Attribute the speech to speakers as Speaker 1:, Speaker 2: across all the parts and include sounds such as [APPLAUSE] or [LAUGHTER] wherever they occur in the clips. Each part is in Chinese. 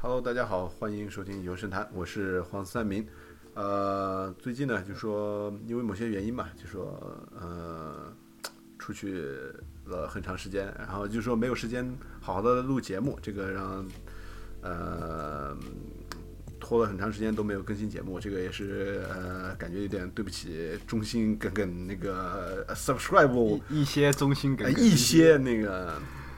Speaker 1: Hello，大家好，欢迎收听游神谈，我是黄三明。呃，最近呢，就说因为某些原因嘛，就说呃出去了很长时间，然后就说没有时间好好的录节目，这个让呃拖了很长时间都没有更新节目，这个也是呃感觉有点对不起忠心耿耿那个呃 subscribe 我
Speaker 2: 一一些忠心耿
Speaker 1: 呃
Speaker 2: 耿，
Speaker 1: 一些那个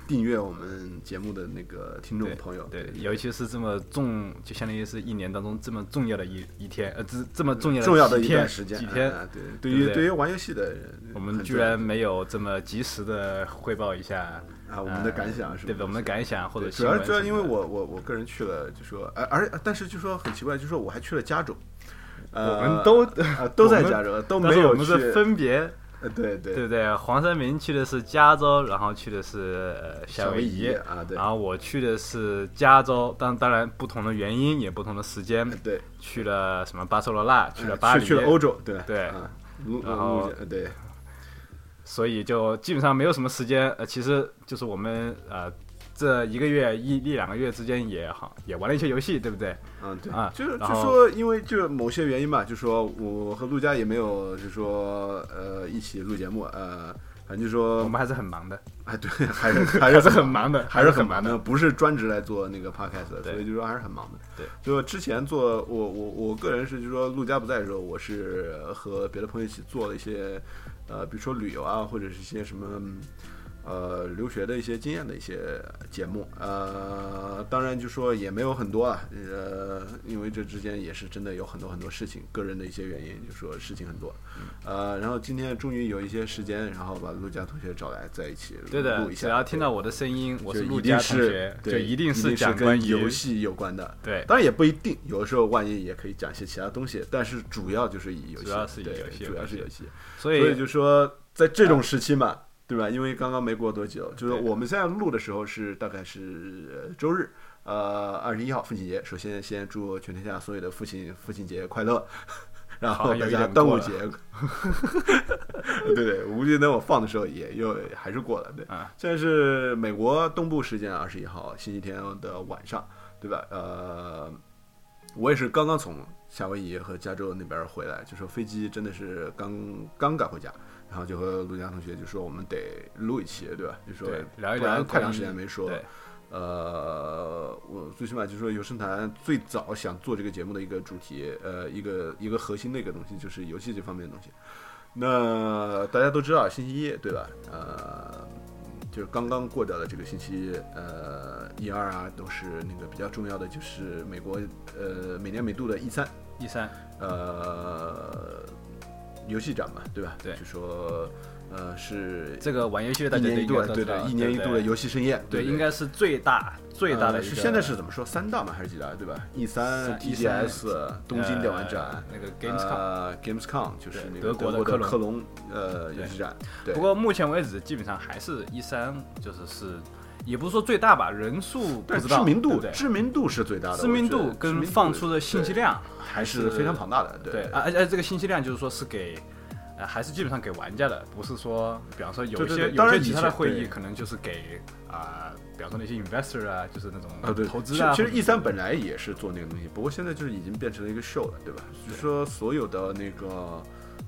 Speaker 1: 订阅我们节目的那个听众
Speaker 2: 对
Speaker 1: 朋友，
Speaker 2: 对，尤其是这么重，就相当于是一年当中这么重要的一一天，呃，这这么重要的
Speaker 1: 重要的
Speaker 2: 几
Speaker 1: 一
Speaker 2: 天
Speaker 1: 段时间，
Speaker 2: 几天，
Speaker 1: 啊、对，
Speaker 2: 对
Speaker 1: 于
Speaker 2: 不对
Speaker 1: 对于玩游戏的人，
Speaker 2: 我们
Speaker 1: 很
Speaker 2: 居
Speaker 1: 重要
Speaker 2: 然没有这么及时的汇报一下呃
Speaker 1: 啊我们的感想是
Speaker 2: 对
Speaker 1: 吧
Speaker 2: 吧？我们的感想或者
Speaker 1: 对主要
Speaker 2: 新闻
Speaker 1: 主要
Speaker 2: 什么
Speaker 1: 因为
Speaker 2: 的
Speaker 1: 我我我个人去了，就说，而而但是就说很奇怪，就说我还去了加州，呃，
Speaker 2: 我们都
Speaker 1: 啊都在
Speaker 2: 我们
Speaker 1: 加州，都
Speaker 2: 但
Speaker 1: 没
Speaker 2: 是我
Speaker 1: 有
Speaker 2: 们
Speaker 1: 去，
Speaker 2: 是分别
Speaker 1: 呃对对
Speaker 2: 对不对？黄三明去的是加州，然后去的是呃夏
Speaker 1: 夏威夷
Speaker 2: 夷
Speaker 1: 啊对
Speaker 2: 然后我去的是加州，当当然不同的原因也不同的时间，
Speaker 1: 呃对，
Speaker 2: 去了什么巴塞罗那，去了
Speaker 1: 呃
Speaker 2: 巴黎，
Speaker 1: 去了欧洲，对
Speaker 2: 对
Speaker 1: 啊，卢
Speaker 2: 然后
Speaker 1: 卢呃对
Speaker 2: 所以就基本上没有什么时间。呃，其实就是我们呃这一个月一一两个月之间也好也玩了一些游戏，对不对？
Speaker 1: 嗯，对
Speaker 2: 啊
Speaker 1: 就是就
Speaker 2: 然后
Speaker 1: 说，因为就是某些原因吧，就说我和陆佳也没有，就说呃一起录节目，呃，反正就
Speaker 2: 我
Speaker 1: 说
Speaker 2: 们还是很忙的，
Speaker 1: 啊，对，还是还是
Speaker 2: 是
Speaker 1: 很
Speaker 2: 很忙的
Speaker 1: 还
Speaker 2: 还
Speaker 1: 是
Speaker 2: 是
Speaker 1: 很
Speaker 2: 很
Speaker 1: 忙
Speaker 2: 忙的
Speaker 1: 的，不是专职来做那个 podcast 的，所
Speaker 2: 对
Speaker 1: 以就说还是很忙的。
Speaker 2: 对，
Speaker 1: 就之前做我我我个人是就说陆佳不在的时候，我是和别的朋友一起做了一些呃，比如说旅游啊，或者是一些什么。嗯呃，留学的一些经验的一些节目，呃，当然就说也没有很多啊，呃，因为这之间也是真的有很多很多事情，个人的一些原因，就说事情很多，
Speaker 2: 嗯
Speaker 1: 呃，然后今天终于有一些时间，然后把陆佳同学找来在一起
Speaker 2: 对的
Speaker 1: 录。一下，
Speaker 2: 只要听到我的声音，我
Speaker 1: 就是一
Speaker 2: 陆
Speaker 1: 定
Speaker 2: 家同
Speaker 1: 是
Speaker 2: 学，
Speaker 1: 对
Speaker 2: 就
Speaker 1: 一
Speaker 2: 一定
Speaker 1: 是
Speaker 2: 讲关
Speaker 1: 跟
Speaker 2: 于
Speaker 1: 游，戏有关的，
Speaker 2: 对，
Speaker 1: 当然也不一定，有的时候万一也可以讲一些其他东西，但是主要就是以游戏，
Speaker 2: 主要是以
Speaker 1: 对
Speaker 2: 游戏
Speaker 1: 主要是
Speaker 2: 为
Speaker 1: 游
Speaker 2: 主
Speaker 1: 戏。
Speaker 2: 所
Speaker 1: 所以
Speaker 2: 以啊
Speaker 1: 就说在这种时期嘛，对吧？因为刚刚没过多久，就是
Speaker 2: 对的
Speaker 1: 我们现在录的时候是大概是呃周日，呃，二十一号父亲节。首先先祝全天下所有的父亲父亲节快
Speaker 2: [LAUGHS]
Speaker 1: 乐，然
Speaker 2: 好
Speaker 1: 后
Speaker 2: 像有
Speaker 1: 大
Speaker 2: 一
Speaker 1: 家
Speaker 2: 点
Speaker 1: 端午
Speaker 2: 过
Speaker 1: 节， [LAUGHS] 对对，无忌等我放的时候也又还是过了，对。
Speaker 2: 啊
Speaker 1: 现在是美国东部时间二十一号星期天的晚上，对吧？呃，我也是刚刚从夏威夷和加州那边回来，就说飞机真的是刚刚赶回家，然后就和陆江同学就说我们得录一期，对吧？就说
Speaker 2: 对聊一
Speaker 1: 不然
Speaker 2: 聊
Speaker 1: 太长
Speaker 2: 关
Speaker 1: 时间
Speaker 2: 于
Speaker 1: 没说。
Speaker 2: 对
Speaker 1: 呃，我最起码就说游神坛最早想做这个节目的一个主题，呃，一个一个核心的一个东西就是游戏这方面的东西。那大家都知道，星期一对吧？呃，就是刚刚过掉的这个星期，呃，一二啊都是那个比较重要的，就是美国呃每年每度的 E 三，
Speaker 2: 一三
Speaker 1: 呃，游戏展嘛，对吧？
Speaker 2: 对
Speaker 1: 就说呃是
Speaker 2: 这个玩游戏的大
Speaker 1: 一
Speaker 2: 家
Speaker 1: 年一
Speaker 2: 应
Speaker 1: 度
Speaker 2: 该
Speaker 1: 的，
Speaker 2: 都
Speaker 1: 对
Speaker 2: 知道
Speaker 1: 的，一年一度的游戏盛宴，
Speaker 2: 对，
Speaker 1: 不
Speaker 2: 应该是最大最大的
Speaker 1: 呃
Speaker 2: 一
Speaker 1: 是
Speaker 2: 个
Speaker 1: 现在是怎么说？三大吗？还是几大？对吧？E 三、TGS、东京电玩展
Speaker 2: 呃、那个 Gamescom。
Speaker 1: 呃 Gamescom 就是
Speaker 2: 对
Speaker 1: 那个
Speaker 2: 德国
Speaker 1: 的
Speaker 2: 的科隆
Speaker 1: 科隆呃
Speaker 2: 对
Speaker 1: 游戏展。对，
Speaker 2: 不过目前为止，基本上还是一三，就是是，也不是说最大吧，人数不
Speaker 1: 但
Speaker 2: 知
Speaker 1: 是
Speaker 2: 道，
Speaker 1: 知名
Speaker 2: 对
Speaker 1: 度
Speaker 2: 不对
Speaker 1: 知名度是最大的，
Speaker 2: 知名
Speaker 1: 我觉
Speaker 2: 度
Speaker 1: 得知
Speaker 2: 跟
Speaker 1: 名
Speaker 2: 放出的信息
Speaker 1: 对
Speaker 2: 量
Speaker 1: 还是非常庞大的。
Speaker 2: 对，而而且这个信息量就是说是给，呃，还是基本上给玩家的，不是说，比方说有
Speaker 1: 对
Speaker 2: 一
Speaker 1: 对
Speaker 2: 些
Speaker 1: 对当
Speaker 2: 有
Speaker 1: 然
Speaker 2: 些其
Speaker 1: 以
Speaker 2: 他
Speaker 1: 前
Speaker 2: 的会
Speaker 1: 对
Speaker 2: 议可能就是给啊，比方说那些 investor 啊，就是那
Speaker 1: 啊，对，
Speaker 2: 种投资啊，
Speaker 1: 其实其实 E
Speaker 2: 一
Speaker 1: 三本来也是做那个东西，不过现在就是已经变成了一个 show 了，对吧？就是说所有的那个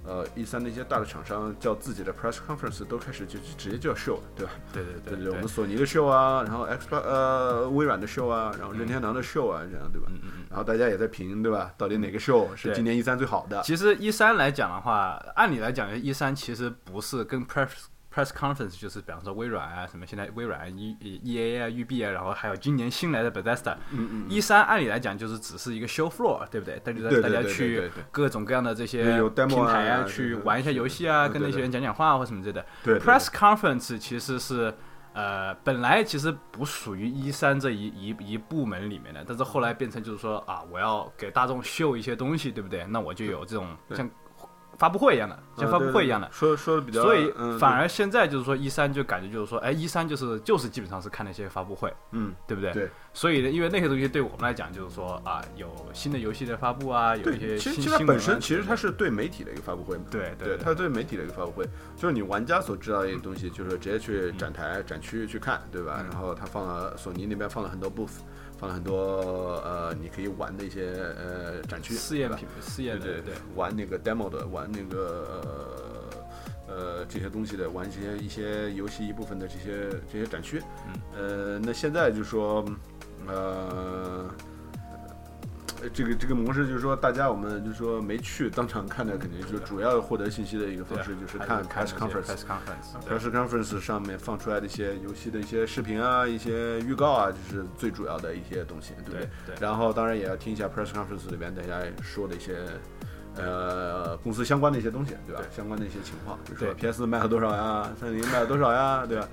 Speaker 1: 呃 E 三的一些大的厂商叫自己的 press conference 都开始就直接叫 show，了，对吧？
Speaker 2: 对对
Speaker 1: 对
Speaker 2: 对
Speaker 1: 对，我
Speaker 2: 对
Speaker 1: 们，索尼的 show 啊，然后 Xbox 呃微软的 show 啊，然后任天堂的 show 啊，这样对吧？
Speaker 2: 嗯嗯嗯。
Speaker 1: 然后大家也在评对吧？到底哪个 show 是
Speaker 2: 对
Speaker 1: 今年 E 三最好的？
Speaker 2: 其实一三来讲的话，按理来讲，一三其实不是跟 press press conference，就是比方说微软啊，什么现在微软 E E A 啊、育碧啊，然后还有今年新来的 Bethesda，
Speaker 1: 嗯嗯
Speaker 2: 一三按理来讲就是只是一个 show floor，对不对？大家
Speaker 1: 对对
Speaker 2: 大家
Speaker 1: 对对对
Speaker 2: 去
Speaker 1: 对
Speaker 2: 各种各样的这
Speaker 1: 对
Speaker 2: 些
Speaker 1: 有 demo
Speaker 2: 平台
Speaker 1: 啊
Speaker 2: 去
Speaker 1: 对对
Speaker 2: 玩一下游戏啊，
Speaker 1: 对对
Speaker 2: 跟那些人讲讲话或什么之类的。
Speaker 1: 对对
Speaker 2: press conference 其实是。呃，本来其实不属于一三这一一一部门里面的，但是后来变成就是说啊，我要给大众秀一些东西，对不对？那我就有这种
Speaker 1: 对
Speaker 2: 像发布会一样的，像发布会一样的。
Speaker 1: 嗯对对对说说的比较，
Speaker 2: 所以
Speaker 1: 嗯
Speaker 2: 反而现在就是说一三就感觉就是说，哎，一三就是就是基本上是看那些发布会，
Speaker 1: 嗯
Speaker 2: 对不对？
Speaker 1: 对。
Speaker 2: 所以呢，因为那些东西对我们来讲，就是说啊，有新的游戏的发布啊，有一些
Speaker 1: 对，其实
Speaker 2: 新
Speaker 1: 其
Speaker 2: 新
Speaker 1: 实
Speaker 2: 闻啊
Speaker 1: 本身其实
Speaker 2: 之类
Speaker 1: 它
Speaker 2: 的
Speaker 1: 是对媒体的一个发布会嘛，
Speaker 2: 对
Speaker 1: 对，
Speaker 2: 对对
Speaker 1: 它对媒体的一个发布会，就是你玩家所知道的一些东
Speaker 2: 嗯
Speaker 1: 西，就是直接去展台、展区去看，对吧？然后它放了索尼那边放了很多 booth，放了很多呃你可以玩的一些呃展区
Speaker 2: 试验
Speaker 1: 对吧
Speaker 2: 品试验
Speaker 1: 对
Speaker 2: 的对，
Speaker 1: 玩那个 demo 的，玩那个呃呃这些东西的，玩这些一些游戏一部分的这些这些展区。
Speaker 2: 嗯，
Speaker 1: 呃，那现在就是说，呃。呃这个这个模式就是说，大家我们就是说没去当场看嗯的，肯定就是主要获得信息的一个方式，就是看
Speaker 2: 开
Speaker 1: press
Speaker 2: 始
Speaker 1: conference。
Speaker 2: press conference 对
Speaker 1: press conference 上面放出来的一些游戏的一些视频啊、一些预告啊，就是最主要的一些东西，对不对？
Speaker 2: 对对
Speaker 1: 然后当然也要听一下 press conference 里边大家说的一些，呃，公司相关的一些东西，对吧？
Speaker 2: 对
Speaker 1: 相关的一些情况，比如说
Speaker 2: 对
Speaker 1: PS 卖了多少呀，三零卖了多少呀，对吧？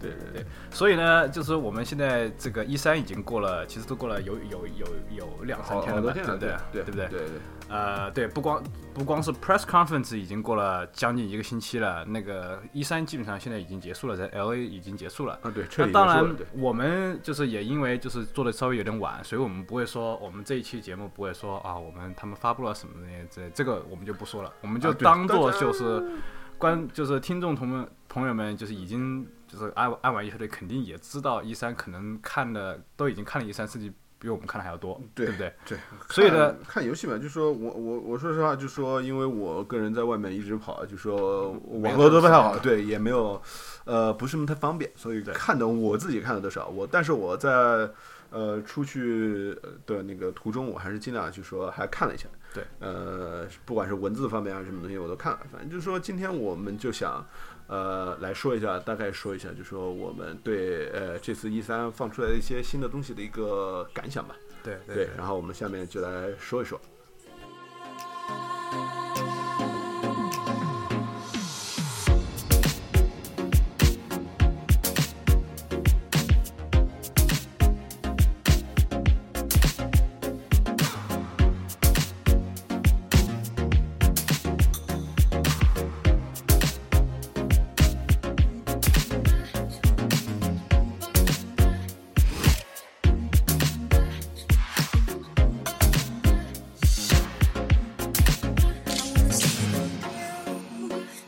Speaker 1: 对对对，
Speaker 2: 所以呢，就是我们现在这个一三已经过了，其实都过了有有有有两三
Speaker 1: 好
Speaker 2: 天
Speaker 1: 好
Speaker 2: 了
Speaker 1: 多
Speaker 2: 吧，
Speaker 1: 天
Speaker 2: 对
Speaker 1: 了，
Speaker 2: 不对？
Speaker 1: 对
Speaker 2: 不
Speaker 1: 对
Speaker 2: 对？
Speaker 1: 对对
Speaker 2: 呃，对，不光不光是 press conference 已经过了将近一个星期了，那个一三基本上现在已经结束了，在 LA 已经结束了。
Speaker 1: 啊，对，彻底结
Speaker 2: 那
Speaker 1: 束
Speaker 2: 当
Speaker 1: 了，
Speaker 2: 然
Speaker 1: 对，
Speaker 2: 我们就是也因为就是做的稍微有点晚，所以我们不会说我们这一期节目不会说啊，我们他们发布了什么那些之类，这个我们就不说了，我们就
Speaker 1: 啊对
Speaker 2: 当做
Speaker 1: 大家
Speaker 2: 就是观就是听众同们朋友们就是已经就是按按完以后的肯定也知道一三可能看的都已经看了一三四季比我们看的还要多，
Speaker 1: 对
Speaker 2: 不对？
Speaker 1: 对，
Speaker 2: 所以呢
Speaker 1: 看，看游戏嘛，就说我我我说实话，就说因为我个人在外面一直跑，就说
Speaker 2: 没有
Speaker 1: 网络都不太
Speaker 2: 什么时
Speaker 1: 好，
Speaker 2: 间
Speaker 1: 对，也没有，呃，不是那么太方便，所以
Speaker 2: 对
Speaker 1: 看的我自己看的多少，我但是我在呃出去的那个途中，我还是尽量就说还看了一下，
Speaker 2: 对，
Speaker 1: 呃，不管是文字方面啊还是什么东西，我都看了，反正就是说今天我们就想。呃，来说一下，大概说一下，就说我们对呃这次一三放出来的一些新的东西的一个感想吧。
Speaker 2: 对对
Speaker 1: 对，然后我们下面就来说一说。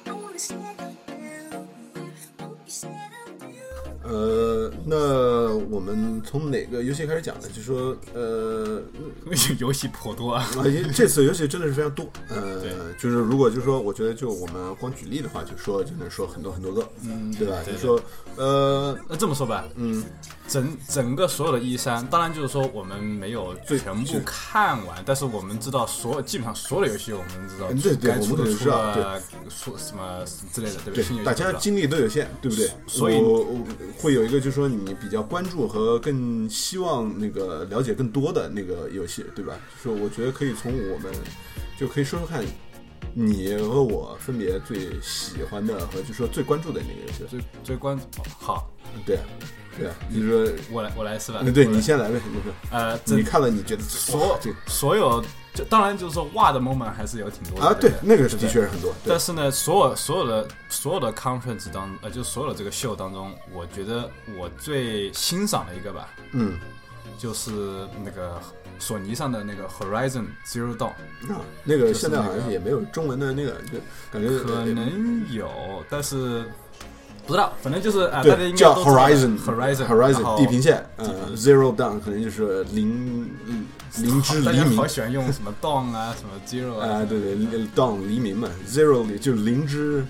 Speaker 3: I wanna stand up now. Won't you stand up now?
Speaker 1: 呃，那我们从哪个游戏开始讲呢？就说呃，
Speaker 2: [LAUGHS] 游戏颇多啊。
Speaker 1: 啊，因为这次游戏真的是非常多，呃，就是如果就说，我觉得就我们光举例的话，就说就能说很多很多个，嗯，对吧？就说呃，
Speaker 2: 那这么说吧，嗯，整整个所有的一三，当然就是说我们没有全部看完，但是我们知道所有基本上所有的游戏我们知道
Speaker 1: 嗯对对
Speaker 2: 该出
Speaker 1: 我
Speaker 2: 的
Speaker 1: 们都
Speaker 2: 出
Speaker 1: 知道
Speaker 2: 了，出什么之类的，对不
Speaker 1: 对
Speaker 2: 对？新游，戏
Speaker 1: 大
Speaker 2: 都
Speaker 1: 家
Speaker 2: 知道
Speaker 1: 精力都有限，对不对？
Speaker 2: 所以
Speaker 1: 我我会有一个，就是说你比较关注和更希望那个了解更多的那个游戏，对吧？就是我觉得可以从我们就可以说说看，你和我分别最喜欢的和就说最关注的那个游戏，
Speaker 2: 最最关哦好，
Speaker 1: 对啊，对啊，你说，啊
Speaker 2: 我来我来是吧？
Speaker 1: 嗯那对
Speaker 2: 我
Speaker 1: 你
Speaker 2: 来
Speaker 1: 先来呗，你说
Speaker 2: 呃，
Speaker 1: 你
Speaker 2: 整
Speaker 1: 看了你觉得哇
Speaker 2: 所
Speaker 1: 这
Speaker 2: 所有就当然就是说哇的 moment 还是有挺多的
Speaker 1: 啊，对
Speaker 2: 对不，对
Speaker 1: 那个是的确是很多，对
Speaker 2: 但是呢，所有所有的所有的 conference 当呃，就所有的这个秀当中，我觉得我最欣赏的一个吧，
Speaker 1: 嗯
Speaker 2: 就是那个索尼上的那个 Horizon Zero Dawn，
Speaker 1: 啊，那个
Speaker 2: 就是
Speaker 1: 现在
Speaker 2: 那
Speaker 1: 好像
Speaker 2: 个
Speaker 1: 也没有中文的那个，就感觉
Speaker 2: 可能有，但是不知道，反正就是啊、大家
Speaker 1: 对，
Speaker 2: 应该
Speaker 1: 叫
Speaker 2: 都知道的
Speaker 1: Horizon
Speaker 2: Horizon 然
Speaker 1: Horizon
Speaker 2: 后
Speaker 1: 地平线，
Speaker 2: 地
Speaker 1: 呃
Speaker 2: 平
Speaker 1: Zero Dawn 可能就是零嗯零之
Speaker 2: 大
Speaker 1: 黎
Speaker 2: 家
Speaker 1: 明
Speaker 2: 好喜欢用什么 Dawn 啊，什么 Zero 啊，
Speaker 1: 啊，对对零，Dawn 黎明嘛，Zero 里就零之。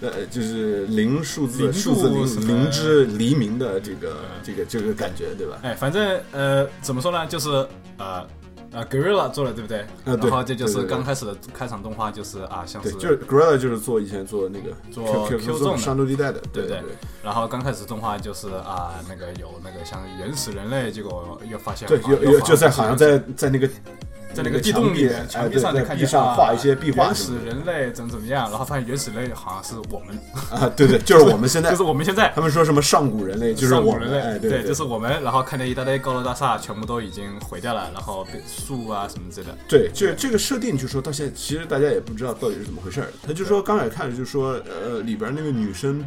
Speaker 1: 呃，就是零数字
Speaker 2: 零
Speaker 1: 数字
Speaker 2: 什
Speaker 1: 零
Speaker 2: 么
Speaker 1: 零之黎明的这个
Speaker 2: 嗯
Speaker 1: 这个这个感觉，对吧？
Speaker 2: 哎，反正呃，怎么说呢，就是呃呃，Gorilla 做了，对不对？
Speaker 1: 啊对
Speaker 2: 然后这就
Speaker 1: 对
Speaker 2: 是
Speaker 1: 对对
Speaker 2: 刚开始的开场动画，就是啊，像
Speaker 1: 对，
Speaker 2: 是
Speaker 1: 就是 Gorilla 就是做以前做那个
Speaker 2: 做
Speaker 1: Q
Speaker 2: Q
Speaker 1: 做
Speaker 2: 中的
Speaker 1: 上周地带的，
Speaker 2: 对
Speaker 1: 对
Speaker 2: 不对？然后刚开始动画就是啊，那个有那个像原始人类，结果又发现
Speaker 1: 对，
Speaker 2: 啊
Speaker 1: 有
Speaker 2: 又
Speaker 1: 有
Speaker 2: 发
Speaker 1: 就在
Speaker 2: 现
Speaker 1: 好像在在那个
Speaker 2: 在
Speaker 1: 那
Speaker 2: 那个
Speaker 1: 个
Speaker 2: 地
Speaker 1: 墙
Speaker 2: 洞里
Speaker 1: 壁
Speaker 2: 面，
Speaker 1: 哎
Speaker 2: 墙壁
Speaker 1: 对
Speaker 2: 上就
Speaker 1: 在
Speaker 2: 看
Speaker 1: 地
Speaker 2: 见
Speaker 1: 上
Speaker 2: 啊
Speaker 1: 画一些壁画
Speaker 2: 原
Speaker 1: 什么
Speaker 2: 始
Speaker 1: 的
Speaker 2: 人类怎么怎么样，然后发现原始人类好像是我们，
Speaker 1: 啊，对对，就是我们现在
Speaker 2: [LAUGHS] 就是我们现在
Speaker 1: 他们说什么上古人类， [LAUGHS] 就是
Speaker 2: 上古
Speaker 1: 我
Speaker 2: 人
Speaker 1: 们
Speaker 2: 类，
Speaker 1: 哎，对
Speaker 2: 对，就是我们，然后看见一大堆高楼大厦全部都已经毁掉了，然后被树啊什么之类的，
Speaker 1: 对，这这个设定就说到现在，其实大家也不知道到底是怎么回事儿。他就说刚才看着就说，呃，里边那个女生，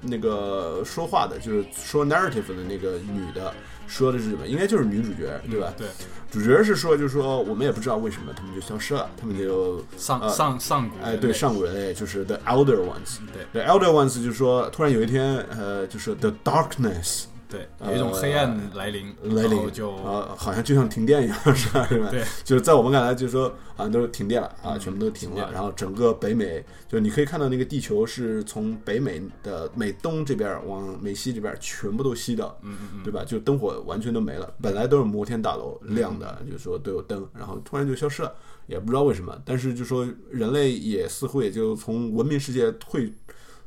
Speaker 1: 那个说话的，就是说 narrative 的那个女的，说的是什么？应该就是女主角，对吧？
Speaker 2: 对，
Speaker 1: 主角是说，就是说我们也不知道为什么他们就消失了，他们就
Speaker 2: 上、
Speaker 1: 呃
Speaker 2: 上上古人类，
Speaker 1: 哎，对，上古人类就是 the elder ones，
Speaker 2: 对
Speaker 1: ，the elder ones 就是说，突然有一天，呃，就是 the darkness
Speaker 2: 对，有一种黑暗来临，
Speaker 1: 来
Speaker 2: 然
Speaker 1: 临
Speaker 2: 后就
Speaker 1: 啊，好像就像停电一样，是吧？是吧？
Speaker 2: 对，
Speaker 1: 就是在我们看来，就是说好像都是停电了啊，全部都停了。然后整个北美，就是你可以看到那个地球是从北美的美东这边往美西这边全部都熄掉，嗯嗯嗯，对吧？就灯火完全都没了，本来都是摩天大楼亮的，就是说都有灯，然后突然就消失了，也不知道为什么。但是就说人类也似乎也就从文明世界退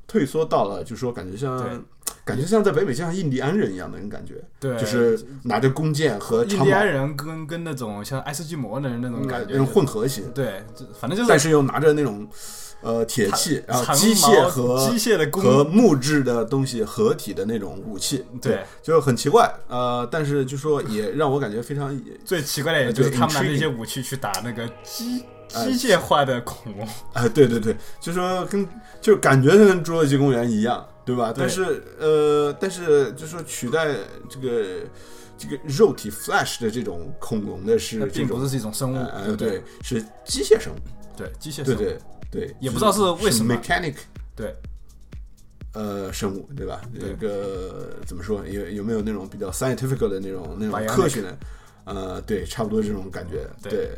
Speaker 1: 退缩到了，就说感觉
Speaker 2: 对
Speaker 1: 像。感觉像在北美，就像印第安人一样的那种感觉，
Speaker 2: 对
Speaker 1: 就是拿着弓箭和
Speaker 2: 印
Speaker 1: 长
Speaker 2: 第
Speaker 1: 矛
Speaker 2: 安人跟跟那种像爱斯基摩的人那种感
Speaker 1: 嗯
Speaker 2: 觉
Speaker 1: 那，种混合型，
Speaker 2: 对，就反正就是
Speaker 1: 但是又拿着那种呃铁器，然后
Speaker 2: 长
Speaker 1: 机械
Speaker 2: 矛
Speaker 1: 和
Speaker 2: 机械的弓
Speaker 1: 和木质的东西合体的那种武器，
Speaker 2: 对
Speaker 1: 对，就很奇怪。呃，但是就说也让我感觉非常 [LAUGHS]
Speaker 2: 最奇怪的也
Speaker 1: 呃
Speaker 2: 就是
Speaker 1: 对
Speaker 2: 他们拿
Speaker 1: intriguing
Speaker 2: 那些武器去打那个机
Speaker 1: 呃
Speaker 2: 机械化的恐龙，
Speaker 1: 哎，对对对，就说跟就感觉跟侏罗纪公园一样，对吧？
Speaker 2: 对
Speaker 1: 但是呃，但是就说取代这个这个肉体 Flash 的这种恐龙的
Speaker 2: 那
Speaker 1: 是这
Speaker 2: 呃并不
Speaker 1: 种
Speaker 2: 是是一种生物，
Speaker 1: 呃
Speaker 2: 不
Speaker 1: 对，是机械生物，
Speaker 2: 对，机械
Speaker 1: 对
Speaker 2: 生
Speaker 1: 对
Speaker 2: 物，
Speaker 1: 对，
Speaker 2: 也不知道是为什么
Speaker 1: mechanic
Speaker 2: 对
Speaker 1: 呃生物，对吧？
Speaker 2: 对
Speaker 1: 这个怎么说？有有没有那种比较 scientific 的那种那种
Speaker 2: Bionic
Speaker 1: 科学的？呃，对，差不多这种感觉。
Speaker 2: 对
Speaker 1: 对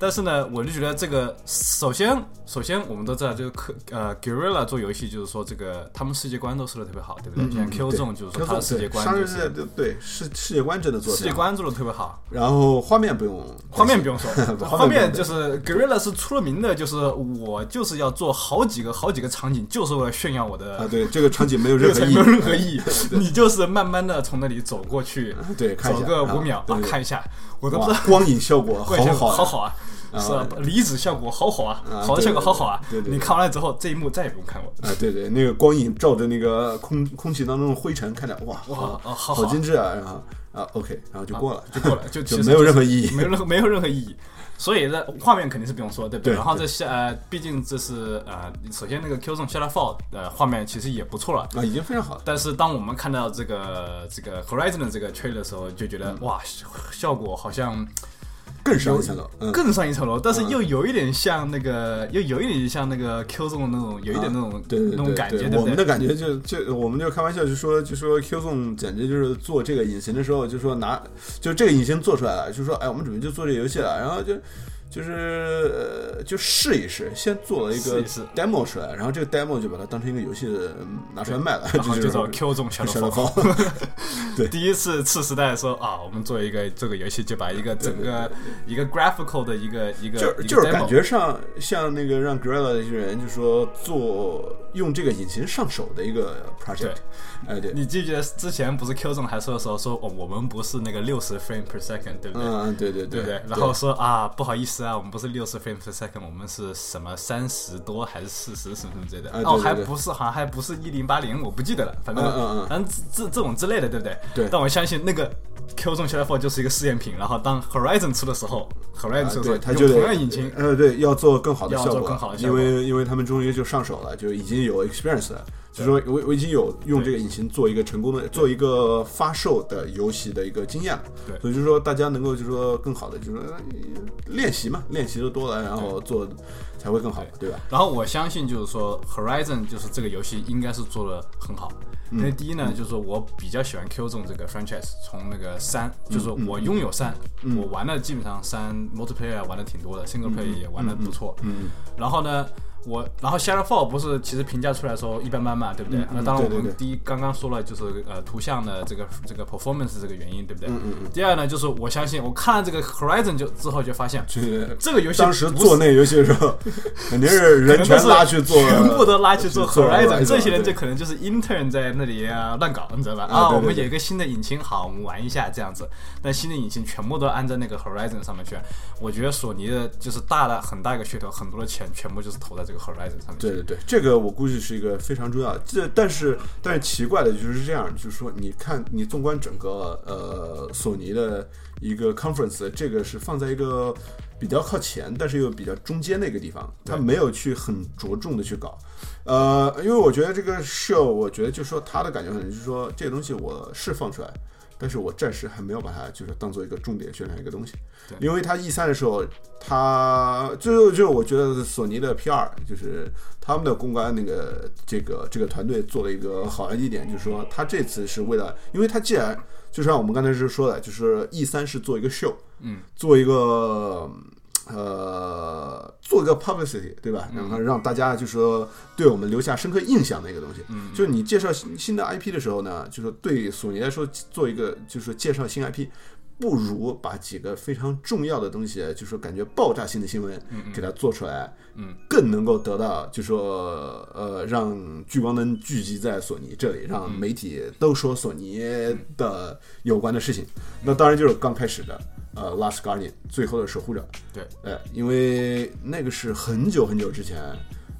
Speaker 2: 但是呢，我就觉得这个，首先，首先我们都知道，这个科呃，Guerrilla 做游戏就是说，这个他们世界观都设的特别好，对
Speaker 1: 嗯
Speaker 2: 不对？像 Q 这种就是说他的世界观
Speaker 1: 商
Speaker 2: 就
Speaker 1: 业世界
Speaker 2: 是
Speaker 1: 对对世世界观真的做得
Speaker 2: 世界
Speaker 1: 好
Speaker 2: 观做的特别好，
Speaker 1: 然后画面不用担心，，
Speaker 2: 画面不用说
Speaker 1: [LAUGHS]
Speaker 2: 画
Speaker 1: 画面
Speaker 2: 面
Speaker 1: 不用
Speaker 2: 就是 Guerrilla 是出了名的，就是我就是要做好几个好几个场景，就是为了炫耀我
Speaker 1: 啊，
Speaker 2: 的。
Speaker 1: 对，这个场景没有
Speaker 2: 这
Speaker 1: 任何意
Speaker 2: 个才没
Speaker 1: 义，
Speaker 2: 有任何意义， [LAUGHS] 你就是慢慢的从那里走过去，
Speaker 1: 对看一
Speaker 2: 走
Speaker 1: 下
Speaker 2: 个
Speaker 1: 啊
Speaker 2: 五秒
Speaker 1: 对
Speaker 2: 啊
Speaker 1: 对，
Speaker 2: 看一下，我都不知道
Speaker 1: 哇，光影效
Speaker 2: [LAUGHS]
Speaker 1: 果好
Speaker 2: 怪效
Speaker 1: 好
Speaker 2: 果
Speaker 1: 啊
Speaker 2: 好好啊，
Speaker 1: 啊
Speaker 2: 是吧？离子效果好好啊
Speaker 1: 啊，
Speaker 2: 好的效果好好啊
Speaker 1: 对对对对。对
Speaker 2: 你看完了之后，这一幕再也不用看我。
Speaker 1: 啊，对对，那个光影照着那个空空气当中的灰尘，看着哇，
Speaker 2: 哇
Speaker 1: 好
Speaker 2: 哦好
Speaker 1: 好
Speaker 2: 好
Speaker 1: 精致啊，然后啊，OK，然后就过了，
Speaker 2: 就过
Speaker 1: [LAUGHS]
Speaker 2: 了，就
Speaker 1: 就
Speaker 2: 其实
Speaker 1: 没有任何意义
Speaker 2: 没有任何没有任何意义。所以呢，画面肯定是不用说，对不
Speaker 1: 对
Speaker 2: 然后
Speaker 1: 对
Speaker 2: 这下，呃，毕竟这是呃，首先那个 Q 中 Shadowfall 的呃画面其实也不错了。
Speaker 1: 啊，已经非常好了。
Speaker 2: 但是当我们看到这个这个 Horizon 的这个 trailer 的时候，就觉
Speaker 1: 嗯
Speaker 2: 得哇，效果好像
Speaker 1: 更上一层楼，嗯，
Speaker 2: 更上一层楼，但是又有一点像那个，又有一点像那个 Q 中的那种，有一点那种
Speaker 1: 啊对对对
Speaker 2: 那种感觉，
Speaker 1: 对
Speaker 2: 对不
Speaker 1: 我们的
Speaker 2: 对？
Speaker 1: 感觉就就我们就开玩笑就说就说 Q 纵简直就是做这个隐形的时候就说拿就这个隐形做出来了，就说哎我们准备就做这个游戏了，然后就。就是呃就试一试，先做了一个
Speaker 2: 试一试
Speaker 1: demo 出来，然后这个 demo 就把它当成一个游戏嗯拿出来卖了，
Speaker 2: 然
Speaker 1: [LAUGHS]
Speaker 2: 后
Speaker 1: 是
Speaker 2: 就找 Q 中小
Speaker 1: Shadow
Speaker 2: 小的
Speaker 1: Fall
Speaker 2: [LAUGHS] 第一次次时代说啊，我们做一个这个游戏，就把一个整个一个 graphical 的一个一个
Speaker 1: 就
Speaker 2: 呃一个
Speaker 1: 就是感
Speaker 2: demo
Speaker 1: 觉上像那个让 Gorilla 的一些人就说做用这个引擎上手的一个 project，
Speaker 2: 对
Speaker 1: 哎对，
Speaker 2: 你记不记得之前不是 Q 中还说的时候说哦，我们不是那个六十 frame per second，对不对？
Speaker 1: 嗯对对
Speaker 2: 对
Speaker 1: 对
Speaker 2: 不对？然后说啊，不好意思啊，我们不是六十 frame per second，我们是什么三十多还是四十什么什么之类的？
Speaker 1: 啊对
Speaker 2: 哦，
Speaker 1: 对
Speaker 2: 还
Speaker 1: 对
Speaker 2: 不是，好像还不是一零八零，我不记得了。反正
Speaker 1: 嗯嗯嗯
Speaker 2: 反正这这种之类的，对不对？
Speaker 1: 对
Speaker 2: 但我相信那个 Q 中 Shadow 就是一个试验品，然后当 Horizon 出的时候，Horizon
Speaker 1: 啊
Speaker 2: 出的时候，
Speaker 1: 对，他
Speaker 2: 用
Speaker 1: 就
Speaker 2: 同
Speaker 1: 得
Speaker 2: 样引擎，
Speaker 1: 呃，对，要做更好的
Speaker 2: 要
Speaker 1: 效果，
Speaker 2: 做更好的效
Speaker 1: 因
Speaker 2: 果
Speaker 1: 为因为他们终于就上手了，就已经有 experience 了，就说我我已经有用这个引擎做一个成功的，做一个发售的游戏的一个经验了，
Speaker 2: 对
Speaker 1: 所以就说大家能够就说更好的，就说呃练习嘛，练习的多了，然后做才会更好，对吧？
Speaker 2: 然后我相信就是说，Horizon 就是这个游戏应该是做的很好。
Speaker 1: 嗯
Speaker 2: 因为第一呢，就是说我比较喜欢 Q 中这个 franchise，从那个三，就是说我拥有三，
Speaker 1: 嗯
Speaker 2: 我玩的基本上三 multiplayer 玩的挺多的，single player
Speaker 1: 嗯
Speaker 2: 也玩的不错。嗯。然后呢，我然后 Shadowfall 不是其实评价出来的时候一般般嘛，对不对？那当
Speaker 1: 嗯对
Speaker 2: 然我
Speaker 1: 对对
Speaker 2: 们第一刚刚说了就是呃图像的这个这个 performance 这个原因，对不
Speaker 1: 嗯
Speaker 2: 对？第二呢，就是我相信我看了这个 Horizon 就之后就发现，
Speaker 1: 就是
Speaker 2: 这个游戏
Speaker 1: 当时
Speaker 2: 不是
Speaker 1: 做那个游戏的时候，
Speaker 2: [LAUGHS]
Speaker 1: 肯定是人全拉去做，
Speaker 2: 全部都拉去做
Speaker 1: 去
Speaker 2: Horizon，这些人
Speaker 1: 对
Speaker 2: 就可能就是 intern 在那里啊乱搞，你知道吧？
Speaker 1: 啊对对
Speaker 2: 我们
Speaker 1: 对
Speaker 2: 有一个新的引擎，好，我们玩一下这样子。但新的引擎全部都安在那个 Horizon 上面去，我觉得索尼的就是大的很大一个噱头，很多的钱全部就是投在这个 Horizon 上面
Speaker 1: 对
Speaker 2: 去。
Speaker 1: 对对，这个我估计是一个非常重要的。这但是但是奇怪的就是这样，就是说你看你纵观整个呃索尼的一个 conference，这个是放在一个比较靠前，但是又比较中间的一个地方，它没有去很着重的去搞。呃，因为我觉得这个 show，我觉得就说它的感觉很就是说这个东西我是放出来。但是我暂时还没有把它就是当做一个重点宣传一个东西
Speaker 2: 对，
Speaker 1: 因为它 E 三的时候，它最后就是我觉得索尼的 P 二就是他们的公关那个这个这个团队做了一个好的一点，就是说他这次是为了，因为他既然就像我们刚才是说的，就是 E 三是做一个 show，
Speaker 2: 嗯，
Speaker 1: 做一个呃，做一个 publicity，对吧？然后让大家就说对我们留下深刻印象的一个东西。嗯，就是你介绍新新的 IP 的时候呢，就是对索尼来说做一个就是介绍新 IP。不如把几个非常重要的东西，就是说感觉爆炸性的新闻，给它做出来，
Speaker 2: 嗯，
Speaker 1: 更能够得到，就说呃，让聚光灯聚集在索尼这里，让媒体都说索尼的有关的事情。那当然就是刚开始的，呃，Last Guardian 最后的守护者，
Speaker 2: 对，
Speaker 1: 呃，因为那个是很久很久之前，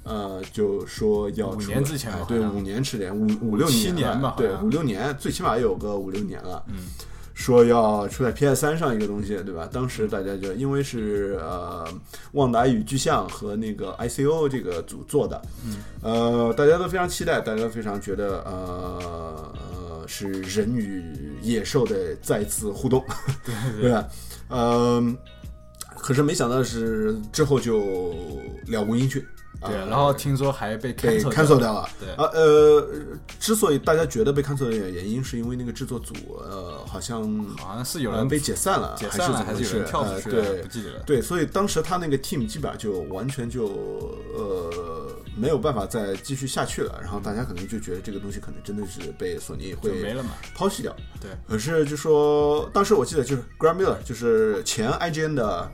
Speaker 1: 呃，就说要
Speaker 2: 五
Speaker 1: 出
Speaker 2: 年
Speaker 1: 了
Speaker 2: 之前
Speaker 1: 哎
Speaker 2: 吧
Speaker 1: 对，
Speaker 2: 好像
Speaker 1: 五年之前，五五六
Speaker 2: 七
Speaker 1: 年
Speaker 2: 年
Speaker 1: 了
Speaker 2: 吧
Speaker 1: 对，
Speaker 2: 好像
Speaker 1: 五六年，最起码也有个五六年了，嗯。说要出在 PS 三上一个东西，对吧？当时大家就因为是呃旺达与巨像和那个 ICO 这个组做的，
Speaker 2: 嗯
Speaker 1: 呃，大家都非常期待，大家都非常觉得呃呃是人与野兽的再次互动，对吧？嗯、可是没想到是之后就了无音讯，
Speaker 2: 对，
Speaker 1: 呃
Speaker 2: 然后听说还被
Speaker 1: 被
Speaker 2: cancel
Speaker 1: cancel
Speaker 2: 掉
Speaker 1: 掉了。
Speaker 2: 对
Speaker 1: 啊呃，之所以大家觉得被 cancel 的原因，是因为那个制作组呃好像
Speaker 2: 好像是有
Speaker 1: 呃
Speaker 2: 人
Speaker 1: 被解散了，
Speaker 2: 解散了，还
Speaker 1: 还是
Speaker 2: 是
Speaker 1: 怎么回事？
Speaker 2: 有人跳出
Speaker 1: 呃
Speaker 2: 去了，
Speaker 1: 对
Speaker 2: 不记得了。
Speaker 1: 对，所以当时他那个 team 基本上就完全就呃没有办法再继续下去了，然后大家可能就觉得这个东西可能真的是被索尼
Speaker 2: 就没
Speaker 1: 会
Speaker 2: 了嘛，
Speaker 1: 抛弃掉。
Speaker 2: 对，
Speaker 1: 可是就说当时我记得就是 Graham Miller，就是前 IGN 的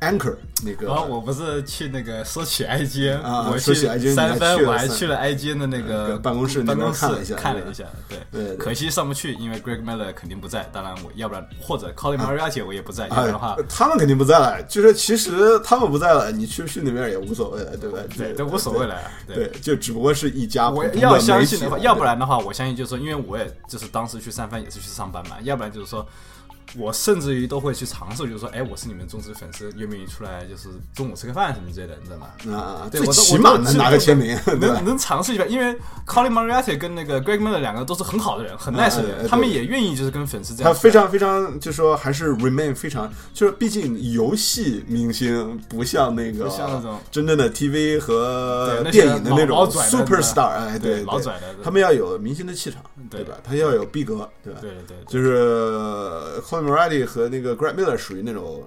Speaker 1: anchor 那个，
Speaker 2: 然后哦我不是去那个说起 IGN，、
Speaker 1: 啊
Speaker 2: 我
Speaker 1: 说起 IGN
Speaker 2: 三番
Speaker 1: 你还去了
Speaker 2: 我还
Speaker 1: 三
Speaker 2: 去了 IGN 的那
Speaker 1: 那
Speaker 2: 个
Speaker 1: 个办公室那
Speaker 2: 办
Speaker 1: 边
Speaker 2: 公室
Speaker 1: 看了一下对吧
Speaker 2: 了一下，对，
Speaker 1: 对对
Speaker 2: 可惜上不去，因为 Greg Miller 肯定不在，当然我要不然或者 Colin
Speaker 1: 啊
Speaker 2: Mariachi 我也不在，要不然的话
Speaker 1: 哎，他们肯定不在了。就是其实他们不在了，你去不去那边也无所谓了，对吧？
Speaker 2: 对
Speaker 1: 就
Speaker 2: 都无所谓。了，啊
Speaker 1: 对，就只不过是一家
Speaker 2: 我
Speaker 1: 普通的
Speaker 2: 要相信的
Speaker 1: 媒
Speaker 2: 话，
Speaker 1: 体
Speaker 2: 要不然的话，我相信就是说，因为我也就是当时去三番也是去上班嘛，要不然就是说。我甚至于都会去尝试，就是说，哎，我是你们忠实粉丝，愿不愿意出来，就是中午吃个饭什么之类的，你知道吗？
Speaker 1: 啊，最
Speaker 2: 对我都
Speaker 1: 起码
Speaker 2: 我都
Speaker 1: 能拿个签名， [LAUGHS] 对吧
Speaker 2: 能？能尝试一下，因为 Colin Mariachi 跟那个 Greg Miller 两个都是很好的人，很
Speaker 1: 嗯
Speaker 2: nice 的
Speaker 1: 哎
Speaker 2: 人，
Speaker 1: 对
Speaker 2: 他们也愿意就是跟粉丝这
Speaker 1: 他
Speaker 2: 样。
Speaker 1: 非常非常，就说还是 remain 非常，就是毕竟游戏明星不像那个
Speaker 2: 不像那种
Speaker 1: 真正的 TV 和
Speaker 2: 对那些
Speaker 1: 电影的那
Speaker 2: 老老
Speaker 1: 种
Speaker 2: 拽的
Speaker 1: super star，哎，
Speaker 2: 对
Speaker 1: 对，
Speaker 2: 老拽的对
Speaker 1: 他们要有明星的气场，
Speaker 2: 对
Speaker 1: 对吧？他要有逼格，对吧？
Speaker 2: 对对对，
Speaker 1: 就是呃 Colin Moretti 和那个 Grant Miller 属于那种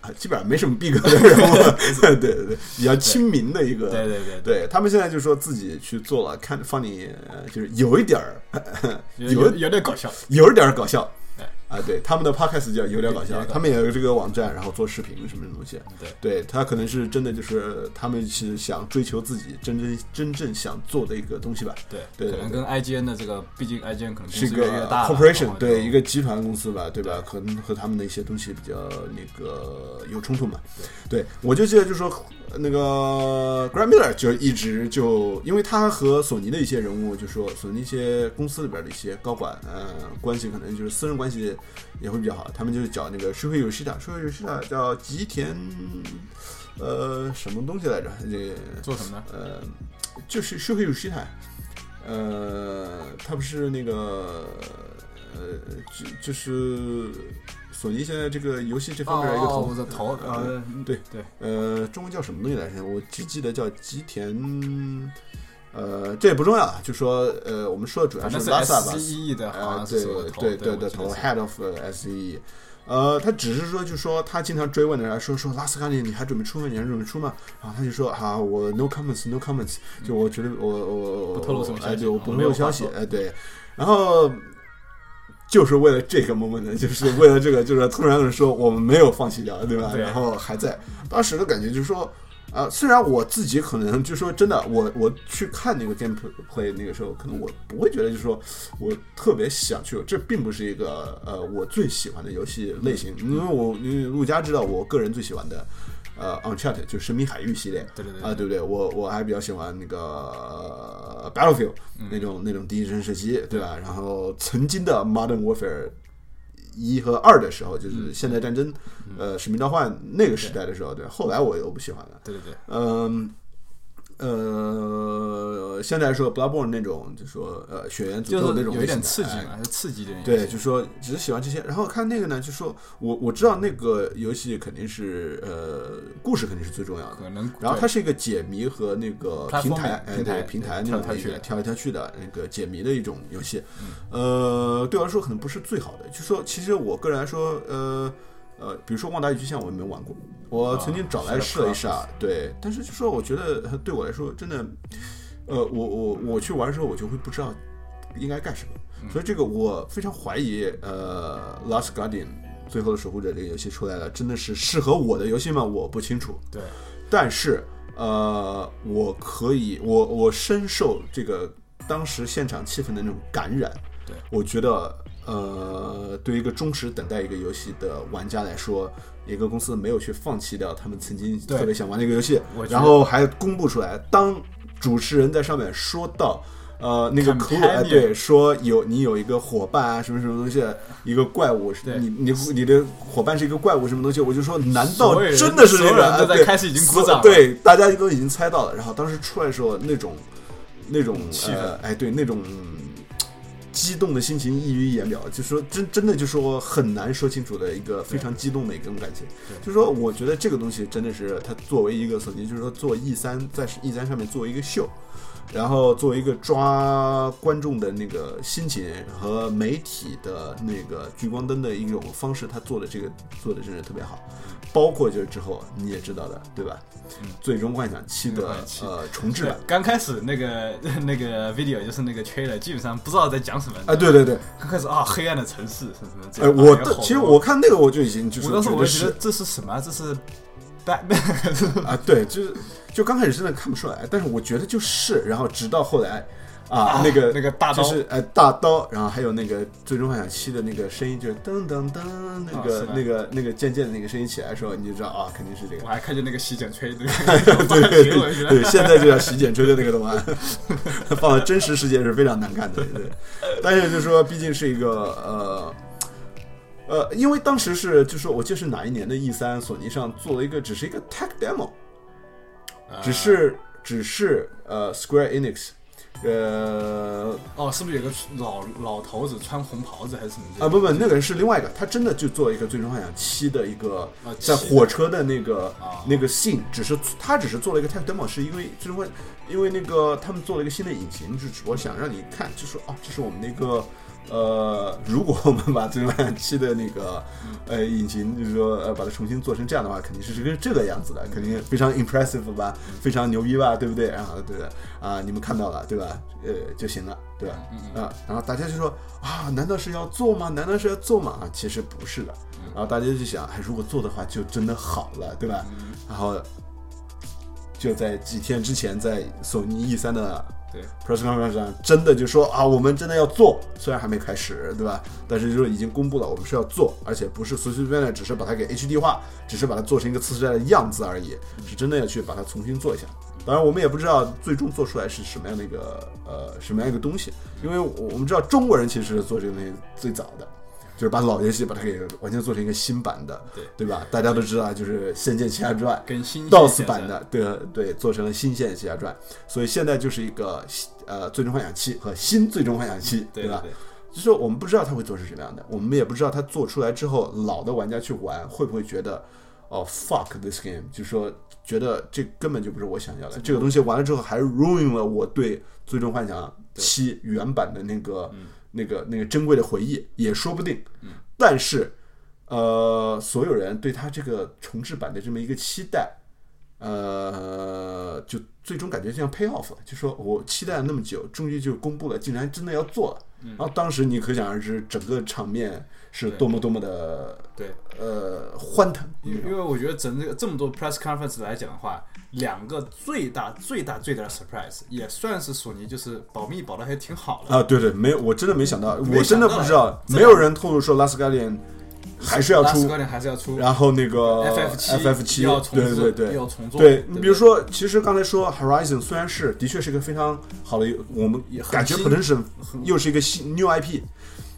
Speaker 1: 啊基本上没什么逼
Speaker 2: [LAUGHS]
Speaker 1: 格的人物， [LAUGHS] 对对对，比较亲民的一个。
Speaker 2: 对对对对
Speaker 1: 对他们现在就说自己去做了，看放你呃就是有一点儿，
Speaker 2: 有
Speaker 1: 有
Speaker 2: 有有点
Speaker 1: [LAUGHS]
Speaker 2: 搞笑。
Speaker 1: 有一点儿搞笑
Speaker 2: 对。
Speaker 1: 啊，对，他们的 podcast 叫有点搞
Speaker 2: 哎有
Speaker 1: 笑
Speaker 2: 点搞，笑
Speaker 1: 他们也有这个网站，然后做视频什么东西。
Speaker 2: 对
Speaker 1: 对他可能是真的就是呃他们是想追求自己真正真正想做的一个东西吧。
Speaker 2: 对
Speaker 1: 对
Speaker 2: 可能跟 IGN 的这个，毕竟 IGN 可能公
Speaker 1: 是
Speaker 2: 司
Speaker 1: 一个
Speaker 2: 越
Speaker 1: 呃
Speaker 2: 来越大了
Speaker 1: corporation，
Speaker 2: 然后就
Speaker 1: 对一个集团公司吧，对吧？可能和他们的一些东西比较那个有冲突嘛。对，我就记得就说那个 Graham Miller 就一直就，因为他和索尼的一些人物，就说索尼一些公司里边的一些高管，呃，关系可能就是私人关系也会比较好。他们就是找那个 s h u h e Yoshida，Shuhei Yoshida 叫吉田，呃，什么东西来着？这
Speaker 2: 做什么呢？
Speaker 1: 呃，就是 s h u h e Yoshida，呃，他不是那个呃，就就是索尼现在这个游戏这方面 [LAUGHS] 一个
Speaker 2: 哦
Speaker 1: 投
Speaker 2: 我的头呃
Speaker 1: 对
Speaker 2: 对
Speaker 1: 呃，中文叫什么东西来着？我只记得叫吉田。呃，这也不重要啊，就说呃，我们说的主要
Speaker 2: 反正
Speaker 1: 是
Speaker 2: 是
Speaker 1: 拉萨吧，
Speaker 2: SCE 的，好
Speaker 1: 啊
Speaker 2: 像，是我的头，
Speaker 1: 对
Speaker 2: 对
Speaker 1: 对
Speaker 2: 我
Speaker 1: 对，
Speaker 2: 记
Speaker 1: 头
Speaker 2: 得是
Speaker 1: head of SE，呃，他只是说，就说他经常追问的人说说拉斯卡尼，你还准备出吗？你还准备出吗？然后他就说啊，我 no comments no comments，就我觉得我我我
Speaker 2: 不透露什么消息
Speaker 1: 哎对，我不
Speaker 2: 我
Speaker 1: 透
Speaker 2: 没有
Speaker 1: 露
Speaker 2: 话
Speaker 1: 消息
Speaker 2: 说，
Speaker 1: 哎对，然后就是为了这个 moment，就是 [LAUGHS] 为了这个，就是突然说我们没有放弃掉，对吧？
Speaker 2: 对
Speaker 1: 然后还在，当时的感觉就是说。啊，虽然我自己可能就说真的，我我去看那个 gameplay 那个时候，可能我不会觉得就说我特别想去，这并不是一个呃我最喜欢的游戏类型，因为我因为陆家知道我个人最喜欢的呃 Uncharted 就是神秘海域系列，
Speaker 2: 对对对
Speaker 1: 啊，对不对？我我还比较喜欢那个呃 Battlefield
Speaker 2: 嗯
Speaker 1: 那种那种第一人称射击，对吧？然后曾经的 Modern Warfare 一和二的时候，
Speaker 2: 嗯
Speaker 1: 就是现代战争，呃，使命召唤那个时代的时候，对，后来我又不喜欢了。
Speaker 2: 对对对，
Speaker 1: 嗯，呃，相对来说，Bloodborne 那种，就说呃血缘诅
Speaker 2: 就
Speaker 1: 咒那
Speaker 2: 是
Speaker 1: 种
Speaker 2: 有
Speaker 1: 类
Speaker 2: 一
Speaker 1: 型
Speaker 2: 点
Speaker 1: 的
Speaker 2: 刺激
Speaker 1: 哎
Speaker 2: 嘛，还是刺激一点。
Speaker 1: 对，就说只是喜欢这些。然后看那个呢，就说我我知道那个游戏肯定是呃故事肯定是最重要的，
Speaker 2: 可能
Speaker 1: 然后
Speaker 2: 对
Speaker 1: 它是一个解谜和那个
Speaker 2: Platforming，
Speaker 1: 平台，哎
Speaker 2: 平台
Speaker 1: 对平台那
Speaker 2: 跳
Speaker 1: 种
Speaker 2: 来跳去的嗯
Speaker 1: 跳来跳去的那个解谜的一种游戏，呃，对我来说可能不是最好的。就说其实我个人来说，呃呃，比如说《旺达与巨像》，我也没玩过，我
Speaker 2: 啊
Speaker 1: 曾经找来试了一下，对，但是就说我觉得呃对我来说真的，呃，我我我去玩的时候，我就会不知道应该干什么。
Speaker 2: 嗯
Speaker 1: 所以这个我非常怀疑，呃，《Last Guardian》最后的守护者这个游戏出来了，真的是适合我的游戏吗？我不清楚。
Speaker 2: 对，
Speaker 1: 但是呃，我可以，我我深受这个当时现场气氛的那种感染。
Speaker 2: 对，
Speaker 1: 我觉得呃，对于一个忠实等待一个游戏的玩家来说。一个公司没有去放弃掉他们曾经
Speaker 2: 对
Speaker 1: 特别想玩的一个游戏
Speaker 2: 我，觉得
Speaker 1: 然后还公布出来。当主持人在上面说到，呃，那个可鲁
Speaker 2: Companion
Speaker 1: 哎，对，说有你有一个伙伴啊，什么什么东西，一个怪物，是
Speaker 2: 对
Speaker 1: 你你你的伙伴是一个怪物，什么东西？我就说，难道
Speaker 2: 所有人
Speaker 1: 真的是这
Speaker 2: 所有
Speaker 1: 个？
Speaker 2: 人
Speaker 1: 啊
Speaker 2: 都在
Speaker 1: 对
Speaker 2: 开始已经鼓
Speaker 1: 所
Speaker 2: 掌了
Speaker 1: 对，大家都已经猜到了。然后当时出来的时候，那种那种
Speaker 2: 嗯气
Speaker 1: 呃，哎，对，那种嗯激动的心情溢于言表，就说真真的就说很难说清楚的一个非常激动的一种感情。就说我觉得这个东西真的是它作为一个索尼，就是说做 E 三在 E 三上面做一个秀。然后作为一个抓观众的那个心情和媒体的那个聚光灯的一种方式，他做的这个做的真是特别好，包括就是之后你也知道的，对吧？最终幻想七
Speaker 2: 最终
Speaker 1: 的
Speaker 2: 幻想七
Speaker 1: 呃重置
Speaker 2: 对
Speaker 1: 版，
Speaker 2: 刚开始那个 [LAUGHS] 那个 video 就是那个 trailer，基本上不知道在讲什么。
Speaker 1: 啊，对对对，
Speaker 2: 刚开始啊，黑暗的城市什么什么这
Speaker 1: 哎，
Speaker 2: 样。
Speaker 1: 我
Speaker 2: 哎呀
Speaker 1: 的
Speaker 2: 好
Speaker 1: 其实
Speaker 2: 多
Speaker 1: 我看那个我就已经就是
Speaker 2: 我当时
Speaker 1: 觉
Speaker 2: 我
Speaker 1: 得
Speaker 2: 就觉
Speaker 1: 是
Speaker 2: 得这是什么？这是 [LAUGHS] Batman
Speaker 1: 啊，对，就是就刚开始真的看不出来，但是我觉得就是，然后直到后来啊，那个
Speaker 2: 那个大刀
Speaker 1: 就是呃大刀，然后还有那个《最终幻想七》的那个声音，就是噔噔噔那
Speaker 2: 啊
Speaker 1: 个、
Speaker 2: 是吧
Speaker 1: 那个那个渐渐的那个声音起来的时候，你就知道啊，肯定是这个
Speaker 2: 我。还看见那个洗剪吹，对
Speaker 1: 对 [LAUGHS] 对
Speaker 2: 对 [LAUGHS] 我就
Speaker 1: [LAUGHS] 对，
Speaker 2: 觉
Speaker 1: 对，
Speaker 2: 得
Speaker 1: 现在就叫洗剪吹的那个动漫，放到真实世界是非常难看的。对，但是就说毕竟是一个呃呃，因为当时是就说我记得是哪一年的 E 三，索尼上做了一个只是一个 tech demo，只
Speaker 2: 啊
Speaker 1: 是只是呃 Square Enix，呃
Speaker 2: 哦，是不是有个老老头子穿红袍子还是什么之类的？
Speaker 1: 啊不不，那个人是另外一个，他真的就做一个最终幻想七的一个
Speaker 2: 啊
Speaker 1: 在
Speaker 2: 七
Speaker 1: 火车的那个
Speaker 2: 啊
Speaker 1: 那个 scene，只是他只是做了一个 tech demo，是因为最终幻，因为那个他们做了一个新的引擎，就是我想让你看，就说啊，这是我们那个。呃，如果我们把最终幻想七的那个呃引擎，就是说呃把它重新做成这样的话，肯定是这个这个样子的，肯定非常 impressive 吧，非常牛逼吧，对不对？然后对的啊，你们看到了对吧？呃就行了，对吧？啊，然后大家就说啊，难道是要做吗？难道是要做吗？啊，其实不是的。然后大家就想，哎，如果做的话，就真的好了，对吧？然后就在几天之前，在索尼 E 三的
Speaker 2: 对，
Speaker 1: press conference 上，真的就说啊，我们真的要做，虽然还没开始，对吧？但是就是已经公布了，我们是要做，而且不是随随便便，只是把它给 HD 化，只是把它做成一个次世代的样子而已，是真的要去把它重新做一下。当然，我们也不知道最终做出来是什么样的一个呃什么样一个东西，因为我我们知道中国人其实是做这个东西最早的。就是把老游戏把它给完全做成一个新版的，
Speaker 2: 对
Speaker 1: 对吧？大家都知道，就是《仙剑奇侠传》
Speaker 2: 跟新
Speaker 1: DOS 版的，对对，做成了新线奇侠传，所以现在就是一个呃最终幻想七和新最终幻想七，
Speaker 2: 对
Speaker 1: 吧？
Speaker 2: 对
Speaker 1: 就是我们不知道它会做成什么样的，我们也不知道它做出来之后，老的玩家去玩会不会觉得哦 fuck this game，就是说觉得这根本就不是我想要的，这个东西玩了之后还 ruin 了我对最终幻想七原版的那个、
Speaker 2: 嗯
Speaker 1: 那个那个珍贵的回忆，也说不定。但是呃，所有人对它这个重置版的这么一个期待，呃，就最终感觉像 pay off 了，就说我期待了那么久，终于就公布了，竟然真的要做了。
Speaker 2: 嗯
Speaker 1: 然后当时你可想而知，整个场面是多么多么的
Speaker 2: 对。
Speaker 1: 呃欢腾，
Speaker 2: 因因为我觉得整这个这么多 press conference 来讲的话，两个最大最大最大的 surprise 也算是索尼就是保密保的还挺好的。
Speaker 1: 啊！对对，没有，我真的没想到，
Speaker 2: 没
Speaker 1: 我真的
Speaker 2: 想到哎
Speaker 1: 不知道，
Speaker 2: 这
Speaker 1: 没有人透露说《Last Guardian》还是要
Speaker 2: 拉斯
Speaker 1: 出
Speaker 2: 高点还是要出，
Speaker 1: 然后那个
Speaker 2: FF 七
Speaker 1: FF 七
Speaker 2: 要重
Speaker 1: 对
Speaker 2: 做
Speaker 1: 对对，
Speaker 2: 要重做
Speaker 1: 对
Speaker 2: 对
Speaker 1: 你
Speaker 2: 不
Speaker 1: 比如
Speaker 2: 对
Speaker 1: 说，其实刚才说 Horizon 虽然是的确是一个非常好的一个，我们感觉
Speaker 2: 新
Speaker 1: potential 又是一个新 new IP，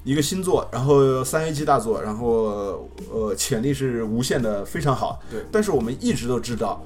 Speaker 1: 一个新作，然后三 A 级大作，然后呃潜力是无限的，非常好。
Speaker 2: 对
Speaker 1: 但是我们一直都知道。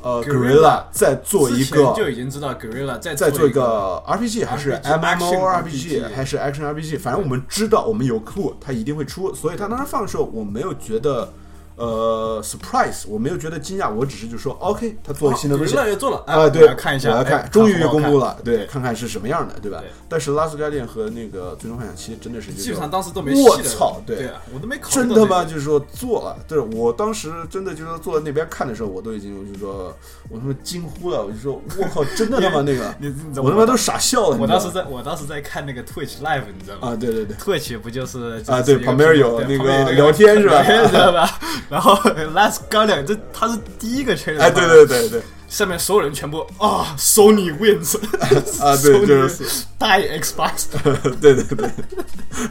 Speaker 1: 呃
Speaker 2: Guerrilla
Speaker 1: Gorilla 在做一
Speaker 2: 之前
Speaker 1: 个
Speaker 2: 就已经知道 Gorilla 在
Speaker 1: 在
Speaker 2: 做
Speaker 1: 做一
Speaker 2: 一个
Speaker 1: 个 RPG 还是
Speaker 2: RPG
Speaker 1: MMORPG
Speaker 2: RPG
Speaker 1: 还是 Action RPG，反正我们知道我们有 clue 它一定会出，所以它当时放的时候我没有觉得呃 surprise，我没有觉得惊讶，我只是就说 OK，它做了新的东西。
Speaker 2: Gorilla 也做了
Speaker 1: 啊，
Speaker 2: 哎
Speaker 1: 对，
Speaker 2: 我要看一下，
Speaker 1: 我要
Speaker 2: 哎
Speaker 1: 看，终于
Speaker 2: 好不
Speaker 1: 公
Speaker 2: 好看
Speaker 1: 布了，对，看看是什么样的，对吧
Speaker 2: 对？
Speaker 1: 但是《拉斯盖店》和那个《最终幻想七》真的是
Speaker 2: 基
Speaker 1: 基
Speaker 2: 本上当时都没戏了。
Speaker 1: 我操，
Speaker 2: 对啊，我都没考虑
Speaker 1: 真
Speaker 2: 到
Speaker 1: 他
Speaker 2: 这
Speaker 1: 妈
Speaker 2: 个
Speaker 1: 就是说做了，对我当时真的就是坐在那边看的时候，我都已经就是说，我他妈惊呼了，我就说我靠，真的他妈那 [LAUGHS] 个
Speaker 2: 你你，怎么
Speaker 1: 我他妈都傻笑了。你
Speaker 2: 我
Speaker 1: 知道
Speaker 2: 当
Speaker 1: 吗
Speaker 2: 时在我当时在看那个 Twitch live，你知道吗？
Speaker 1: 啊，对对对，
Speaker 2: Twitch 不就是
Speaker 1: 啊
Speaker 2: 就
Speaker 1: 对
Speaker 2: 是一个
Speaker 1: 旁边
Speaker 2: 屏
Speaker 1: 有
Speaker 2: 幕
Speaker 1: 那
Speaker 2: 对
Speaker 1: 个
Speaker 2: 旁边有
Speaker 1: 聊天是吧
Speaker 2: 聊天知道吧？ [LAUGHS] 然后 Last Guardian 这他是第一个确认，
Speaker 1: 哎，对，对对对，
Speaker 2: 下面所有人全部啊，Sony wins
Speaker 1: [LAUGHS] 啊对
Speaker 2: [LAUGHS] Sony
Speaker 1: 就是 [LAUGHS]
Speaker 2: die Xbox，
Speaker 1: 对对对，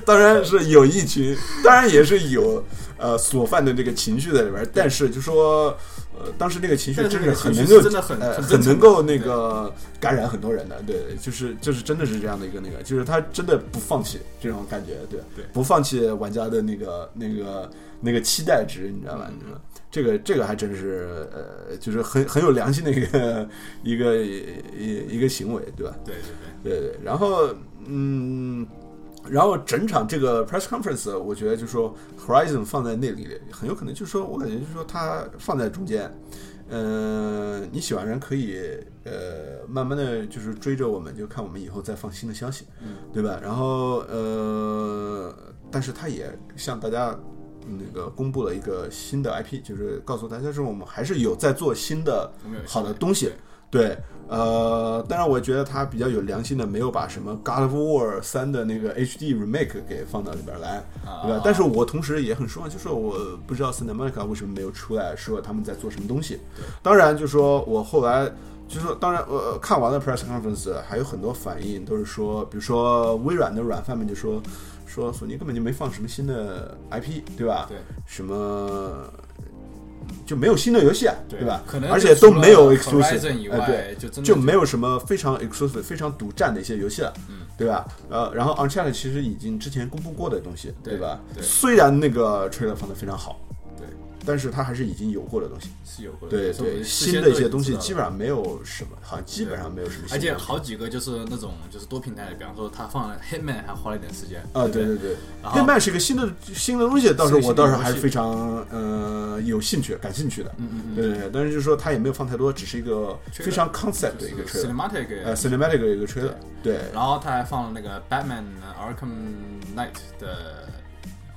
Speaker 1: 当然是有一群，当然也是有呃所犯的这个情绪在里边儿，但是就说呃当时那个情绪
Speaker 2: 但
Speaker 1: 真是
Speaker 2: 是那个
Speaker 1: 很
Speaker 2: 情
Speaker 1: 能
Speaker 2: 绪
Speaker 1: 够
Speaker 2: 是真的很
Speaker 1: 呃
Speaker 2: 很
Speaker 1: 很
Speaker 2: 正常
Speaker 1: 能够那个感染很多人的，对，就是就是真的是这样的一个那个，就是他真的不放弃这种感觉，对，
Speaker 2: 对
Speaker 1: 不放弃玩家的那个那个那个期待值，你知道吧？
Speaker 2: 嗯
Speaker 1: 你知道吗这个这个还真是呃，就是很很有良心的一个一个一一个行为，对吧？
Speaker 2: 对对对，
Speaker 1: 对对，然后嗯，然后整场这个 press conference，我觉得就说 Horizon 放在那里，很有可能就是说我感觉就是说它放在中间，嗯、你喜欢人可以呃慢慢的就是追着我们，就看我们以后再放新的消息，
Speaker 2: 嗯
Speaker 1: 对吧？然后呃，但是它也向大家。嗯那个公布了一个新的 IP，就是告诉大家说我们还是有在做新的
Speaker 2: 我们有
Speaker 1: 好的
Speaker 2: 新的
Speaker 1: 东西，对，呃，当然我觉得他比较有良心的，没有把什么《God of War 三》的那个 HD remake 给放到里边来，
Speaker 2: 啊
Speaker 1: 对吧？但是我同时也很失望，就是我不知道 Santa Monica 为什么没有出来说他们在做什么东西。当然，就说我后来。就说，当然，呃，看完了 press conference，还有很多反应都是说，比如说微软的软饭们就说，说索尼根本就没放什么新的 IP，对吧？
Speaker 2: 对，
Speaker 1: 什么就没有新的游戏啊，对吧？
Speaker 2: 可能
Speaker 1: 而
Speaker 2: 就
Speaker 1: 且都
Speaker 2: 除了
Speaker 1: 没有
Speaker 2: Horizon
Speaker 1: exclusive，
Speaker 2: 以
Speaker 1: 哎
Speaker 2: 外
Speaker 1: 对，
Speaker 2: 就真的
Speaker 1: 就
Speaker 2: 就
Speaker 1: 没有什么非常 exclusive、非常独占的一些游戏了，嗯，对吧？呃，然后 Uncharted 其实已经之前公布过的东西，
Speaker 2: 对
Speaker 1: 吧？
Speaker 2: 对
Speaker 1: 虽然那个 trailer 放的非常好，
Speaker 2: 对，
Speaker 1: 但是它还是已经有过的东西，
Speaker 2: 是有过的
Speaker 1: 对
Speaker 2: 所以我
Speaker 1: 对，
Speaker 2: 们事
Speaker 1: 新
Speaker 2: 先
Speaker 1: 的一
Speaker 2: 都已
Speaker 1: 些
Speaker 2: 经
Speaker 1: 东西
Speaker 2: 知道
Speaker 1: 基
Speaker 2: 了
Speaker 1: 本上没有什么，好像基本上没有什么新的
Speaker 2: 而
Speaker 1: 东西，
Speaker 2: 且好几个就是那种就是多平台的，比方说他放了 Hitman 还花了一点时间
Speaker 1: 啊，对
Speaker 2: 对不
Speaker 1: 对对，
Speaker 2: 然后
Speaker 1: 黑曼是一个新的新的东西，倒是
Speaker 2: 是一个
Speaker 1: 我倒是
Speaker 2: 新的游戏
Speaker 1: 还是非常呃有兴趣、感兴趣的。嗯嗯嗯，对对对，但是就是说它也没有放太多，只是一个非常 concept 的一个
Speaker 2: 就是
Speaker 1: trailer，
Speaker 2: cinematic，
Speaker 1: 呃，cinematic 的一个 trailer。对，
Speaker 2: 然后他还放了那个 Batman Arkham Knight 的，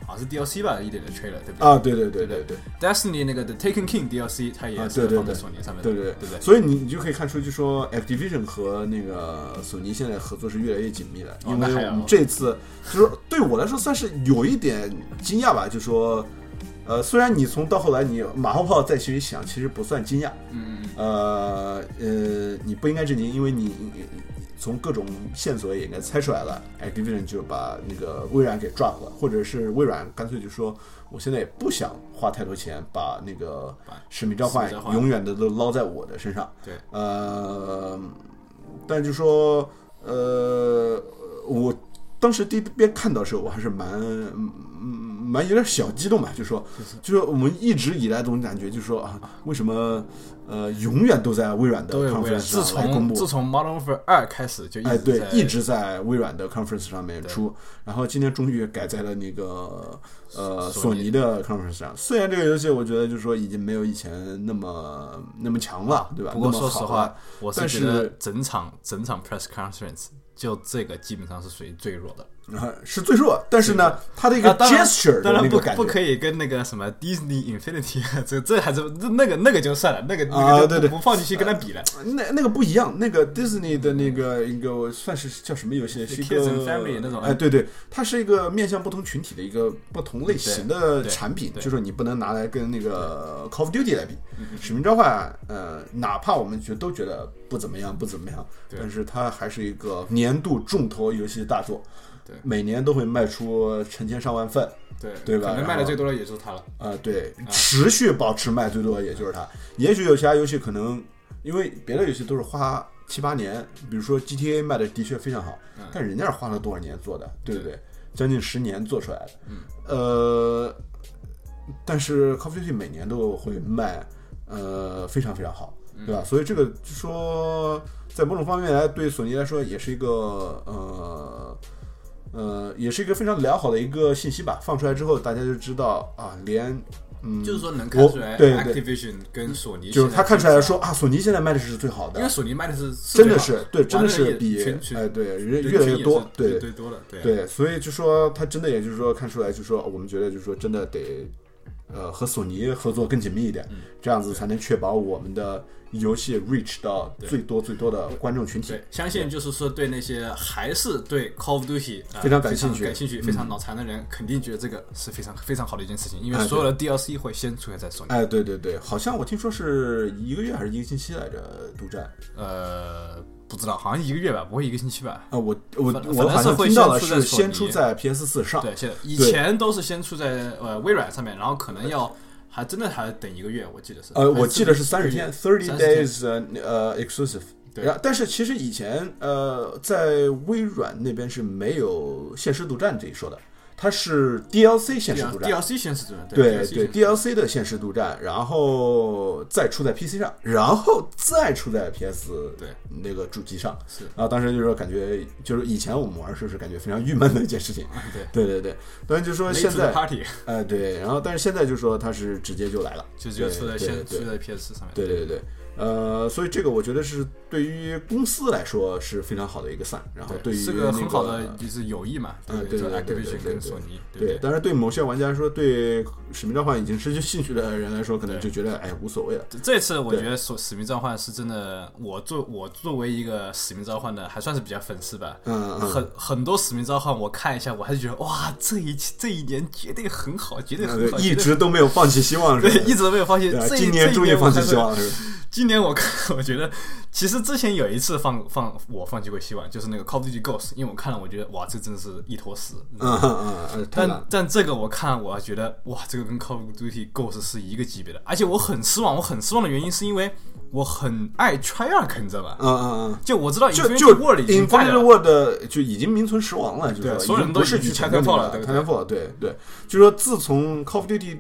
Speaker 2: 好像是 DLC 吧，一点的 trailer，对不对？
Speaker 1: 啊，对对对
Speaker 2: 对
Speaker 1: 对
Speaker 2: 不
Speaker 1: 对
Speaker 2: 对。Destiny 那个的 Taken King DLC，它
Speaker 1: 啊
Speaker 2: 也
Speaker 1: 对
Speaker 2: 是
Speaker 1: 对
Speaker 2: 放在
Speaker 1: 对
Speaker 2: 索尼上面的，
Speaker 1: 对对
Speaker 2: 对不对？
Speaker 1: 所以你你就可以看出，就说 Activision 和那个索尼现在合作是越来越紧密了，
Speaker 2: 哦
Speaker 1: 因
Speaker 2: 那
Speaker 1: 为
Speaker 2: 还有
Speaker 1: 我们这次就是对我来说算是有一点惊讶吧，就说。呃，虽然你从到后来你马后炮再去想，其实不算惊讶，
Speaker 2: 嗯，
Speaker 1: 呃呃，你不应该震惊，因为你你你从各种线索也应该猜出来了，Activision 就把那个微软给抓回来，或者是微软干脆就说，我现在也不想花太多钱把那个《使命召唤
Speaker 2: 使命召》唤
Speaker 1: 永远的都捞在我的身上。
Speaker 2: 对，
Speaker 1: 呃，但就说呃，我当时第一遍看到的时候，我还是蛮嗯蛮有点小激动吧，就说就是我们一直以来总感觉就是说啊，为什么呃永远都在微软的
Speaker 2: 都有微软。
Speaker 1: conference
Speaker 2: 自
Speaker 1: 上来公
Speaker 2: 从
Speaker 1: 布
Speaker 2: 自。从 Modern Warfare 二开始就一
Speaker 1: 哎，
Speaker 2: 直
Speaker 1: 对
Speaker 2: 在，
Speaker 1: 一直在微软的 conference 上面出，然后今天终于改在了那个呃索
Speaker 2: 索尼
Speaker 1: 尼的 conference 上。虽然这个游戏我觉得就是说已经没有以前那么那么强了，对吧？
Speaker 2: 不过
Speaker 1: 那么
Speaker 2: 说实
Speaker 1: 好
Speaker 2: 话
Speaker 1: 了，
Speaker 2: 我
Speaker 1: 但
Speaker 2: 是
Speaker 1: 是
Speaker 2: 觉得整场整场 press conference 就这个基本上是属于最弱的。
Speaker 1: 啊是最弱，但是呢，它的一个
Speaker 2: 啊当然
Speaker 1: gesture 的
Speaker 2: 当
Speaker 1: 那
Speaker 2: 然
Speaker 1: 个
Speaker 2: 不
Speaker 1: 感觉
Speaker 2: 不可以跟那个什么 Disney Infinity 啊这这还是这那个那个就算了，那个那
Speaker 1: 啊
Speaker 2: 个就不
Speaker 1: 对对
Speaker 2: 不放进去跟他比了。
Speaker 1: 那那个不一样，那个 Disney 的那个一个算是叫什么游戏？是一
Speaker 2: Kids
Speaker 1: 个
Speaker 2: and Family 那种
Speaker 1: 哎，对对，它是一个面向不同群体的一个不同类型的
Speaker 2: 对对
Speaker 1: 产品，
Speaker 2: 对嗯
Speaker 1: 就说你不能拿来跟那个 Call of Duty 来比。使命召唤，呃，哪怕我们觉都觉得不怎么样，不怎么样，
Speaker 2: 对
Speaker 1: 但是它还是一个年度重头游戏大作，
Speaker 2: 对
Speaker 1: 每年都会卖出成千上万份。
Speaker 2: 对
Speaker 1: 对吧啊
Speaker 2: 可能
Speaker 1: 然
Speaker 2: 卖的
Speaker 1: 后
Speaker 2: 最多的也就是他了。
Speaker 1: 呃，对，持续保持卖最多的也就是它。也许有其他游戏可能因为别的游戏都是花七八年，比如说 GTA 卖的的确非常好，但人家是花了多少年做的，对不对？将近十年做出来的。呃，但是 Call of Duty 每年都会卖，呃，非常非常好。对吧？所以这个就说在某种方面来对索尼来说也是一个呃呃也是一个非常良好的一个信息吧。放出来之后，大家就知道啊，连嗯，
Speaker 2: 就是说能
Speaker 1: 我
Speaker 2: 看出来
Speaker 1: 对对
Speaker 2: Activision 跟索尼
Speaker 1: 就是
Speaker 2: 现在
Speaker 1: 他看出
Speaker 2: 竞
Speaker 1: 来
Speaker 2: 争，
Speaker 1: 说啊，索尼现在卖的是最好
Speaker 2: 因为
Speaker 1: 的，
Speaker 2: 索尼卖的是是
Speaker 1: 真的
Speaker 2: 最好
Speaker 1: 是对，真的是
Speaker 2: 玩的也
Speaker 1: 比
Speaker 2: 群群
Speaker 1: 哎对人
Speaker 2: 对
Speaker 1: 越来
Speaker 2: 群
Speaker 1: 越
Speaker 2: 也
Speaker 1: 多
Speaker 2: 是，
Speaker 1: 对
Speaker 2: 对多了，对啊
Speaker 1: 对，所以就说他真的也就是说看出来，就说我们觉得就是说真的得，呃，和索尼合作更紧密一
Speaker 2: 嗯
Speaker 1: 点，这样子才能确保我们的游戏 reach 到最多最多的观众群体
Speaker 2: 对。，相信就是说对那些还是对 Call of Duty、呃、
Speaker 1: 非常感兴趣嗯
Speaker 2: 感兴趣、非常脑残的人，肯定觉得这个是非常非常好的一件事情，因
Speaker 1: 哎
Speaker 2: 为所有的 DLC 会先出现在索尼。
Speaker 1: 哎，对对对，好像我听说是一个月还是一个星期来着独占
Speaker 2: 呃，不知道，好像一个月吧，不会一个星期吧？
Speaker 1: 啊，我我
Speaker 2: 反
Speaker 1: 我
Speaker 2: 反正
Speaker 1: 好
Speaker 2: 是
Speaker 1: 像
Speaker 2: 会
Speaker 1: 听到的
Speaker 2: 先
Speaker 1: 是
Speaker 2: 出在索
Speaker 1: 先
Speaker 2: 尼
Speaker 1: 出在 PS 四上，
Speaker 2: 对，现在以
Speaker 1: 啊对
Speaker 2: 前都是先出在呃微软上面，然后可能要还真的还等一个月，我记得是。
Speaker 1: 呃，
Speaker 2: 还
Speaker 1: 我记得是
Speaker 2: 一个
Speaker 1: 三
Speaker 2: 月
Speaker 1: 十天，thirty
Speaker 2: 30天
Speaker 1: days 呃呃 exclusive。
Speaker 2: 对
Speaker 1: 然后但是其实以前呃，在微软那边是没有限时独占这一说的，它是 DLC 限时独占。
Speaker 2: DLC 先是主任，
Speaker 1: 对对
Speaker 2: DLC 先是
Speaker 1: ，DLC 的限时独占，然后再出在 PC 上，然后再出在 PS
Speaker 2: 对
Speaker 1: 那个主机上。
Speaker 2: 是
Speaker 1: 然后当时就是说感觉，就是以前我们玩儿是不是感觉非常郁闷的一件事情？
Speaker 2: 对
Speaker 1: 啊对对对，当然就说
Speaker 2: 没
Speaker 1: 现
Speaker 2: 出的
Speaker 1: 在
Speaker 2: Party
Speaker 1: 哎对，然后但是现在就说它是直接就来了，
Speaker 2: 就就
Speaker 1: 对
Speaker 2: 出在
Speaker 1: 对
Speaker 2: 先
Speaker 1: 对
Speaker 2: 出在 PS 上面。
Speaker 1: 对对对，呃，所以这个我觉得是对于公司来说是非常好的一个散，然后对于
Speaker 2: 是
Speaker 1: 那个
Speaker 2: 个很好的就是友谊嘛，
Speaker 1: 嗯
Speaker 2: 不对？
Speaker 1: 对对对对
Speaker 2: 就 Activision
Speaker 1: 对对
Speaker 2: 跟索尼，对不
Speaker 1: 对，
Speaker 2: 对？
Speaker 1: 但是对某些玩家来说，对《使命召唤》已经失去兴趣的人来说，可能
Speaker 2: 对
Speaker 1: 就觉得哎无所谓了。
Speaker 2: 这次我
Speaker 1: 对
Speaker 2: 觉得《使使命召唤》是真的，我作我作为一个《使命召唤》的还算是比较粉丝吧，
Speaker 1: 嗯嗯
Speaker 2: 很很多《使命召唤》我看一下，我还是觉得哇，这一期这一年绝对很好，绝对
Speaker 1: 嗯
Speaker 2: 很好，
Speaker 1: 对
Speaker 2: 绝
Speaker 1: 一
Speaker 2: 对
Speaker 1: 直都没有放弃希望，是吧
Speaker 2: 对一直都没有放弃
Speaker 1: 对啊，
Speaker 2: 这一
Speaker 1: 今年终于放弃希。望了，
Speaker 2: 这一年我还是
Speaker 1: 是吧？
Speaker 2: 今年我看，我觉得其实之前有一次放放我放弃过希望，就是那个《Call of Duty Ghost》，因为我看了，我觉得哇，这真是一坨屎，
Speaker 1: 嗯嗯嗯，太难
Speaker 2: 但
Speaker 1: 了。
Speaker 2: 但这个我看，我觉得哇，这个跟 Call of Duty Ghost 是一个级别的，而且我很失望。我很失望的原因是因为我很爱 Treyarch，你知道吧？
Speaker 1: 嗯嗯嗯。
Speaker 2: 就我知道
Speaker 1: 就
Speaker 2: Infinity
Speaker 1: 就
Speaker 2: War 已经坏
Speaker 1: Infinity
Speaker 2: 了，
Speaker 1: War 的就已经名存实亡了，就是
Speaker 2: 对
Speaker 1: 说
Speaker 2: 所
Speaker 1: 已经
Speaker 2: 有人
Speaker 1: 不
Speaker 2: 都
Speaker 1: 是
Speaker 2: 已经
Speaker 1: 以前
Speaker 2: 去 Titanfall
Speaker 1: 那
Speaker 2: 了
Speaker 1: 个
Speaker 2: 对不对
Speaker 1: Titanfall，对对，就说自从 Call of Duty，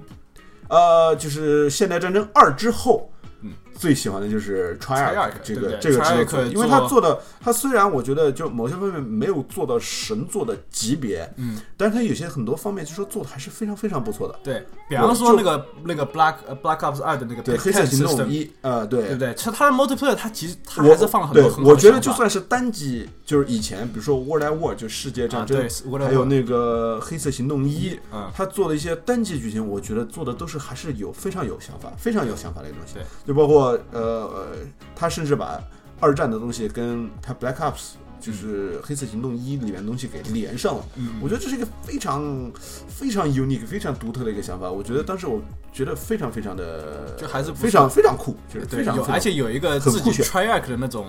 Speaker 1: 呃，就是现代战争二之后。
Speaker 2: 嗯，
Speaker 1: 最喜欢的就是 Triarch
Speaker 2: Triarch，
Speaker 1: 这个
Speaker 2: 对不对
Speaker 1: 这个职业
Speaker 2: Triarch
Speaker 1: 组，因为
Speaker 2: 做
Speaker 1: 他做的，他虽然我觉得就某些方面没有做到神作的级别，嗯，但是他有些很多方面就说做的还是非常非常不错的，
Speaker 2: 对，比方说那个那个 Black 呃 Black Ops 二的那个
Speaker 1: 对，
Speaker 2: Big
Speaker 1: 黑色
Speaker 2: Cat
Speaker 1: 行动
Speaker 2: System，
Speaker 1: 一，呃，对
Speaker 2: 对不对？其实它的 Multiplayer 它其实它
Speaker 1: 我
Speaker 2: 还是放了很多很好的
Speaker 1: 对，我觉得
Speaker 2: 想
Speaker 1: 就
Speaker 2: 法
Speaker 1: 算是单机，就是以前比如说《World at War》就世界战争，
Speaker 2: 啊对是，World at
Speaker 1: 还有
Speaker 2: War
Speaker 1: 那个《黑色行动一》
Speaker 2: 嗯
Speaker 1: 他做的一些单机剧情，我觉得做的都是还是有非常有想法、非常有想法的一个东西。
Speaker 2: 对，
Speaker 1: 就包括呃呃，他甚至把二战的东西跟他《Black Ops》。就是《黑色行动一》里面的东西给连上了，
Speaker 2: 嗯
Speaker 1: 我觉得这是一个非常非常 unique、非常独特的一个想法。我觉得当时我觉得非常非常的，
Speaker 2: 就还是不
Speaker 1: 非常非常酷，就是
Speaker 2: 对
Speaker 1: 非常
Speaker 2: 有，
Speaker 1: 非常
Speaker 2: 而且有一
Speaker 1: 很
Speaker 2: 个自
Speaker 1: 酷
Speaker 2: 己
Speaker 1: 炫
Speaker 2: Treyarch 的那种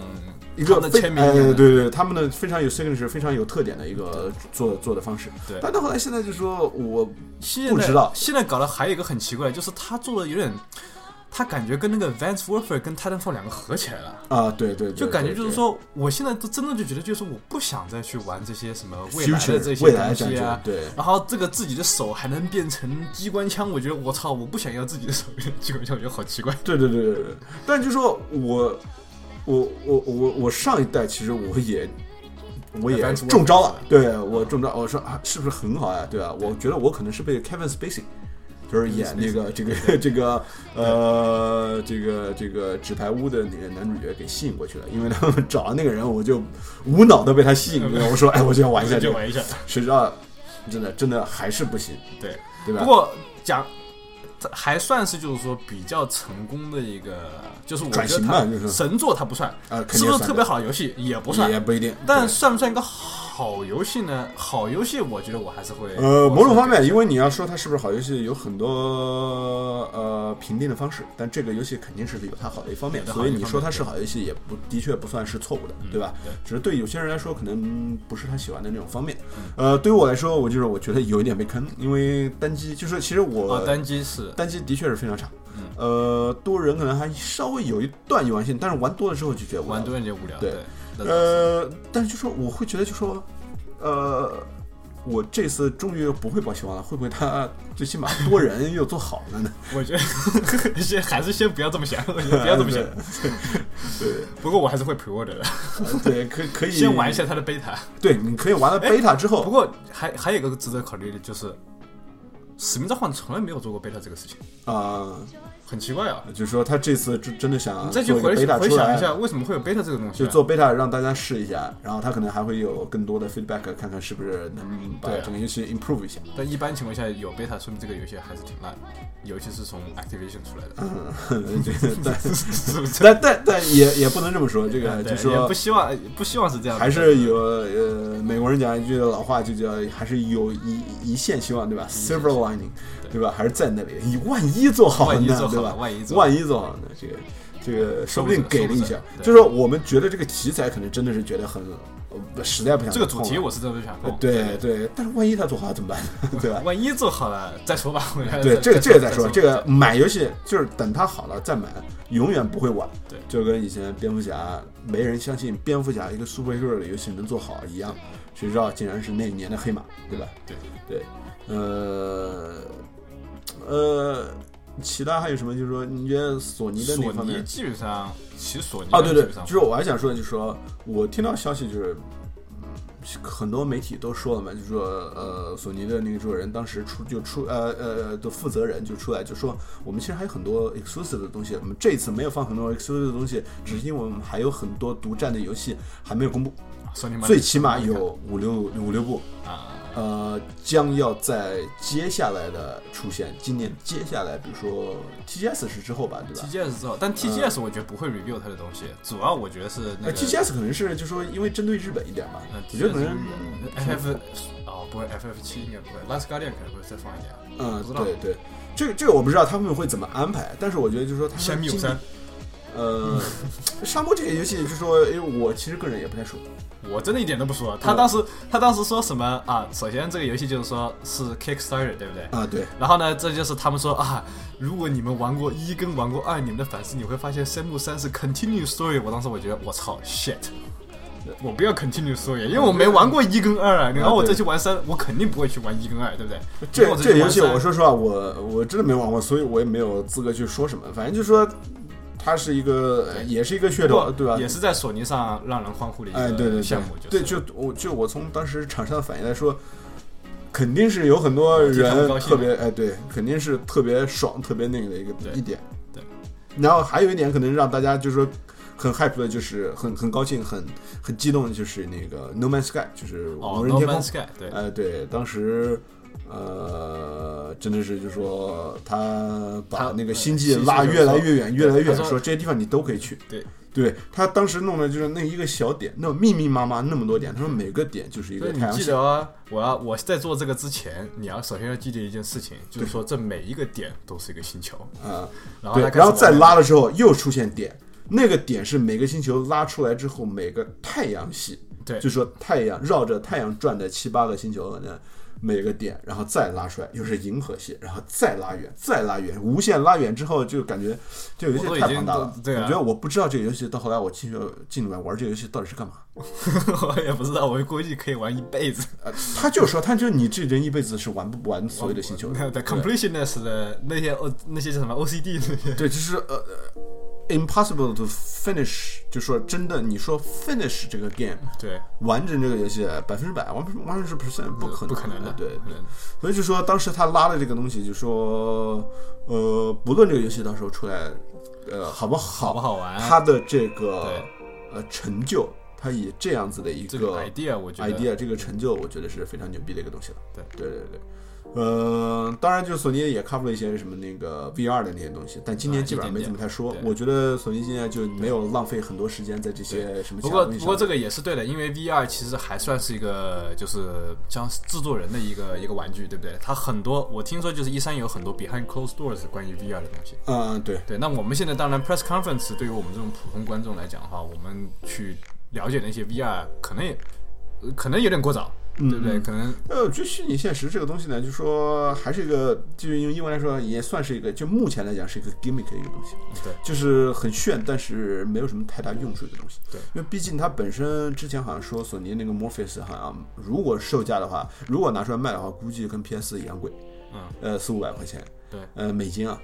Speaker 1: 一个
Speaker 2: 他们的
Speaker 1: 非
Speaker 2: 签名
Speaker 1: 哎
Speaker 2: 一样的
Speaker 1: 对对，他们的非常有 signature，非常有特点的一个做做的方式。
Speaker 2: 对
Speaker 1: 但到后来现在就说我
Speaker 2: 现在
Speaker 1: 不知道
Speaker 2: 现在搞得还有一个很奇怪，就是他做的有点，他感觉跟那个 Vance Warfare 跟 Titanfall 两个合起来了。
Speaker 1: 啊，对对对，
Speaker 2: 就感觉
Speaker 1: 对
Speaker 2: 就是，说，我现在都真的就觉得，就是我不想再去玩这些什么未来
Speaker 1: Future，
Speaker 2: 的这
Speaker 1: 未
Speaker 2: 些
Speaker 1: 来
Speaker 2: 东西啊
Speaker 1: 战争。对
Speaker 2: 然后这个自己的手还能变成机关枪，我觉得我操，我不想要自己的手变成机关枪，我觉得好奇怪。
Speaker 1: 对对对对对对。但就说我我我我我上一代其实我也。我也
Speaker 2: Advanced Warfare
Speaker 1: 中招了，对我中招，我说啊，是不是很好呀、对吧、啊我觉得我可能是被 Kevin Spacey，就是演那个这个 [LAUGHS] 这个呃这个这个纸牌屋的那个男主角给吸引过去了，因为他们找的那个人，我就无脑的被他吸引
Speaker 2: [LAUGHS]
Speaker 1: 过来，我说哎，我就要玩一下这
Speaker 2: 就
Speaker 1: 个，
Speaker 2: 玩一下。
Speaker 1: 谁知道真的真的还是不行，
Speaker 2: 对，
Speaker 1: 对吧？
Speaker 2: 不过讲这还算是就是说比较成功的一个，就是我觉
Speaker 1: 转
Speaker 2: 得
Speaker 1: 型吧
Speaker 2: 它
Speaker 1: 就是
Speaker 2: 神作它不算，
Speaker 1: 啊肯定
Speaker 2: 是不是
Speaker 1: 算
Speaker 2: 特别好的游戏也不算，
Speaker 1: 也不一定，
Speaker 2: 但
Speaker 1: 对
Speaker 2: 算不算一个好游戏呢？好游戏我觉得我还是会
Speaker 1: 呃，某种方
Speaker 2: 我是会
Speaker 1: 面，因为你要说它是不是好游戏，有很多呃评定的方式，但这个游戏肯定是有它好的一方面，
Speaker 2: 有它好
Speaker 1: 所
Speaker 2: 的
Speaker 1: 以
Speaker 2: 一方面
Speaker 1: 你说它是好游戏，也不的确不算是错误的，
Speaker 2: 嗯
Speaker 1: 对吧？只是对有些人来说，可能不是他喜欢的那种方面。
Speaker 2: 嗯
Speaker 1: 呃，对于我来说，我就是我觉得有一点被坑，因为单机就是其实我
Speaker 2: 啊单嗯机是
Speaker 1: 单机的确是非常差。呃，多人可能还稍微有一段游玩性，但是玩多了之后就觉得无聊
Speaker 2: 玩多人就无聊，
Speaker 1: [LAUGHS] 对
Speaker 2: 对，那
Speaker 1: 呃，但是就说我会觉得就说，呃，我这次终于不会抱希望了，会不会他最起码多人又做好了呢？
Speaker 2: 我觉得 [LAUGHS] 先还是先不要这
Speaker 1: [LAUGHS]
Speaker 2: 么想，我觉 [LAUGHS] 得不要这么想。
Speaker 1: 对
Speaker 2: 不过我还是会 pre order 的，
Speaker 1: 对，可可以
Speaker 2: 先玩一下它的 beta。
Speaker 1: 对，你可以玩了贝塔之
Speaker 2: 不
Speaker 1: 后，
Speaker 2: 过还还有一个值得考虑的就是，《使命召唤》从来没有做过 beta 这个事情，
Speaker 1: 啊、
Speaker 2: 很奇怪啊。
Speaker 1: 就是说他这次真真的想
Speaker 2: 再
Speaker 1: 嗯做
Speaker 2: 去
Speaker 1: 一
Speaker 2: 回
Speaker 1: 个贝塔
Speaker 2: 回
Speaker 1: 出
Speaker 2: 想
Speaker 1: 来
Speaker 2: 一，下，为什么会有 beta 这个东西
Speaker 1: 就
Speaker 2: 啊？
Speaker 1: 做贝塔让大家试一下，然后他可能还会有更多的 feedback，看看是不是能把
Speaker 2: 对啊
Speaker 1: 整个游戏 improve 一
Speaker 2: [LAUGHS]
Speaker 1: 下。 [LAUGHS]
Speaker 2: 但一般情况下有 beta，说明这个游戏还是挺烂的，尤其是从 Activision 出来的，
Speaker 1: [LAUGHS]
Speaker 2: [LAUGHS]
Speaker 1: 嗯，这个但
Speaker 2: 是不是？
Speaker 1: 但但但也也不能这么说，这个
Speaker 2: 对
Speaker 1: 就
Speaker 2: 也
Speaker 1: 说
Speaker 2: 不希望不希望是这样的，
Speaker 1: 还是有呃，美国人讲一句老话，就叫还是有一嗯一线希望，对吧？Silver lining，对吧？还是在那里，你万一做好了
Speaker 2: 万一
Speaker 1: 呢
Speaker 2: 做，好
Speaker 1: 对
Speaker 2: 了
Speaker 1: 吧？
Speaker 2: 万一做好
Speaker 1: 万一做好了呢，这个这个说不定
Speaker 2: 说不
Speaker 1: 给
Speaker 2: 准
Speaker 1: 力一
Speaker 2: 说
Speaker 1: 下
Speaker 2: 不。准对
Speaker 1: 就是说我们觉得这个题材可能真的是觉得很，呃不实在不想
Speaker 2: 这个主
Speaker 1: 碰
Speaker 2: 题
Speaker 1: 了呃
Speaker 2: 我是真的不想碰。
Speaker 1: 对对，但是万一他做好了怎么办？对吧？
Speaker 2: 万一做好了再说吧。我觉得
Speaker 1: 对，
Speaker 2: 再
Speaker 1: 这个这个再
Speaker 2: 说
Speaker 1: 说，，这个买游戏就是等它好了再买，永远不会晚。
Speaker 2: 对
Speaker 1: 就跟以前蝙蝠侠没人相信蝙蝠侠一个 superhero 的游戏能做好一样，谁知道竟然是那一年的黑马，对吧？
Speaker 2: 对
Speaker 1: 对，呃呃，其他还有什么？就是说，你觉得索尼的那
Speaker 2: 索
Speaker 1: 方
Speaker 2: 尼
Speaker 1: 面？
Speaker 2: 基本上，其实索尼
Speaker 1: 哦，对
Speaker 2: 基
Speaker 1: 对
Speaker 2: 本，上
Speaker 1: 就是我还想说，就是说我听到消息就是。嗯很多媒体都说了嘛，就说呃，索尼的那个制作人当时出就出呃呃的负责人就出来就说，我们其实还有很多 exclusive 的东西，我们这次没有放很多 exclusive 的东西，只是因为我们还有很多独占的游戏还没有公布，
Speaker 2: 啊索尼买
Speaker 1: 最起码有五六五六部，
Speaker 2: 啊，
Speaker 1: 呃，将要在接下来的出现，今年接下来，比如说 TGS 是之后吧，对吧？
Speaker 2: TGS 之后，
Speaker 1: 嗯
Speaker 2: 但 TGS 我觉得不会 review 它的东西，主要我觉得是那
Speaker 1: 呃
Speaker 2: 个
Speaker 1: ，TGS 可能是就说因为针对日本一点吧，
Speaker 2: 嗯
Speaker 1: 我觉得可能
Speaker 2: FF 哦，不会 FF 七应该不会，Last Guardian 可能会再放一点，
Speaker 1: 嗯
Speaker 2: 不知，道
Speaker 1: 对对，这个这个我不知道他们会怎么安排，但是我觉得就是说他们
Speaker 2: 虾米有
Speaker 1: 今
Speaker 2: 三，
Speaker 1: 呃，沙漠这个游戏就是说，因为我其实个人也不太
Speaker 2: [LAUGHS]
Speaker 1: 熟，
Speaker 2: 我真的一点都不说。他当时他当时说什么啊？首先这个游戏就是说是 Kickstarter 对不对？
Speaker 1: 啊，对，
Speaker 2: 然后呢，这就是他们说啊，如果你们玩过一跟玩过二，你们的反思你会发现三木三是 continue story。我当时我觉得我操 shit，我不要 continue story，因为我没玩过一跟二啊。然后我再去玩三，我肯定不会去玩一跟二，对不对？如
Speaker 1: 这
Speaker 2: 果
Speaker 1: 这
Speaker 2: 去
Speaker 1: 游
Speaker 2: 玩
Speaker 1: 戏
Speaker 2: 三
Speaker 1: 我说实话，我我真的没玩过，所以我也没有资格去说什么，反正就是说它是一个，呃也是一个噱
Speaker 2: 不过
Speaker 1: 头，对吧？
Speaker 2: 也是在索尼上让人欢呼的一
Speaker 1: 哎，对对
Speaker 2: 个
Speaker 1: 对，
Speaker 2: 呃项目，
Speaker 1: 对，
Speaker 2: 是
Speaker 1: 就我就我从当时厂商的反应来说，肯定是有很多
Speaker 2: 替他们
Speaker 1: 人
Speaker 2: 哦高兴
Speaker 1: 特别哎，对，肯定是特别爽、特别那个的一个
Speaker 2: 对
Speaker 1: 一点。
Speaker 2: 对，
Speaker 1: 然后还有一点可能让大家就是说很 hype 的，就是很很高兴、很很激动，的就是那个 No Man's Sky，就是
Speaker 2: 哦
Speaker 1: 无人
Speaker 2: ，No
Speaker 1: 天空
Speaker 2: Man's。Sky 对。
Speaker 1: 哎，对，当时。呃，真的是，就说他把
Speaker 2: 他
Speaker 1: 那个
Speaker 2: 嗯
Speaker 1: 星际
Speaker 2: 星际
Speaker 1: 拉
Speaker 2: 就是
Speaker 1: 越来
Speaker 2: 说
Speaker 1: 越远，越来越
Speaker 2: 他
Speaker 1: 远，
Speaker 2: 说
Speaker 1: 说这些地方你都可以去。
Speaker 2: 对
Speaker 1: 对他当时弄的就是那一个小点，那密密麻麻那么多点，他说每个点就是一
Speaker 2: 所
Speaker 1: 个太
Speaker 2: 以你
Speaker 1: 阳
Speaker 2: 记
Speaker 1: 系。
Speaker 2: 得啊，我要我在做这个之前，你要首先要记得一件事情，就是说这每一个点都是一个星球，
Speaker 1: 啊、
Speaker 2: 然后
Speaker 1: 对
Speaker 2: 它，开始
Speaker 1: 然后再
Speaker 2: 往
Speaker 1: 拉的时候又出现点，那个点是每个星球拉出来之后每个太阳系，
Speaker 2: 对
Speaker 1: 就说太阳绕着太阳转的七八个星球呢，每个点，然后再拉出来又是银河系，然后再拉远，再拉远，无限拉远之后就感觉这个游
Speaker 2: 我都
Speaker 1: 戏
Speaker 2: 已
Speaker 1: 太
Speaker 2: 经
Speaker 1: 庞大
Speaker 2: 都
Speaker 1: 了。
Speaker 2: 对啊
Speaker 1: 我觉得我不知道这个游戏到后来我进去进来玩这个游戏到底是干嘛。
Speaker 2: 我 [LAUGHS] 也不知道，我估计可以玩一辈子。
Speaker 1: 呃，他就说，他就你这人一辈子是玩不完所有的星球的，
Speaker 2: 对 completionness 的那些 O 那些叫什么 OCD 那些，
Speaker 1: 对，就是呃呃，impossible to finish，就说真的，你说 finish 这个 game，
Speaker 2: 对，
Speaker 1: 完成这个游戏百分之百，完完全是 percent 不可能，
Speaker 2: 不可能的，
Speaker 1: 对
Speaker 2: 不可。能的
Speaker 1: 所以就说当时他拉的这个东西，就说呃，不论这个游戏到时候出来，呃，好不好，
Speaker 2: 好不好玩啊
Speaker 1: 他的这个
Speaker 2: 对
Speaker 1: 呃成就，他以这样子的一
Speaker 2: 这个 idea 我觉得
Speaker 1: idea 这个成就，我觉得是非常牛逼的一个东西了。
Speaker 2: 对
Speaker 1: 对对对。呃，当然，就索尼也 cover 了一些什么那个 VR 的那些东西，但今年
Speaker 2: 啊
Speaker 1: 基本上
Speaker 2: 一
Speaker 1: 没
Speaker 2: 点
Speaker 1: 怎
Speaker 2: 点
Speaker 1: 么太说。
Speaker 2: 对
Speaker 1: 我觉得索尼现在就没有浪费很多时间在这些什么其他
Speaker 2: 不过
Speaker 1: 东西上。
Speaker 2: 不过这个也是对的，因为 VR 其实还算是一个就是像制作人的一个一个玩具，对不对？它很多我听说就是一三有很多 behind closed doors 关于 VR 的东西。
Speaker 1: 嗯、对，
Speaker 2: 对，那我们现在当然 press conference 对于我们这种普通观众来讲的话，我们去了解那些 VR 可能也呃可能有点过早，
Speaker 1: 嗯
Speaker 2: 对不对？可能
Speaker 1: 呃，我觉得虚拟现实这个东西呢，就说还是一个，就用英文来说，也算是一个，就目前来讲是一个 gimmick 的一个东西，
Speaker 2: 对
Speaker 1: 就是很炫，但是没有什么太大用处的东西。
Speaker 2: 对，
Speaker 1: 因为毕竟它本身之前好像说索尼那个 Morpheus 好像如果售价的话，如果拿出来卖的话，估计跟 PS 一样贵，
Speaker 2: 嗯，
Speaker 1: 呃，四五百块钱，
Speaker 2: 对，
Speaker 1: 呃，美金啊。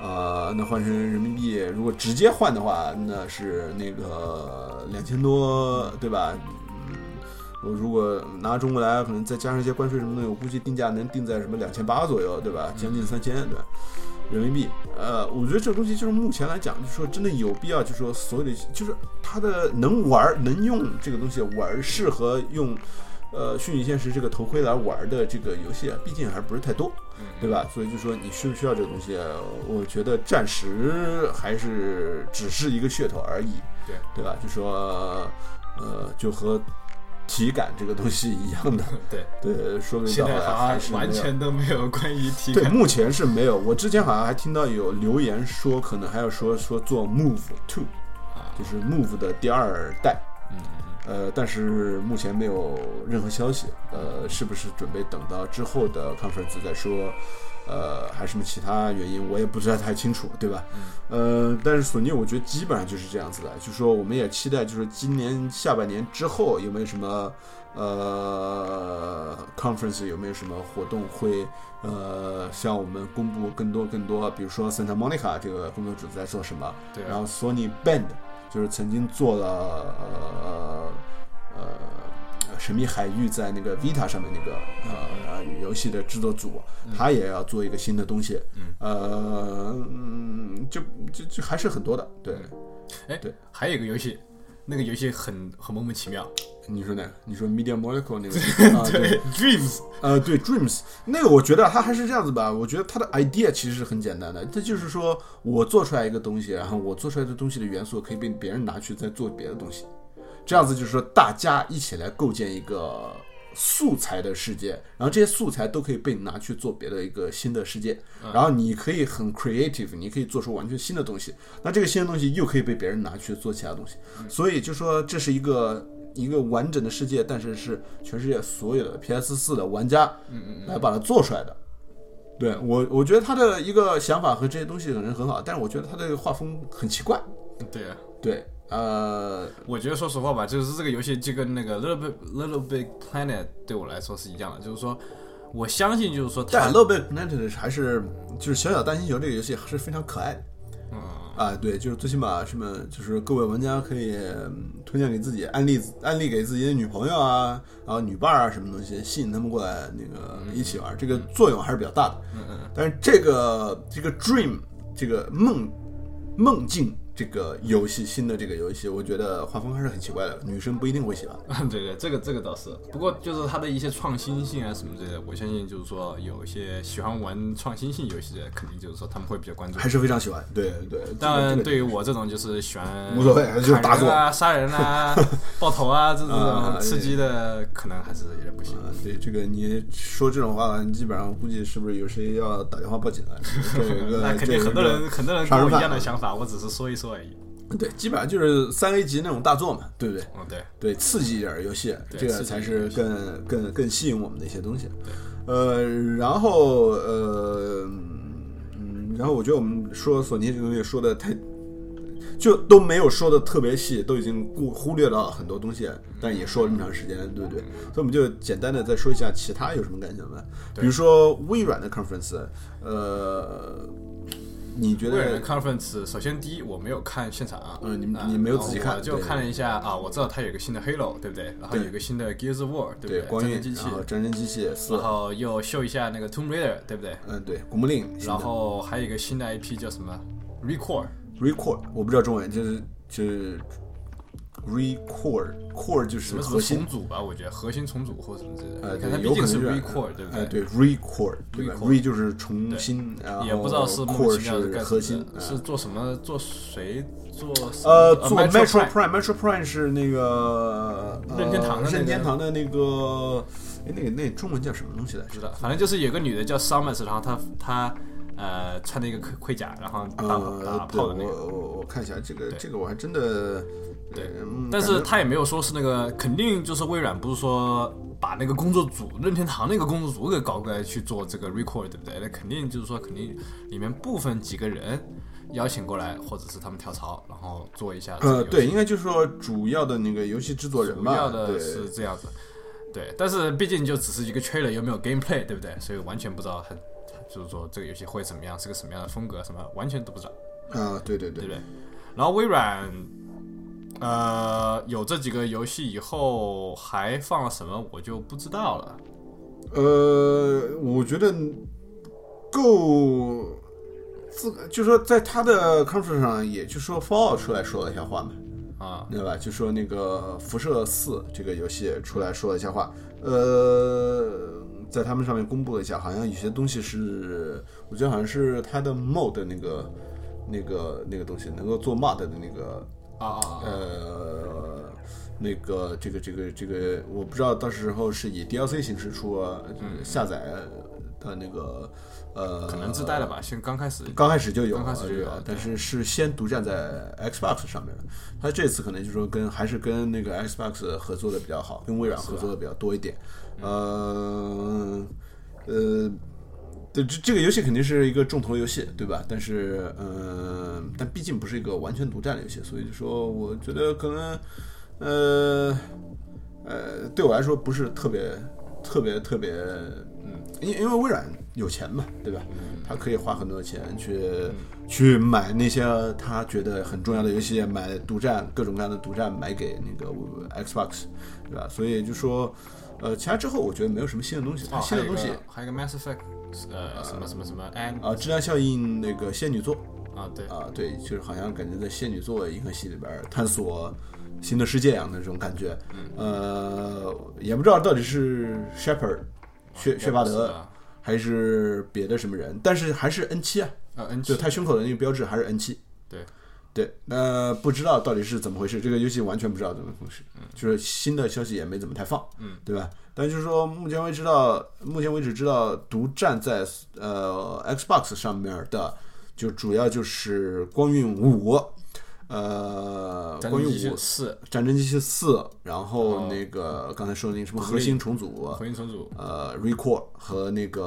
Speaker 1: 啊、那换成人民币，如果直接换的话，那是那个两千多，对吧？嗯我如果拿中国来，可能再加上一些关税什么东西，我估计定价能定在什么两千八左右，对吧？将近三千，对吧？人民币，呃，我觉得这个东西就是目前来讲，就是说真的有必要，就是说所有的，就是它的能玩儿、能用这个东西玩儿，适合用，呃，虚拟现实这个头盔来玩儿的这个游戏，啊，毕竟还不是太多，对吧？所以就说你需不需要这个东西，呃我觉得暂时还是只是一个噱头而已，
Speaker 2: 对
Speaker 1: 对吧？就说，呃，就和体感这个东西一样的，
Speaker 2: 对，
Speaker 1: 对，说明
Speaker 2: 现
Speaker 1: 到
Speaker 2: 在
Speaker 1: 来
Speaker 2: 好
Speaker 1: 还是
Speaker 2: 像
Speaker 1: 没有
Speaker 2: 完全都没有关于体
Speaker 1: 对，
Speaker 2: 感，
Speaker 1: 目前是没有。我之前好像还听到有留言说，可能还要说说做 Move Two，
Speaker 2: 啊
Speaker 1: 就是 Move 的第二代。
Speaker 2: 嗯嗯
Speaker 1: 呃，但是目前没有任何消息。呃，是不是准备等到之后的 conference 再说？呃，还是什么其他原因，我也不知道太清楚，对吧？呃，但是索尼我觉得基本上就是这样子的，就说我们也期待，就是今年下半年之后有没有什么呃 conference 有没有什么活动会呃向我们公布更多更多，比如说 Santa Monica 这个工作组在做什么，
Speaker 2: 对
Speaker 1: 然后 Sony Band 就是曾经做了呃呃神秘海域在那个 Vita 上面那个呃呃游戏的制作组，他也要做一个新的东西，
Speaker 2: 嗯
Speaker 1: 呃嗯就就就还是很多的，对，
Speaker 2: 嗯，哎
Speaker 1: 对，
Speaker 2: 还有一个游戏，那个游戏很很莫名其妙 [LAUGHS]
Speaker 1: 你说哪个？你说 Media Molecule 那个啊对。
Speaker 2: ，Dreams，
Speaker 1: 呃，对，Dreams 那个，我觉得它还是这样子吧。我觉得它的 idea 其实是很简单的，这就是说我做出来一个东西，然后我做出来的东西的元素可以被别人拿去再做别的东西，这样子就是说大家一起来构建一个素材的世界，然后这些素材都可以被拿去做别的一个新的世界，然后你可以很 creative，你可以做出完全新的东西，那这个新的东西又可以被别人拿去做其他东西，所以就说这是一个一个完整的世界，但是是全世界所有的 PS 四的玩家来把它做出来的。对我，我觉得他的一个想法和这些东西可能很好，但是我觉得他的画风很奇怪。
Speaker 2: 对啊。
Speaker 1: 对，呃，
Speaker 2: 我觉得说实话吧，就是这个游戏就跟那个 Little Big Little Big Planet 对我来说是一样的，就是说我相信就是说它
Speaker 1: 但 Love It Planet 还是就是小小大星球这个游戏还是非常可爱的。
Speaker 2: 嗯
Speaker 1: 啊，对，就是最起码什么，就是各位玩家可以嗯推荐给自己，安利安利给自己的女朋友啊，然后女伴儿啊，什么东西，吸引他们过来那个一起玩，这个作用还是比较大的。嗯嗯。但是这个这个 dream 这个梦梦境这个游戏新的这个游戏，我觉得画风还是很奇怪的，女生不一定会喜欢。
Speaker 2: [LAUGHS] 对对，这个这个倒是，不过就是它的一些创新性啊什么之类的，我相信就是说有一些喜欢玩创新性游戏的，肯定就是说他们会比较关注
Speaker 1: 还。是非常喜欢，对对。
Speaker 2: 当
Speaker 1: 这
Speaker 2: 然，
Speaker 1: 个
Speaker 2: 对于我这种就是喜欢
Speaker 1: 无所谓就是打
Speaker 2: 砍人啊、杀人
Speaker 1: [LAUGHS]
Speaker 2: 啊、爆头啊这这
Speaker 1: 啊
Speaker 2: 种刺激的，可能还是有点不行。
Speaker 1: 啊，对这个你说这种话，基本上估计是不是有谁要打电话报警了？这有一个
Speaker 2: [LAUGHS] 那肯定
Speaker 1: 这有一
Speaker 2: 很多
Speaker 1: 个
Speaker 2: 人很多人
Speaker 1: 杀
Speaker 2: 跟
Speaker 1: 人
Speaker 2: 我一
Speaker 1: 犯
Speaker 2: 样的
Speaker 1: 啊
Speaker 2: 想法，我只是说一说而已。
Speaker 1: 对，基本上就是三 A 级那种大作嘛，对不对？
Speaker 2: 嗯，对，
Speaker 1: 对，刺激一点儿游戏，
Speaker 2: 对
Speaker 1: 这个
Speaker 2: 刺激
Speaker 1: 才
Speaker 2: 一
Speaker 1: 是
Speaker 2: 点嗯
Speaker 1: 更更更吸引我们的一些东西。呃，然后呃，嗯，然后我觉得我们说索尼这个东西说的太，就都没有说的特别细，都已经忽忽略了很多东西，但也说了这么长时间，对不对？
Speaker 2: 嗯
Speaker 1: 所以我们就简单的再说一下其他有什么感想吧，比如说微软的 conference，呃，你觉
Speaker 2: 微软的
Speaker 1: 得？
Speaker 2: conference，首先第一我没有看现场，
Speaker 1: 嗯你
Speaker 2: 啊
Speaker 1: 你没有自己看
Speaker 2: 我就
Speaker 1: 对
Speaker 2: 看了一下啊，我知道它有个新的 Halo，对不对？然后
Speaker 1: 对
Speaker 2: 有个新的 Gears of War，对不
Speaker 1: 对，光
Speaker 2: 战
Speaker 1: 晕
Speaker 2: 争机，器
Speaker 1: 然，后战争机器四
Speaker 2: 然，后又秀一下那个 Tomb Raider，对不对？
Speaker 1: 嗯，对，古墓丽影，
Speaker 2: 然后还有一个新的 IP 叫什么 Recore，
Speaker 1: record，我不知道中文，就是就是 record，core 就
Speaker 2: 什
Speaker 1: 是
Speaker 2: 么什
Speaker 1: 核
Speaker 2: 么
Speaker 1: 心
Speaker 2: 重，组吧，我觉得核心重组或什么之类的。
Speaker 1: 呃，
Speaker 2: 你看它
Speaker 1: 对，
Speaker 2: 毕
Speaker 1: 有可
Speaker 2: 竟
Speaker 1: 能
Speaker 2: 是
Speaker 1: 是
Speaker 2: Recore，对不
Speaker 1: 呃，
Speaker 2: 对？
Speaker 1: 对，record，对吧
Speaker 2: Record
Speaker 1: ？re 就是重新，然后
Speaker 2: 也不知道是莫名
Speaker 1: core
Speaker 2: 其妙的
Speaker 1: 是
Speaker 2: 干什
Speaker 1: 核
Speaker 2: 么
Speaker 1: 心，啊
Speaker 2: 的是做什么？做谁？做什么
Speaker 1: 呃，做
Speaker 2: Metro
Speaker 1: Metro
Speaker 2: Prime
Speaker 1: Prime，Metro Prime 是那个呃
Speaker 2: 任天堂的那个
Speaker 1: 任天堂的那个，哎，那个那中文叫什么东西来
Speaker 2: 不
Speaker 1: 着？
Speaker 2: 知道，反正就是有个女的叫 Summers，然后她她呃穿着一个盔盔甲，然后打
Speaker 1: 呃
Speaker 2: 打，
Speaker 1: 对，
Speaker 2: 炮
Speaker 1: 我
Speaker 2: 的那个。
Speaker 1: 我我看一下这个
Speaker 2: 对
Speaker 1: 这个我还真的，
Speaker 2: 对
Speaker 1: 嗯
Speaker 2: 但
Speaker 1: 感
Speaker 2: 是
Speaker 1: 觉
Speaker 2: 他也没有说是那个，肯定就是微软不是说把那个工作组任天堂那个工作组给搞过来去做这个 record，对不对？那肯定就是说，肯定里面部分几个人邀请过来，或者是他们跳槽，然后做一下这个游
Speaker 1: 呃
Speaker 2: 戏。
Speaker 1: 对，应该就是说主要的那个游戏制作人
Speaker 2: 主
Speaker 1: 吧，
Speaker 2: 要的
Speaker 1: 对
Speaker 2: 是这样子。对，但是毕竟就只是一个 trailer，又没有 gameplay，对不对？所以完全不知道它，它就是说这个游戏会怎么样，是个什么样的风格，什么完全都不知道，
Speaker 1: 啊，对对
Speaker 2: 对
Speaker 1: 对
Speaker 2: 不对？然后微软，呃，有这几个游戏以后还放了什么，我就不知道了。
Speaker 1: 呃，我觉得够自，就说在他的 conference 上，也就说 Fallout 出来说了一下话嘛，
Speaker 2: 啊、
Speaker 1: 对吧？就说那个《辐射四》这个游戏出来说了一下话，呃，在他们上面公布了一下，好像有些东西是，我觉得好像是它的 mod 的那个、那个、那个东西能够做 mod 的那个
Speaker 2: 啊啊啊！
Speaker 1: 呃，那个这个这个这个，我不知道到时候是以 DLC 形式出、啊就是下载的那个呃，
Speaker 2: 可能自带了吧，现在刚开始。
Speaker 1: 刚开始就有，
Speaker 2: 刚开始就有
Speaker 1: 呃
Speaker 2: 对
Speaker 1: 但是是先独占在 Xbox 上面的。他这次可能就说跟还是跟那个 Xbox 合作的比较好，跟微软合作的比较多一点。
Speaker 2: 嗯
Speaker 1: 呃呃，对，这这个游戏肯定是一个重头游戏，对吧？但是呃，但毕竟不是一个完全独占的游戏，所以就说我觉得可能呃呃，对我来说不是特别特别特别，嗯，因因为微软有钱嘛，对吧？
Speaker 2: 嗯
Speaker 1: 他可以花很多钱去、去买那些他觉得很重要的游戏，买独占各种各样的独占，买给那个呃 Xbox，对吧？所以就说，呃，其他之后我觉得没有什么新的东西，
Speaker 2: 哦，还
Speaker 1: 呃新
Speaker 2: 有
Speaker 1: 的
Speaker 2: 一
Speaker 1: 东西
Speaker 2: 个还有一个 Mass Effect，呃，什么什么什么 N
Speaker 1: 啊，质量效应那个仙女座
Speaker 2: 啊，对，
Speaker 1: 啊，对，就是好像感觉在仙女座银河系里边儿探索新的世界一样的这种感觉，呃，也不知道到底是 Shepard 薛薛巴
Speaker 2: 是
Speaker 1: 德
Speaker 2: 的
Speaker 1: 还是别的什么人，但是还是 N 七啊，
Speaker 2: 呃 N
Speaker 1: 就
Speaker 2: 七，
Speaker 1: 他胸口的那个标志还是 N 七。
Speaker 2: 对，
Speaker 1: 对，那不知道到底是怎么回事，这个游戏完全不知道怎么回事，就是新的消息也没怎么太放，
Speaker 2: 嗯，
Speaker 1: 对吧？但就是说，目前为止知道，目前为止知道独占在呃 Xbox 上面的，就主要就是《光晕五》，呃，《
Speaker 2: 战
Speaker 1: 光
Speaker 2: 地
Speaker 1: 晕五
Speaker 2: 机》器四，
Speaker 1: 《战争机器四》，然后
Speaker 2: 哦
Speaker 1: 那个刚才说的那个什么核心重组，
Speaker 2: 回应重组，
Speaker 1: 呃，Recore 和那个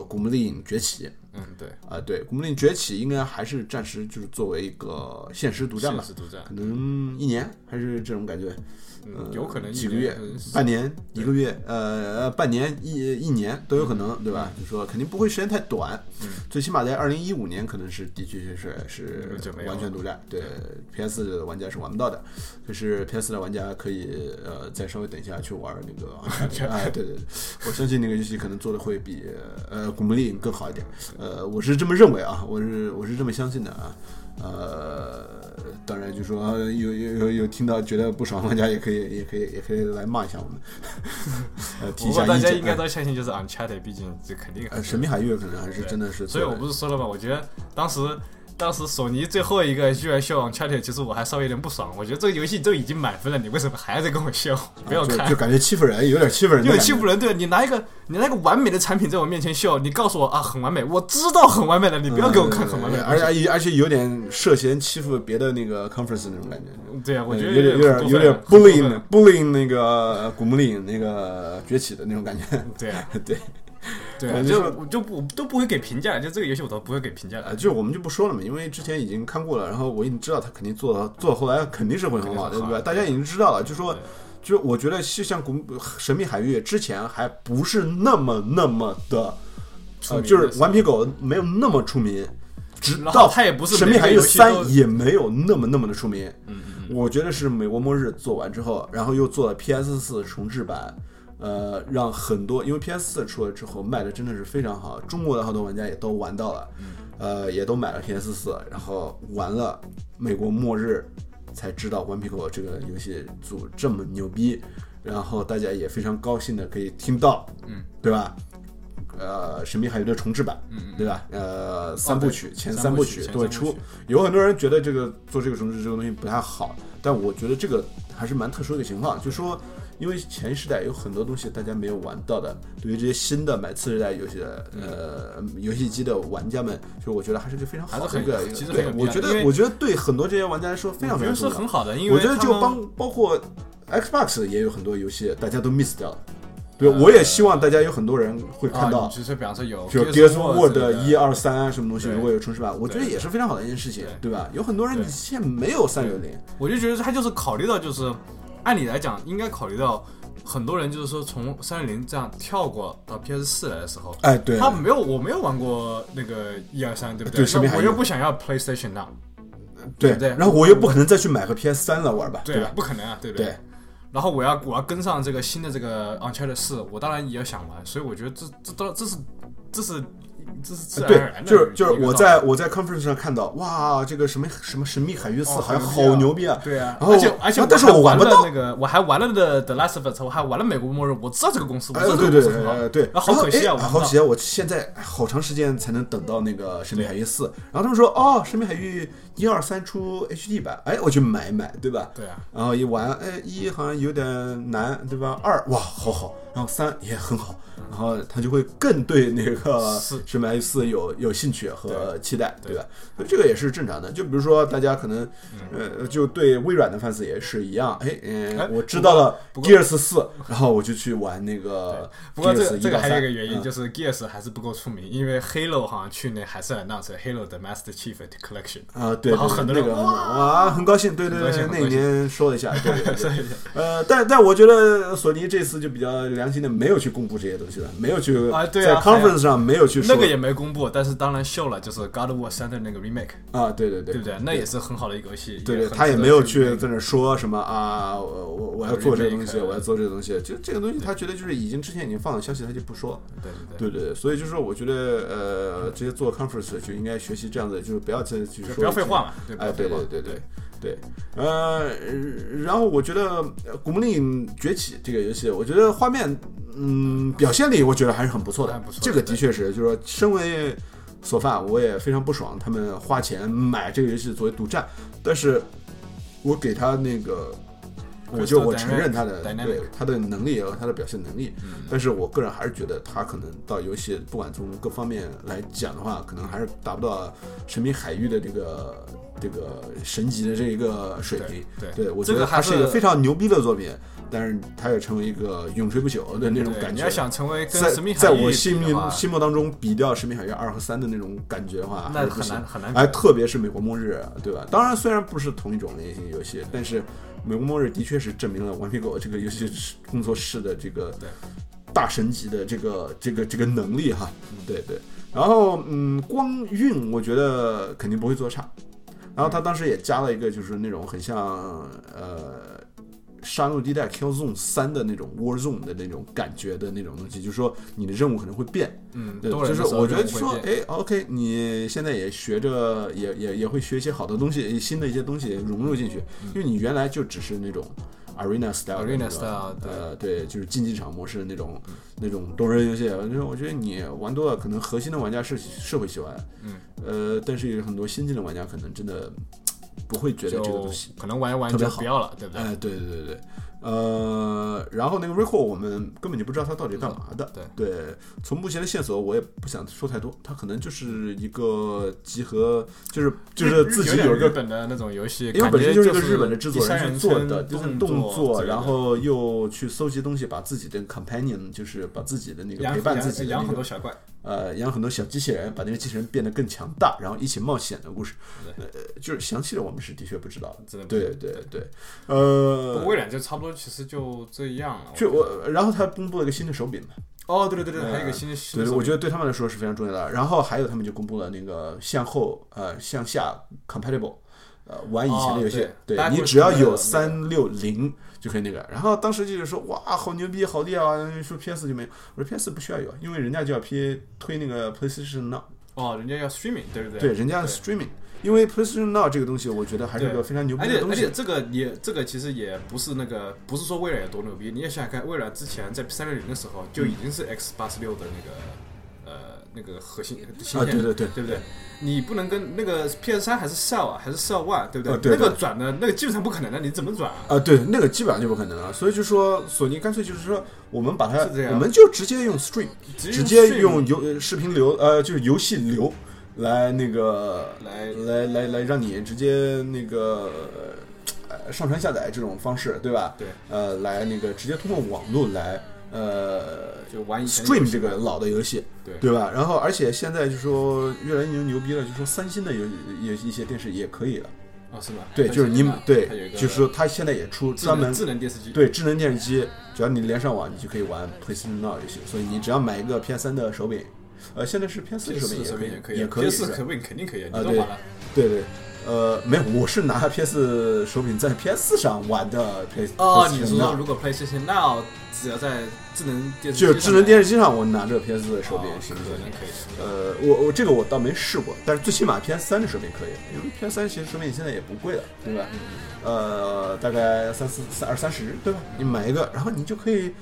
Speaker 1: 《古墓丽影崛起》，
Speaker 2: 嗯，对，
Speaker 1: 啊，对，《古墓丽影崛起》应该还是暂时就是作为一个限时独占
Speaker 2: 现
Speaker 1: 吧
Speaker 2: 实，独占
Speaker 1: 可，能一年还是这种感觉，
Speaker 2: 嗯，有可能
Speaker 1: 几
Speaker 2: 一
Speaker 1: 个
Speaker 2: 年
Speaker 1: 月
Speaker 2: 呃嗯可能是、
Speaker 1: 半年、一个月，呃，呃半年一一年都有可
Speaker 2: 嗯
Speaker 1: 能，对吧？就说肯定不会时间太短，最起码在二零一五年可能是的确是是
Speaker 2: 就没有
Speaker 1: 完全
Speaker 2: 了
Speaker 1: 独占，对 PS 的玩家是玩不到的，可是 PS 的玩家可以呃再稍微等一下去玩那
Speaker 2: [LAUGHS]
Speaker 1: 个啊，对对，对我相信那个游戏可能做的会比呃《古墓丽影》更好一点，
Speaker 2: 嗯
Speaker 1: 呃，我是这么认为啊，我是我是这么相信的啊。呃，当然就说呃有有有有听到觉得不爽的玩家也可以也可以也可以来骂一下
Speaker 2: [LAUGHS]
Speaker 1: 我们，呃，提
Speaker 2: 不
Speaker 1: 一
Speaker 2: 过
Speaker 1: 下
Speaker 2: 大
Speaker 1: 意
Speaker 2: 家
Speaker 1: 见。
Speaker 2: 应该
Speaker 1: 呃
Speaker 2: 都相信，就是 Uncharted，毕竟这肯定还
Speaker 1: 呃，
Speaker 2: 是
Speaker 1: 神秘海域可能还是真的是做
Speaker 2: 所以
Speaker 1: 得，
Speaker 2: 我不是说了吗？我觉得当时当时索尼最后一个居然秀 Uncharted，其实我还稍微有点不爽。我觉得这个游戏都已经满分了，你为什么还在跟我秀？不要
Speaker 1: 啊就
Speaker 2: 看
Speaker 1: 就，
Speaker 2: [LAUGHS]
Speaker 1: 感觉欺负人，有点欺负人的
Speaker 2: 有
Speaker 1: 感
Speaker 2: 点
Speaker 1: 觉，
Speaker 2: 欺负人。对你拿一个你拿一个完美的产品在我面前秀，你告诉我啊很完美，我知道很完美了，你不要给我看很
Speaker 1: [LAUGHS]
Speaker 2: 完
Speaker 1: 嗯
Speaker 2: 美的
Speaker 1: 而
Speaker 2: 东
Speaker 1: 且
Speaker 2: 西。
Speaker 1: 而且而且有点涉嫌欺负别的那个 conference 那种感觉。
Speaker 2: 对啊，我觉得
Speaker 1: 有点有
Speaker 2: 点
Speaker 1: 点有点
Speaker 2: 很过分
Speaker 1: bullying bullying 那个呃古墓丽影那个崛起的那种
Speaker 2: [LAUGHS]
Speaker 1: 感觉。
Speaker 2: 对啊，
Speaker 1: 对，
Speaker 2: 对
Speaker 1: 我
Speaker 2: 啊，
Speaker 1: 就
Speaker 2: 就
Speaker 1: 说
Speaker 2: 我就不我都不会给评价了，就这个游戏我都不会给评价了
Speaker 1: 啊，。就我们就不说了嘛，因为之前已经看过了，然后我已经知道他肯定做到做后来肯定是会很好的，
Speaker 2: 肯定
Speaker 1: 对
Speaker 2: 是
Speaker 1: 吧？
Speaker 2: 好
Speaker 1: 大家已经知道了，就说
Speaker 2: 对
Speaker 1: 就我觉得就像古呃神秘海域之前还不是那么那么的，
Speaker 2: 出
Speaker 1: 呃，
Speaker 2: 名的
Speaker 1: 就是顽皮狗没有那么出名。直
Speaker 2: 然
Speaker 1: 到
Speaker 2: 后它也不是
Speaker 1: 神
Speaker 2: 每
Speaker 1: 秘
Speaker 2: 个
Speaker 1: 海域
Speaker 2: 游戏
Speaker 1: 三
Speaker 2: 都
Speaker 1: 也没有那么那么的出名，嗯嗯，我觉得是美国末日做完之后，然后又做了 PS 四重置版，呃，让很多因为 PS 四出了之后卖的真的是非常好，中国的好多玩家也都玩到了，
Speaker 2: 嗯
Speaker 1: 呃，也都买了 PS 四，然后玩了美国末日，才知道《顽皮狗》这个游戏组这么牛逼，然后大家也非常高兴的可以听到，嗯，对吧？呃，《神秘海域》的重置版，嗯，对吧？呃，三部曲、前
Speaker 2: 哦三
Speaker 1: 部
Speaker 2: 部
Speaker 1: 曲
Speaker 2: 曲前
Speaker 1: 都会
Speaker 2: 三部
Speaker 1: 出
Speaker 2: 曲，
Speaker 1: 有很多人觉得这个做这个重置这个东西不太好，但我觉得这个还是蛮特殊的一个情况，就说因为前世代有很多东西大家没有玩到的，对于这些新的买次世代游戏的
Speaker 2: 嗯
Speaker 1: 呃游戏机的玩家们，就我觉得还是个非常好
Speaker 2: 还是
Speaker 1: 的一
Speaker 2: 很
Speaker 1: 个
Speaker 2: 其，实很
Speaker 1: 对
Speaker 2: 有必要
Speaker 1: 我觉
Speaker 2: 因
Speaker 1: 得
Speaker 2: 为
Speaker 1: 我觉得对很多这些玩家来说非常
Speaker 2: 我
Speaker 1: 非
Speaker 2: 觉
Speaker 1: 常重
Speaker 2: 得是
Speaker 1: 要
Speaker 2: 很。好的，因为
Speaker 1: 我觉得就
Speaker 2: 他们啊
Speaker 1: 帮包括 Xbox 也有很多游戏大家都 miss 掉了，对，我也希望大家有很多人会看到
Speaker 2: 呃啊，就是比方说有
Speaker 1: 就
Speaker 2: Gears
Speaker 1: Gears
Speaker 2: of
Speaker 1: of War
Speaker 2: 之类
Speaker 1: 的一二三啊什么东西，
Speaker 2: 对
Speaker 1: 如果有重置版，我觉得
Speaker 2: 对
Speaker 1: 也是非常好的一件事情，对
Speaker 2: 对
Speaker 1: 吧？有很多人
Speaker 2: 对
Speaker 1: 现在没有三六零，
Speaker 2: 我就觉得他就是考虑到，就是按理来讲应该考虑到很多人就是说从三六零这样跳过到 PS 四来的时候，
Speaker 1: 哎，对，
Speaker 2: 他没有我没有玩过那个一二三，对不
Speaker 1: 对
Speaker 2: 对？
Speaker 1: 身边
Speaker 2: 那我
Speaker 1: 还有
Speaker 2: 又不想要 PlayStation 那，
Speaker 1: 对
Speaker 2: 对不对
Speaker 1: 然后我又不可能再去买个 PS 三了玩吧，
Speaker 2: 对
Speaker 1: 吧
Speaker 2: 啊，？不可能啊，对不
Speaker 1: 对，
Speaker 2: 然后我要我要跟上这个新的这个 Uncharted 四，我当然也想玩，所以我觉得这这都这是这是这是自然
Speaker 1: 啊
Speaker 2: 而
Speaker 1: 对，
Speaker 2: 然的
Speaker 1: 就是就是
Speaker 2: 啊一个
Speaker 1: 我
Speaker 2: 道理
Speaker 1: 在我在 conference 上看到，哇，这个什么什么神秘海域四
Speaker 2: 哦
Speaker 1: 好像
Speaker 2: 好牛逼啊
Speaker 1: 好牛逼啊！
Speaker 2: 对啊，
Speaker 1: 然后
Speaker 2: 而且而且
Speaker 1: 然后但是
Speaker 2: 还
Speaker 1: 我玩
Speaker 2: 玩
Speaker 1: 不
Speaker 2: 了
Speaker 1: 到
Speaker 2: 那个，我还玩了的 The Last of Us，我还玩了美国末日，我知道这个公司，我
Speaker 1: 哎
Speaker 2: 知道，这
Speaker 1: 对
Speaker 2: 个
Speaker 1: 对
Speaker 2: 公司
Speaker 1: 对，
Speaker 2: 很好，
Speaker 1: 呃对，
Speaker 2: 啊好
Speaker 1: 然后
Speaker 2: 可惜啊
Speaker 1: 哎啊
Speaker 2: 我不知
Speaker 1: 好
Speaker 2: 道
Speaker 1: 可惜啊！我现在哎好长时间才能等到那个《神秘海域四》，然后他们说哦，《神秘海域一二三》出 HD 版，哎，我去买一买，对吧？
Speaker 2: 对啊，
Speaker 1: 然后一玩，哎，一好像有点难，对吧？二哇，好好，然后三也很好，然后他就会更对那个
Speaker 2: 是
Speaker 1: 神秘海域四有有兴趣和期待，对
Speaker 2: 对
Speaker 1: 吧？所以这个也是正常的。就比如说大家可能，
Speaker 2: 嗯
Speaker 1: 呃，就对微软的 fans 也是一样，哎，
Speaker 2: 哎
Speaker 1: 嗯，我知
Speaker 2: 不过
Speaker 1: 道了
Speaker 2: 不过
Speaker 1: Gears 四，然后我就去玩那个 Gears 1到3。
Speaker 2: 不过这个这个还有一个原因，
Speaker 1: 嗯
Speaker 2: 就是 Gears 还是不够出名，因为 Halo 好像去年还是 announce Halo 的 Master Chief Collection，
Speaker 1: 啊，对，
Speaker 2: 然后
Speaker 1: 对
Speaker 2: 很
Speaker 1: 那
Speaker 2: 多
Speaker 1: 个
Speaker 2: 人
Speaker 1: 哇，很高兴，对对
Speaker 2: 很高
Speaker 1: 对
Speaker 2: 兴，
Speaker 1: 那
Speaker 2: 很高兴
Speaker 1: 年说了
Speaker 2: [LAUGHS]
Speaker 1: 一下，对对对
Speaker 2: 所以
Speaker 1: 呃，但但我觉得索尼这次就比较良心的，没有去公布这些东西了，没有去
Speaker 2: 啊对
Speaker 1: 在
Speaker 2: 啊
Speaker 1: conference 上没有去说
Speaker 2: 那个也没公布，但是当然秀了，就是 God of War 三的那个 remake，
Speaker 1: 啊，对对对，
Speaker 2: 对不对？那也是很好的一个游戏，
Speaker 1: 对
Speaker 2: 也
Speaker 1: 对，
Speaker 2: 很
Speaker 1: 他也
Speaker 2: 值得
Speaker 1: 没有
Speaker 2: 去
Speaker 1: 去在那说什么啊，我我我要做这个东西，我要做这个东西，就这个东西，他觉得就是已经之前已经放了消息，他就不说了。
Speaker 2: 对对对，
Speaker 1: 对对对，所以就是说，我觉得呃，这些做 conference 就应该学习这样的，就是不要再去说
Speaker 2: 就不要
Speaker 1: 一些
Speaker 2: 废话嘛，对不
Speaker 1: 哎，
Speaker 2: 要
Speaker 1: 对
Speaker 2: 废话
Speaker 1: 对，对对对，呃，然后我觉得呃《古墓丽影崛起》这个游戏，我觉得画面，嗯，表现力我觉得还是很不错的
Speaker 2: 还不，错
Speaker 1: 这个
Speaker 2: 对
Speaker 1: 的确是，就是说，身为索范，我也非常不爽，他们花钱买这个游戏作为独占，但是我给他那个。我就
Speaker 2: Crystal
Speaker 1: 我承认
Speaker 2: Dynamics-
Speaker 1: 他的
Speaker 2: Dynamic 嗯
Speaker 1: 对他的能力啊和他的表现能力，但是我个人还是觉得他可能到游戏不管从各方面来讲的话，可能还是达不到神秘海域的这个这个神级的这一个水平。
Speaker 2: 对
Speaker 1: 对，我觉
Speaker 2: 这
Speaker 1: 得
Speaker 2: 个
Speaker 1: 它
Speaker 2: 还
Speaker 1: 是一个
Speaker 2: 是
Speaker 1: 非常牛逼的作品，但是它也成为一个永垂不朽的那种
Speaker 2: 对
Speaker 1: 感
Speaker 2: 你
Speaker 1: 觉
Speaker 2: 要。想成为跟
Speaker 1: 在
Speaker 2: 神秘海
Speaker 1: 在
Speaker 2: 域
Speaker 1: 我
Speaker 2: 比
Speaker 1: 心
Speaker 2: 的
Speaker 1: 目
Speaker 2: 话
Speaker 1: 心目当中比掉《神秘海域二》和三的那种感觉的话，
Speaker 2: 那
Speaker 1: 还是不
Speaker 2: 很难
Speaker 1: 行
Speaker 2: 很难比
Speaker 1: 哎，特别是《美国末日》，对吧？当然，虽然不是同一种类型游戏，但是《美国末日》的确是证明了顽皮狗这个游戏室工作室的这个
Speaker 2: 对
Speaker 1: 大神级的这个这个这个能力哈。
Speaker 2: 嗯
Speaker 1: 对对。然后，嗯，光晕我觉得肯定不会做差。然后他当时也加了一个，就是那种很像呃杀戮地带 Kill Zone 三的那种 War Zone 的那种感觉的那种东西，就是说你的任务可能会变，
Speaker 2: 嗯，
Speaker 1: 对，
Speaker 2: 多人
Speaker 1: 就
Speaker 2: 的
Speaker 1: 是
Speaker 2: 时候
Speaker 1: 我觉得
Speaker 2: 就
Speaker 1: 就
Speaker 2: 会
Speaker 1: 说，
Speaker 2: 变
Speaker 1: 哎，OK，你现在也学着，也也也会学一些好的东西，新的一些东西融入进去，因为你原来就只是那种 arena style 的
Speaker 2: 嗯 Arena
Speaker 1: 那个
Speaker 2: style，对嗯
Speaker 1: 呃，对，就是竞技场模式那种那种多人游戏，因为我觉得你玩多了，可能核心的玩家是是会喜欢，
Speaker 2: 嗯，
Speaker 1: 呃，但是有很多新进的玩家可能真的不会觉得
Speaker 2: 就
Speaker 1: 这个东西
Speaker 2: 可能玩一玩
Speaker 1: 特别
Speaker 2: 就
Speaker 1: 好
Speaker 2: 不要了，对不对？
Speaker 1: 哎，对对对对，呃，然后那个 Rico 我们根本就不知道他到底干嘛的，对从目前的线索我也不想说太多，他可能就是一个集合，就是就是自己
Speaker 2: 有
Speaker 1: 有一
Speaker 2: 点日
Speaker 1: 个。
Speaker 2: 本的那种游戏，
Speaker 1: 因为
Speaker 2: 感
Speaker 1: 本身
Speaker 2: 就是
Speaker 1: 一个日本的制作
Speaker 2: 第三
Speaker 1: 人去
Speaker 2: 人
Speaker 1: 做
Speaker 2: 称
Speaker 1: 的，就是动
Speaker 2: 动
Speaker 1: 作，
Speaker 2: 之类的
Speaker 1: 然后又去搜集东西，把自己的 companion，就是把自己的那个
Speaker 2: 养
Speaker 1: 陪伴自己的那
Speaker 2: 养养很
Speaker 1: 个
Speaker 2: 多小怪，
Speaker 1: 呃养很多小机器人，把那个机器人变得更强大，然后一起冒险的故事。呃，就是详细的我们是的确不知道的。
Speaker 2: 真的不
Speaker 1: 对对对，呃，
Speaker 2: 微软就差不多，其实就这样了。
Speaker 1: 就我，然后他公布了一个新的手柄嘛，
Speaker 2: 哦，对对对对，还有一
Speaker 1: 呃
Speaker 2: 个新的新
Speaker 1: 对对，
Speaker 2: 的手
Speaker 1: 我
Speaker 2: 柄，
Speaker 1: 觉得对他们来说是非常重要的。然后还有他们就公布了那个向后呃向下 compatible，呃玩以前的游戏，
Speaker 2: 哦对
Speaker 1: 对
Speaker 2: 大家
Speaker 1: 你
Speaker 2: 都是
Speaker 1: 只要
Speaker 2: 同类的
Speaker 1: 有
Speaker 2: 那个
Speaker 1: 三六零就可以那个。然后当时就是说哇好牛逼好厉害啊，说 PS 就没有，我说 PS 不需要有，啊因为人家就要 P 推那个 PlayStation Now，
Speaker 2: 哦，人家要 streaming，对不对？
Speaker 1: 对，人家的 streaming，因为 PlayStation Now 这个东西我觉得还是
Speaker 2: 对
Speaker 1: 个非常牛逼
Speaker 2: 而
Speaker 1: 的
Speaker 2: 且
Speaker 1: 东
Speaker 2: 而
Speaker 1: 西
Speaker 2: 且。这个也这个其实也不是那个不是说微软有多牛逼，你也想想看，微软之前在三六零的时候就已经是 X 八十六的那个呃那个核心芯
Speaker 1: 啊，
Speaker 2: 片
Speaker 1: 对对对，
Speaker 2: 对不对？你不能跟那个 PS 三还是 Cell 啊，还是 Cell One，对不对？
Speaker 1: 啊对对
Speaker 2: 那个转的那个基本上不可能的，你怎么转啊？
Speaker 1: 啊，对，那个基本上就不可能了。所以就说索尼干脆就是说，我们把它
Speaker 2: 是这，样
Speaker 1: 我们就直接用 stream，
Speaker 2: 直接
Speaker 1: 直接
Speaker 2: stream
Speaker 1: 用游呃视频流，呃，就是游戏流来那个
Speaker 2: 来
Speaker 1: 来来来让你直接那个。呃上传下载这种方式，对吧？
Speaker 2: 对，
Speaker 1: 呃，来那个直接通过网络来，呃，
Speaker 2: 就玩以前的游
Speaker 1: stream
Speaker 2: 戏
Speaker 1: 这个老的游戏，
Speaker 2: 对
Speaker 1: 对吧？然后，而且现在就说越来越牛逼了，就说三星的游也一些电视也可以了，
Speaker 2: 哦，是吧？
Speaker 1: 对，
Speaker 2: 它
Speaker 1: 就是你
Speaker 2: 它它有
Speaker 1: 对
Speaker 2: 一，个
Speaker 1: 就是说它现在也出
Speaker 2: 智
Speaker 1: 专门
Speaker 2: 能智能电视机，
Speaker 1: 对智能电视机，只要你连上网，你就可以玩 PlayStation Now 游戏。所以你只要买一个 PS 三的手柄，呃，现在是 PS
Speaker 2: 这
Speaker 1: 四
Speaker 2: 个
Speaker 1: 手
Speaker 2: 四
Speaker 1: 柄
Speaker 2: 手柄
Speaker 1: 也
Speaker 2: 也
Speaker 1: 可
Speaker 2: 可
Speaker 1: 以，
Speaker 2: 以
Speaker 1: 也
Speaker 2: 啊
Speaker 1: 可以
Speaker 2: ，PS
Speaker 1: 是
Speaker 2: 手柄肯定可以啊，
Speaker 1: 啊
Speaker 2: 你都
Speaker 1: 对
Speaker 2: 玩了，
Speaker 1: 对对，呃，没有，我是拿 PS 4手柄在 PS 四上玩的 Play。
Speaker 2: 哦，你是说
Speaker 1: Now
Speaker 2: 如果 PlayStation Now 只要在智能电视
Speaker 1: 就智能电
Speaker 2: 视
Speaker 1: 视机上，我拿着 PS 4的手柄
Speaker 2: 哦
Speaker 1: 行不
Speaker 2: 可
Speaker 1: 行？
Speaker 2: 能可以，
Speaker 1: 呃，我我这个我倒没试过，但是最起码 PS 三的手柄可以，因为 PS 三其实手柄现在也不贵了，对吧？
Speaker 2: 嗯
Speaker 1: 呃，大概三四三二三十，对吧？你买一个，然后你就可以，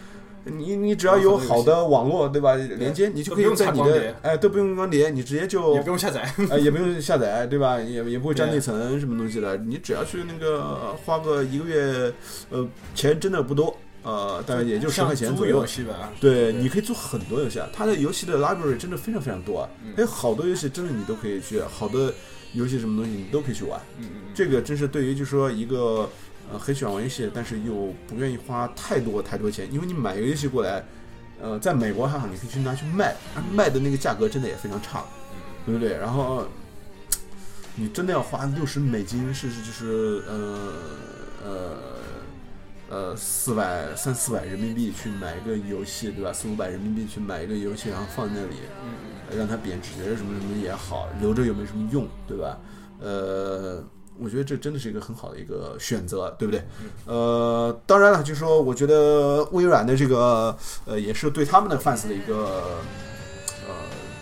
Speaker 1: 你你只要有好的网络，对吧？连接，你就可
Speaker 2: 都不
Speaker 1: 以
Speaker 2: 用
Speaker 1: 在
Speaker 2: 插
Speaker 1: 你
Speaker 2: 光
Speaker 1: 的
Speaker 2: 碟
Speaker 1: 哎都不用光碟，你直接就
Speaker 2: 也不用下载，
Speaker 1: 哎、也不用下载，对吧？也也不会占
Speaker 2: 对
Speaker 1: 内存什么东西的，你只要去那个呃花个一个月，呃，钱真的不多，呃，大概也
Speaker 2: [LAUGHS]
Speaker 1: 就十
Speaker 2: 像
Speaker 1: 块钱
Speaker 2: 租
Speaker 1: 左右嗯
Speaker 2: 游。戏吧，
Speaker 1: 对，你可以做很多游戏啊，它的游戏的 library 真的非常非常多啊，
Speaker 2: 嗯
Speaker 1: 还有好多游戏真的你都可以去，好的游戏什么东西你都可以去玩。
Speaker 2: 嗯嗯
Speaker 1: 这个真是对于就说一个呃很喜欢玩游戏，但是又不愿意花太多太多钱，因为你买一个游戏过来，呃，在美国还好，你可以去拿去卖，而卖的那个价格真的也非常差，
Speaker 2: 嗯
Speaker 1: 对不对？然后嘖你真的要花六十美金，甚至就是呃呃呃四百三四百人民币去买一个游戏，对吧？四五百人民币去买一个游戏，然后放在那里，
Speaker 2: 嗯嗯
Speaker 1: 让它贬值什么什么也好，留着有没有什么用，对吧？呃，我觉得这真的是一个很好的一个选择，对不对？呃，当然了，就是说，我觉得微软的这个呃，也是对他们的 fans 的一个呃，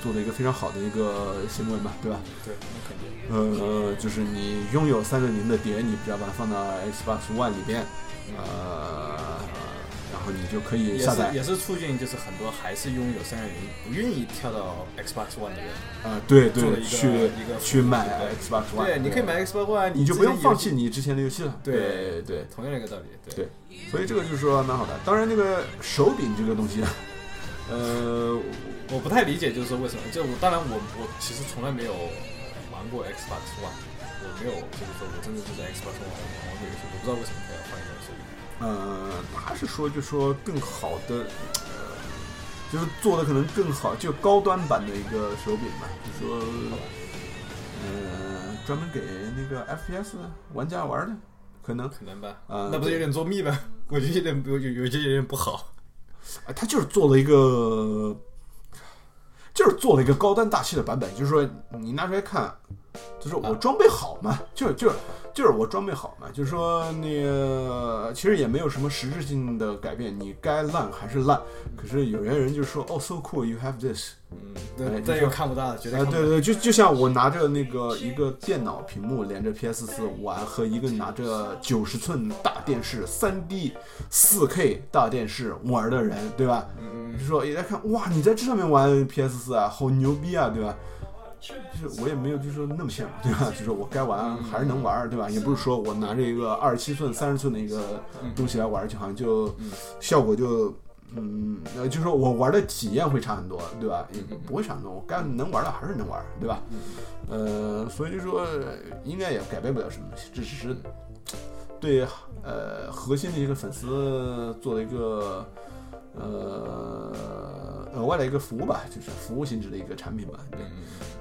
Speaker 1: 做的一个非常好的一个行为嘛，对吧？
Speaker 2: 嗯，对，那肯定，
Speaker 1: 呃，就是你拥有三六零的碟，你只要把它放到 Xbox One 里边，呃，然后你就可以
Speaker 2: 也
Speaker 1: 下载
Speaker 2: 是也是促进就是很多还是拥有三六零不愿意跳到 Xbox One 的人，
Speaker 1: 啊、对
Speaker 2: 做了
Speaker 1: 对，
Speaker 2: 一个
Speaker 1: 去
Speaker 2: 一个
Speaker 1: 去买
Speaker 2: 对
Speaker 1: Xbox One，
Speaker 2: 对，你可以买 Xbox One，
Speaker 1: 你就不用放弃
Speaker 2: 自己
Speaker 1: 你之前的游戏了。
Speaker 2: 对
Speaker 1: 对对
Speaker 2: 有，同样的一个道理，
Speaker 1: 对所以这个就是说蛮好的。当然，那个手柄这个东西啊，呃，
Speaker 2: 我不太理解，就是说为什么？就我当然我我其实从来没有呃玩过 Xbox One，我没有就是说我真的就是 Xbox One 玩过游戏，我不知道为什么他要换一个手柄。
Speaker 1: 呃，他是说就说更好的，呃，就是做的可能更好，就高端版的一个手柄吧，就说，呃，专门给那个 FPS 玩家玩的，可能
Speaker 2: 可能吧，
Speaker 1: 啊
Speaker 2: 那不是有点作弊吗？ [LAUGHS] 我觉得有点有有有些有点不好。
Speaker 1: 啊，他就是做了一个，就是做了一个高端大气的版本，就是说你拿出来看，就是我装备好嘛，就是就是就是我装备好嘛，就是说那个其实也没有什么实质性的改变，你该烂还是烂。可是有些人就说哦，so cool you have this，
Speaker 2: 嗯，
Speaker 1: 哎
Speaker 2: 但
Speaker 1: 你说
Speaker 2: 但又看不到，绝对
Speaker 1: 啊，
Speaker 2: 看不
Speaker 1: 对
Speaker 2: 到。
Speaker 1: 对，就就像我拿着那个一个电脑屏幕连着 PS 四玩，和一个拿着九十寸大电视三 D 四 K 大电视玩的人，对吧？
Speaker 2: 嗯，
Speaker 1: 就说也在看，哇，你在这上面玩 PS 四啊，好牛逼啊，对吧？就是我也没有就说那么羡慕，对吧？就说我该
Speaker 2: 嗯
Speaker 1: 玩还是能玩，对吧？也不是说我拿着一个二十七寸、三十寸的一个
Speaker 2: 嗯
Speaker 1: 东西来玩，就好像就效果就。嗯，呃，就是说我玩的体验会差很多，对吧？也不会差很多，我该能玩的还是能玩，对吧？
Speaker 2: 嗯
Speaker 1: 呃，所以就说应该也改变不了什么东西，只是对呃核心的一个粉丝做了一个呃额外的一个服务吧，就是服务性质的一个产品吧。对，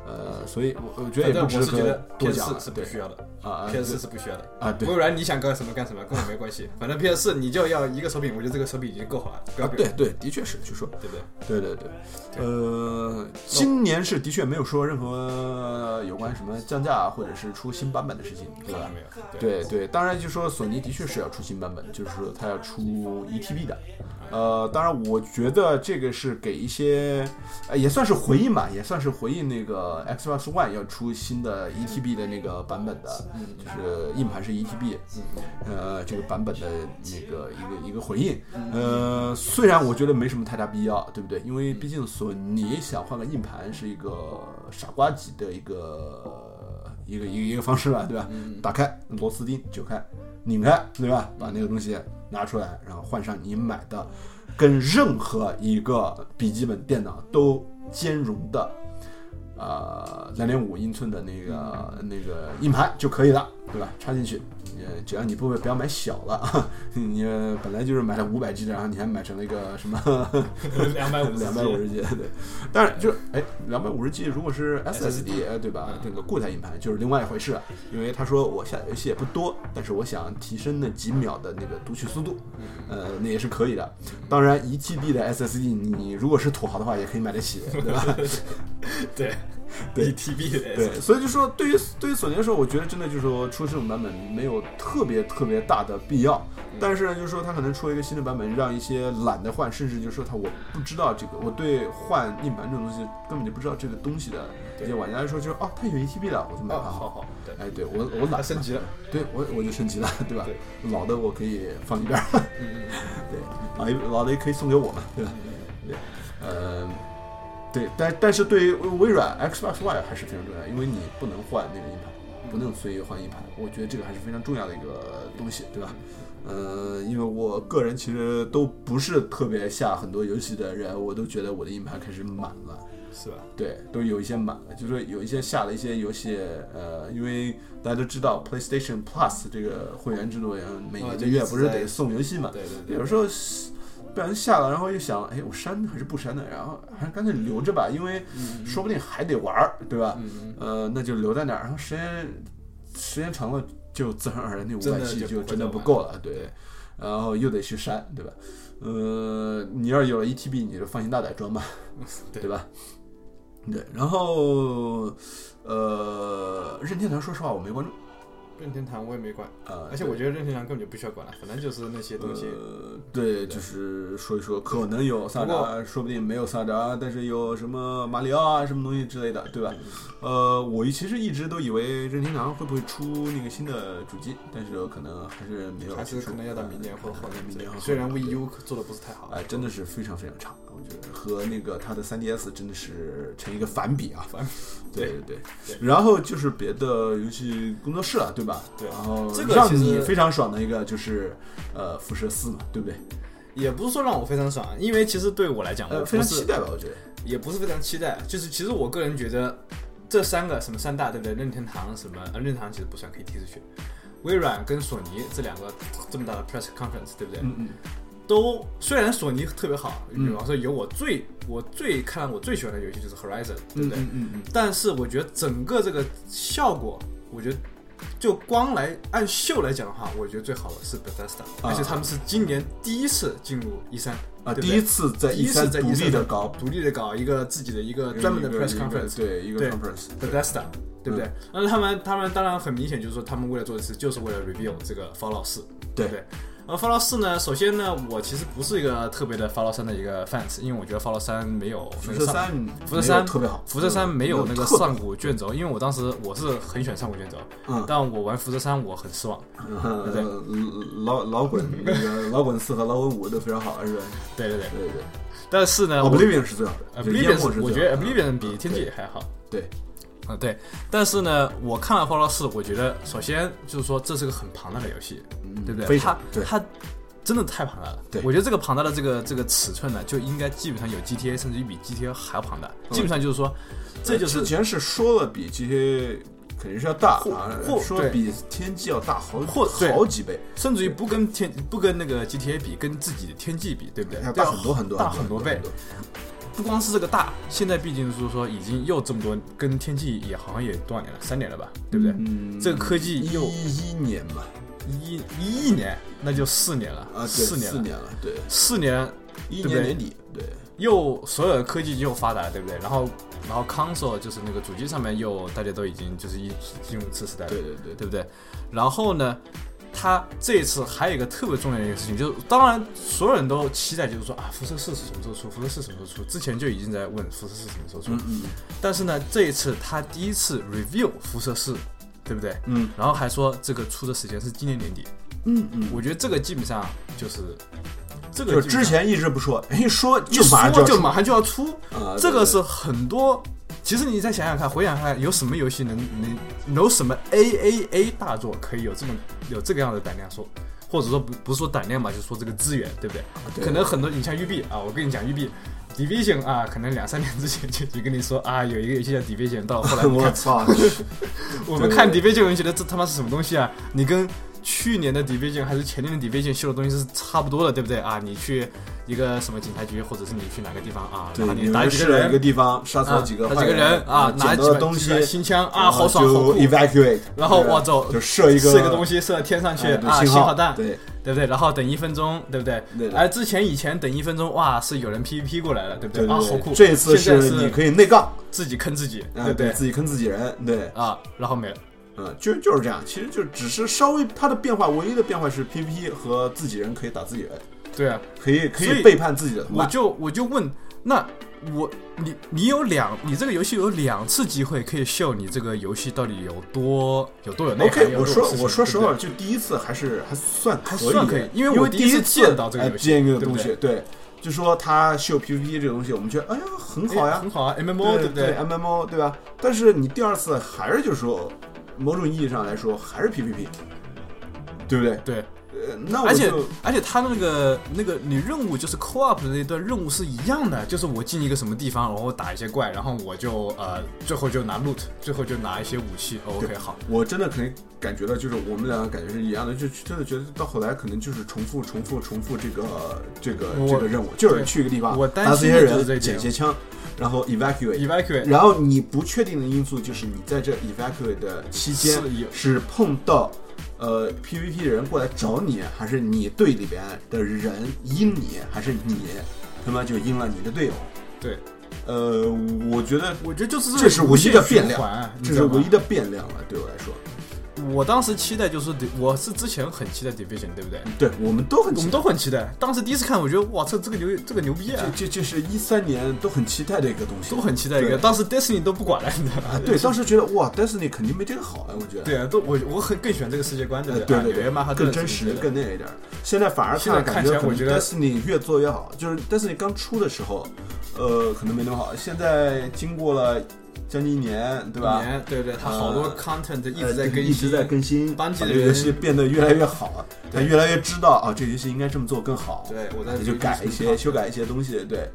Speaker 1: 呃，所以我我觉得嗯也
Speaker 2: 反正
Speaker 1: 不
Speaker 2: 嗯我
Speaker 1: 值
Speaker 2: 是觉
Speaker 1: 得
Speaker 2: 得
Speaker 1: 多
Speaker 2: PS
Speaker 1: 讲了
Speaker 2: 四是不
Speaker 1: 对
Speaker 2: 需要的
Speaker 1: 啊
Speaker 2: ，PS 四是不需要的。
Speaker 1: 啊对
Speaker 2: 微软你想干什么干什么，跟我没关系。反正 PS 四你就要一个手柄，我觉得这个手柄已经够好了，不要
Speaker 1: 啊
Speaker 2: 不要
Speaker 1: 对，对，的确是，就说
Speaker 2: 对不对？
Speaker 1: 对对对，呃，今年是的确没有说任何有关什么降价或者是出新版本的事情，对
Speaker 2: 看
Speaker 1: 吧
Speaker 2: 到？没有？
Speaker 1: 对对，当然就说索尼的确是要出新版本，就是说它要出一 TB 的，
Speaker 2: 啊，
Speaker 1: 呃，当然，我觉得这个是给一些，呃，也算是回应吧，也算是回应那个 Xbox One 要出新的 ETB 的那个版本的，就是硬盘是 E ETB，呃，这个版本的那个一个一个回应。呃，虽然我觉得没什么太大必要，对不对？因为毕竟索尼想换个硬盘是一个傻瓜级的一个一个一个一个方式吧，对吧？打开螺丝钉，九开，拧开，对吧？把那个东西拿出来，然后换上你买的跟任何一个笔记本电脑都兼容的，呃，两点五英寸的那个
Speaker 2: 嗯
Speaker 1: 那个硬盘就可以了，对吧？插进去，呃，只要你不不要买小了， [LAUGHS] 你本来就是买了五百 G 的，然后你还买成了一个什么
Speaker 2: [LAUGHS] 两百五嗯
Speaker 1: 两百五十 G，对，但是就是哎，两百五十 G 如果是 SSD，哎对吧？
Speaker 2: 嗯
Speaker 1: 这个固态硬盘就是另外一回事，因为他说我下载游戏也不多，但是我想提升那几秒的那个读取速度，
Speaker 2: 嗯
Speaker 1: 呃，那也是可以的。当然，一 GB 的 SSD，你如果是土豪的话，也可以买得起，对吧？
Speaker 2: 对
Speaker 1: 对
Speaker 2: ETB 的
Speaker 1: 对，所以就说对于对于索尼来说，我觉得真的就是说出这种版本没有特别特别大的必要。
Speaker 4: 嗯
Speaker 1: 但是呢，就是说它可能出了一个新的版本，让一些懒得换，甚至就是说他我不知道这个，我对换硬盘这种东西根本就不知道这个东西的一些玩家来说，就是哦，它有 ATB 了，我就
Speaker 2: 哦
Speaker 1: 买它
Speaker 4: 哦好好，对，
Speaker 1: 哎，对我我懒
Speaker 4: 它升级了，
Speaker 1: 对我我就升级了， [LAUGHS] 对吧？老的我可以放一边儿， [LAUGHS] 对，老一老的也可以送给我嘛，对吧？对，呃，对，但但是对于微软 Xbox One 还是非常重要，因为你不能换那个硬盘，不能随意换硬盘，我觉得这个还是非常重要的一个东西，对吧？呃，因为我个人其实都不是特别下很多游戏的人，我都觉得我的硬盘开始满了。
Speaker 4: 是吧？
Speaker 1: 对，都有一些满了，就是有一些下了一些游戏，呃，因为大家都知道 PlayStation Plus 这个会员制度，也每
Speaker 4: 啊
Speaker 1: 一个
Speaker 4: 就
Speaker 1: 月
Speaker 4: 一直
Speaker 1: 不是
Speaker 4: 在
Speaker 1: 得送游戏嘛，
Speaker 4: 对对对，
Speaker 1: 有时候不小心下了，然后又想，哎，我删还是不删呢？然后还是干脆留着吧，因为
Speaker 2: 嗯
Speaker 1: 说不定还得玩儿，对吧？
Speaker 4: 嗯
Speaker 1: 呃，那就留在那儿，然后时间时间长了，就自然而然那五
Speaker 4: 真
Speaker 1: 百
Speaker 4: 的
Speaker 1: G
Speaker 4: 就
Speaker 1: 就
Speaker 4: 不会
Speaker 1: 真的
Speaker 4: 再
Speaker 1: 不
Speaker 4: 玩
Speaker 1: 够了，对，然后又得去删，对吧？呃，你要是有了 ETB，你就放心大
Speaker 4: [LAUGHS]
Speaker 1: 胆装吧，对吧？对，然后呃，任天堂，说实话我没关注，
Speaker 4: 任天堂我也没管，
Speaker 1: 呃，
Speaker 4: 而且我觉得任天堂根本就不需要管了，反正就是那些东西。
Speaker 1: 呃，对，就是说一说，可能有萨
Speaker 4: 不
Speaker 1: 达，说不定没有萨达，但是有什么马里奥啊，什么东西之类的，对吧？
Speaker 4: 嗯
Speaker 1: 呃，我其实一直都以为任天堂会不会出那个新的主机，但是可能还是没有
Speaker 4: 还
Speaker 1: 去
Speaker 4: 是
Speaker 1: 出，
Speaker 4: 可能要到明年或
Speaker 1: 呃
Speaker 4: 后
Speaker 1: 可能
Speaker 4: 年
Speaker 1: 明
Speaker 4: 之类的
Speaker 1: 年或后年。
Speaker 4: 虽然 VU 做的不是太好，
Speaker 1: 哎，真的是非常非常长，我觉得和那个它的 3DS 真的是成一个反比啊，反比。对对对，然后就是别的游戏工作室了，对吧？
Speaker 4: 对
Speaker 1: 然后
Speaker 4: 这个
Speaker 1: 让
Speaker 4: 其实
Speaker 1: 你非常爽的一个就是，呃，辐射四嘛，对不对？
Speaker 4: 也不是说让我非常爽，因
Speaker 2: 啊因为其实对我来讲，我
Speaker 1: 呃，非
Speaker 2: 不
Speaker 1: 常
Speaker 2: 是
Speaker 1: 期待吧，我觉得。
Speaker 2: 也不是非常期待，就是其实我个人觉得这三个什么三大对不对？任天堂什么，呃，任天堂其实不算可以踢出去，微软跟索尼这两个这么大的 press conference 对不对？
Speaker 1: 嗯嗯。
Speaker 2: 都虽然索尼特别好，比方说有我最我最看我最喜欢的游戏就是 Horizon，对不对？
Speaker 1: 嗯嗯嗯，
Speaker 2: 但是我觉得整个这个效果，我觉得就光来按秀来讲的话，我觉得最好的是 Bethesda，、而且他们是今年第一次进入 E 三
Speaker 1: 啊，
Speaker 2: 对不
Speaker 1: 第
Speaker 2: 对
Speaker 1: 一次在
Speaker 2: 第
Speaker 1: 一
Speaker 2: 一次
Speaker 1: 三
Speaker 2: 在
Speaker 1: 独
Speaker 2: E
Speaker 1: 立
Speaker 2: 三
Speaker 1: 的搞
Speaker 2: 独立的搞一个自己的一个专门的
Speaker 1: 一个
Speaker 2: press
Speaker 1: 一个
Speaker 2: conference，
Speaker 1: 对嗯一个
Speaker 2: 对
Speaker 1: conference，
Speaker 2: Bethesda，对不对？那他们他们当然很明显就是说，他们为了做的事，就是为了 reveal 这个 Fallout 四，
Speaker 1: 对
Speaker 2: 对不对？呃，Fallout 四呢，首先呢，我其实不是一个特别的 Fallout 三的一个 fans，因为我觉得 Fallout 三没有
Speaker 1: 辐
Speaker 2: 那
Speaker 1: 射
Speaker 2: 个上。
Speaker 1: 三，
Speaker 2: 辐射三
Speaker 1: 特别好，嗯
Speaker 2: 辐射三没有那个
Speaker 1: 特别
Speaker 2: 上古卷轴，因为我当时我是很喜欢上古卷轴，
Speaker 1: 嗯
Speaker 2: 但我玩辐射三我很失望。
Speaker 1: 呃
Speaker 2: 对
Speaker 1: 老老滚那个老滚四和老滚五都非常好，是吧？
Speaker 2: 对对对，
Speaker 1: 对对
Speaker 2: 但是呢，呃我
Speaker 1: 哦，Oblivion 是最好的
Speaker 2: b l
Speaker 1: 就
Speaker 2: i
Speaker 1: 是淹没
Speaker 2: v i o n
Speaker 1: 是嗯
Speaker 2: 我
Speaker 1: 最
Speaker 2: 觉得
Speaker 1: 好的
Speaker 2: Oblivion 比天际还好。
Speaker 1: 对，
Speaker 2: 啊，对，但是呢，我看了《Fallout 4》，我觉得首先就是说这是个很庞大的游戏，对不对？
Speaker 1: 嗯非
Speaker 2: 它
Speaker 1: 常对
Speaker 2: 它真的太庞大了。
Speaker 1: 对
Speaker 2: 我觉得这个庞大的这个这个尺寸呢，就应该基本上有 GTA，甚至于比 GTA 还要庞大。
Speaker 1: 嗯
Speaker 2: 基本上就是说，呃这就
Speaker 1: 之
Speaker 2: 是
Speaker 1: 前是说了比这些肯定是要大
Speaker 2: 或
Speaker 1: 啊，
Speaker 2: 或
Speaker 1: 说
Speaker 2: 对
Speaker 1: 比天际要大好
Speaker 2: 或对
Speaker 1: 好几倍，
Speaker 2: 甚至于不跟天不跟那个 GTA 比，跟自己的天际比，对不对？
Speaker 1: 要
Speaker 2: 对
Speaker 1: 大很多很多
Speaker 2: 大很多倍。不光是这个大，现在毕竟是说已经又这么多，跟天际也好像也多少年了，三年了吧，对不对？
Speaker 1: 嗯
Speaker 2: 这个科技
Speaker 1: 一
Speaker 2: 又
Speaker 1: 一年嘛，
Speaker 2: 一一一年，那就四年了，
Speaker 1: 啊，对
Speaker 2: 四年
Speaker 1: 四
Speaker 2: 了，
Speaker 1: 年了，对，
Speaker 2: 四年
Speaker 1: 一
Speaker 2: 对不
Speaker 1: 年
Speaker 2: 对
Speaker 1: 年底，对，
Speaker 2: 又所有的科技又发达，对不对？然后然后 console 就是那个主机上面又大家都已经就是一进入次时代了，
Speaker 1: 对对对
Speaker 2: 对不对？然后呢，它这一次还有一个特别重要的一个事情，就是当然所有人都期待，就是说啊，辐射四是什么时候出？辐射四什么时候出？之前就已经在问辐射四什么时
Speaker 1: 嗯
Speaker 2: 候出。但是呢，这一次他第一次 review 辐射四，对不对？
Speaker 1: 嗯。
Speaker 2: 然后还说这个出的时间是今年年底。
Speaker 1: 嗯嗯，
Speaker 2: 我觉得这个基本上就是这个
Speaker 1: 就
Speaker 2: 基
Speaker 1: 是
Speaker 2: 本上
Speaker 1: 之前一直不说，一说
Speaker 2: 一
Speaker 1: 就马上
Speaker 2: 说
Speaker 1: 要
Speaker 2: 就
Speaker 1: 出
Speaker 2: 马上就要出
Speaker 1: 啊，
Speaker 2: 这
Speaker 1: 对
Speaker 2: 个是很多。其实你再想想看，回想看，有什么游戏能能有什么 A A A 大作可以有这么有这个样的胆量说，或者说不不是说胆量吧，就说这个资源，对不对？
Speaker 1: 啊对
Speaker 2: 可能很多，你像育碧啊，我跟你讲，育碧 Division 啊，可能两三年之前就就跟你说啊，有一个游戏叫 Division，到后来
Speaker 1: [LAUGHS]
Speaker 2: 你
Speaker 1: 我
Speaker 2: 看
Speaker 1: 操！
Speaker 2: 我们看
Speaker 1: 对
Speaker 2: Division 我们觉得这他妈是什么东西啊？你跟去年的 Division 还是前年的 Division 修的东西是差不多的，对不对啊？你去一个什么警察局，或者是你去哪个地方啊？
Speaker 1: 对
Speaker 2: 然后， [LAUGHS] 你
Speaker 1: 你
Speaker 2: 打
Speaker 1: 们
Speaker 2: 几
Speaker 1: 试
Speaker 2: 个
Speaker 1: 了一个
Speaker 2: 人，
Speaker 1: 地方，杀死
Speaker 2: 啊
Speaker 1: 了几个
Speaker 2: 打几个
Speaker 1: 坏
Speaker 2: 人啊，拿
Speaker 1: 捡
Speaker 2: 几
Speaker 1: 到
Speaker 2: 把
Speaker 1: 了东西
Speaker 2: 几把新枪啊，
Speaker 1: 然后
Speaker 2: 好爽好
Speaker 1: 就
Speaker 2: 酷。
Speaker 1: evacuate，
Speaker 2: 然后我走，
Speaker 1: 啊就射一
Speaker 2: 个
Speaker 1: 个
Speaker 2: 射东西射到天上去
Speaker 1: 啊对
Speaker 2: 啊，
Speaker 1: 信
Speaker 2: 信
Speaker 1: 号
Speaker 2: 号弹，
Speaker 1: 对
Speaker 2: 对不对？然后等一分钟，对不对
Speaker 1: 对？的
Speaker 2: 哎，之前以前等一分钟，哇，是有人 PVP 过来了，对不
Speaker 1: 对对
Speaker 2: 啊，好
Speaker 1: 对
Speaker 2: 酷。
Speaker 1: 这次
Speaker 2: 现在
Speaker 1: 是你
Speaker 2: 是
Speaker 1: 可以内杠，
Speaker 2: 自己坑自己，
Speaker 1: 啊
Speaker 2: 对不对？
Speaker 1: 自己坑自己人，对，
Speaker 2: 啊，然后没了。
Speaker 1: 嗯，就就是这样，其实就只是稍微它的变化，唯一的变化是 PVP 和自己人可以打自己人，
Speaker 2: 对啊，
Speaker 1: 可以可
Speaker 2: 所
Speaker 1: 以
Speaker 2: 以
Speaker 1: 背叛自己的同
Speaker 2: 我
Speaker 1: 伴，
Speaker 2: 就我就问，那我你你有两，你这个游戏有两次机会可以秀你这个游戏到底有多有多有内涵。
Speaker 1: OK，
Speaker 2: 有
Speaker 1: 我
Speaker 2: 多有
Speaker 1: 说
Speaker 2: 事情
Speaker 1: 我说
Speaker 2: 对
Speaker 1: 实
Speaker 2: 不对
Speaker 1: 话，就第一次还是还算
Speaker 2: 还
Speaker 1: 可以的，
Speaker 2: 算可以因
Speaker 1: 因
Speaker 2: 为我第
Speaker 1: 一
Speaker 2: 一次呃
Speaker 1: 次
Speaker 2: 见到这个
Speaker 1: 哎
Speaker 2: 游戏
Speaker 1: 见一个
Speaker 2: 对不
Speaker 1: 东西，对，就说它秀 PVP 这个东西，我们觉得哎呀很好
Speaker 2: 哎
Speaker 1: 呀
Speaker 2: 很，好啊，MMO
Speaker 1: 对
Speaker 2: 不
Speaker 1: 对？MMO 对吧？但是你第二次还是就是说，某种意义上来说还是 PVP，对不对？
Speaker 2: 对，
Speaker 1: 呃，那我
Speaker 2: 而且
Speaker 1: 就
Speaker 2: 而且他那个那个你任务就是 co-op 的那段任务是一样的，就是我进一个什么地方，然后我打一些怪，然后我就呃最后就拿 loot，最后就拿一些武器。OK，好，哦
Speaker 1: 我真的可以感觉到，就是我们两个感觉是一样的，就真的觉得到后来可能就是重复、重复、重复这个这个
Speaker 2: 我
Speaker 1: 这个任务，就是去一个地方
Speaker 2: 我担心
Speaker 1: 打死一些
Speaker 2: 的就是这一
Speaker 1: 人，
Speaker 2: 点
Speaker 1: 捡些枪，然后 evacuate。
Speaker 2: evacuate
Speaker 1: 然后你不确定的因素就是你在这 evacuate 的期间
Speaker 2: 是有
Speaker 1: 是碰到呃 PVP 的人过来找你，还是你队里边的人阴你，还是你他妈就阴了你的队友？
Speaker 2: 对，
Speaker 1: 呃，我觉得
Speaker 2: 我觉得就是
Speaker 1: 这是唯一的变
Speaker 2: 无限循环
Speaker 1: 量
Speaker 2: 啊，你
Speaker 1: 这
Speaker 2: 知
Speaker 1: 是
Speaker 2: 道吗
Speaker 1: 唯一的变量了，对我来说。
Speaker 2: 我当时期待就是我是之前很期待 division，对不对？
Speaker 1: 对，我们都很
Speaker 2: 我
Speaker 1: 期
Speaker 2: 们
Speaker 1: 待，
Speaker 2: 都很期待。当时第一次看，我觉得哇，这这个牛这个牛逼啊，
Speaker 1: 这这这是一三年都很期待的一个东西，
Speaker 2: 都很期待一个。
Speaker 1: 对
Speaker 2: 当时 Destiny 都不管了，你知道
Speaker 1: 啊
Speaker 2: 吗？， [LAUGHS]
Speaker 1: 对，当时觉得哇，Destiny 肯定没这个好啊，我觉得。
Speaker 2: 对啊，都我我很更喜欢这个世界观，对
Speaker 1: 呃
Speaker 2: 不
Speaker 1: 对
Speaker 2: 啊
Speaker 1: 对
Speaker 2: 纽约曼哈
Speaker 1: 对，
Speaker 2: 顿
Speaker 1: 更真
Speaker 2: 什
Speaker 1: 实、
Speaker 2: 么之类的
Speaker 1: 更那一点儿。现在反而
Speaker 2: 现在
Speaker 1: 感
Speaker 2: 看起
Speaker 1: 觉
Speaker 2: 来
Speaker 1: 可能
Speaker 2: 我觉得
Speaker 1: Destiny 越做越好，就是 Destiny 刚出的时候，呃，可能没那么好。现在经过了将近一年，对吧？
Speaker 2: 年，对对，它好多
Speaker 1: 呃
Speaker 2: content 一
Speaker 1: 呃
Speaker 2: 直在
Speaker 1: 对
Speaker 2: 更新，
Speaker 1: 一直在更新，把
Speaker 2: 班级
Speaker 1: 这
Speaker 2: 的
Speaker 1: 个游
Speaker 2: 人
Speaker 1: 戏变得越来越好，他越来越知道啊，这个游戏应该这么做更好。
Speaker 4: 对我在
Speaker 1: 那就改一些、修改一些东西，对。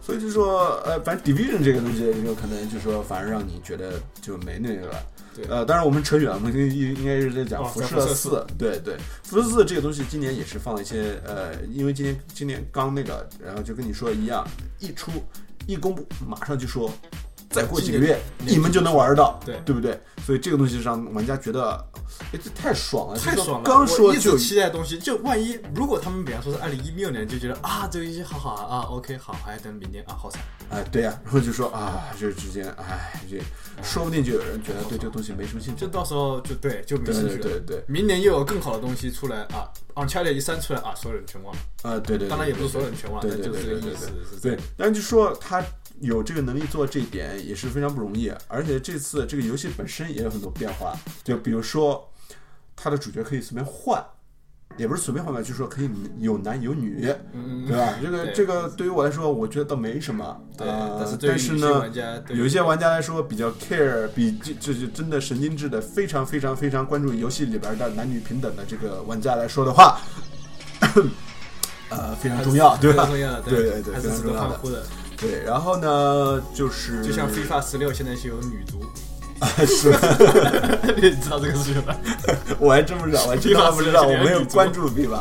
Speaker 1: 所以就说，呃，反正 Division 这个东西有可能就说，反而让你觉得就没那个了。
Speaker 4: 对
Speaker 1: 呃，当然我们扯远了，我们应应该是在讲
Speaker 4: 哦
Speaker 1: 辐
Speaker 4: 讲
Speaker 1: 射
Speaker 4: 辐射
Speaker 1: 四、对对，辐射四这个东西今年也是放了一些，呃，因为今年今年刚那个，然后就跟你说一样，一出一公布，马上就说，再过几个月你们就能玩得到，
Speaker 2: 对
Speaker 1: 对不对？所以这个东西让玩家觉得，哎，这太爽了，
Speaker 4: 太
Speaker 1: 就说
Speaker 4: 爽了！
Speaker 1: 刚说
Speaker 4: 我一直
Speaker 1: 就
Speaker 4: 期待的东西，就万一如果他们比方说是二零一六年就觉得啊这个游戏好好啊啊，OK 好，
Speaker 2: 哎
Speaker 4: 还等明年啊，好惨。
Speaker 1: 哎，对呀、然后就说啊，这之间，哎，这说不定就有人觉得对这个东西没什么兴趣
Speaker 4: 就。到时候就对，就没
Speaker 1: 对
Speaker 4: 兴趣
Speaker 1: 对
Speaker 4: 了。
Speaker 1: 对对，
Speaker 2: 明年又有更好的东西出来啊 u n c h a r t e 一三出来啊，所有人全忘了。
Speaker 1: 啊，对对，
Speaker 2: 当然也不是所有人全忘了，
Speaker 1: 对
Speaker 2: 但
Speaker 1: 对
Speaker 2: 啊
Speaker 1: 对
Speaker 2: 就是这个
Speaker 1: 对对
Speaker 2: 意思
Speaker 1: 对
Speaker 2: 是这
Speaker 1: 对
Speaker 2: 样。，
Speaker 1: 但就说他有这个能力做这一点也是非常不容易，而且这次这个游戏本身也有很多变化，就比如说他的主角可以随便换。也不是随便换吧，就是说可以有男有女，对吧？这个
Speaker 2: 嗯对嗯
Speaker 1: 这个对于我来说，我觉得倒没什么。
Speaker 2: 对
Speaker 1: 呃
Speaker 2: 但是对于
Speaker 1: 但是
Speaker 2: 有些
Speaker 1: 呢，
Speaker 2: 玩家对于
Speaker 1: 有一些玩家来说比较 care，比就就是真的神经质的，非常非常非常关注游戏里边的男女平等的这个玩家来说的话，呃，非常重要，对
Speaker 2: 非
Speaker 1: 吧
Speaker 2: 常？重要的，
Speaker 1: 对对对，
Speaker 2: 还
Speaker 1: 非常
Speaker 2: 是值
Speaker 1: 重
Speaker 2: 得
Speaker 1: 要
Speaker 2: 欢
Speaker 1: 的
Speaker 2: 呼。的。
Speaker 1: 对，然后呢，就是
Speaker 2: 就像 FIFA 十六现在是有女足，
Speaker 1: [LAUGHS] 是，
Speaker 2: 你知道这个事情吧？
Speaker 1: 我还真不知道，我还真
Speaker 2: FIFA
Speaker 1: 的不知道，
Speaker 2: 是
Speaker 1: 我
Speaker 2: 两个
Speaker 1: 没有
Speaker 2: 女足
Speaker 1: 关注 FIFA，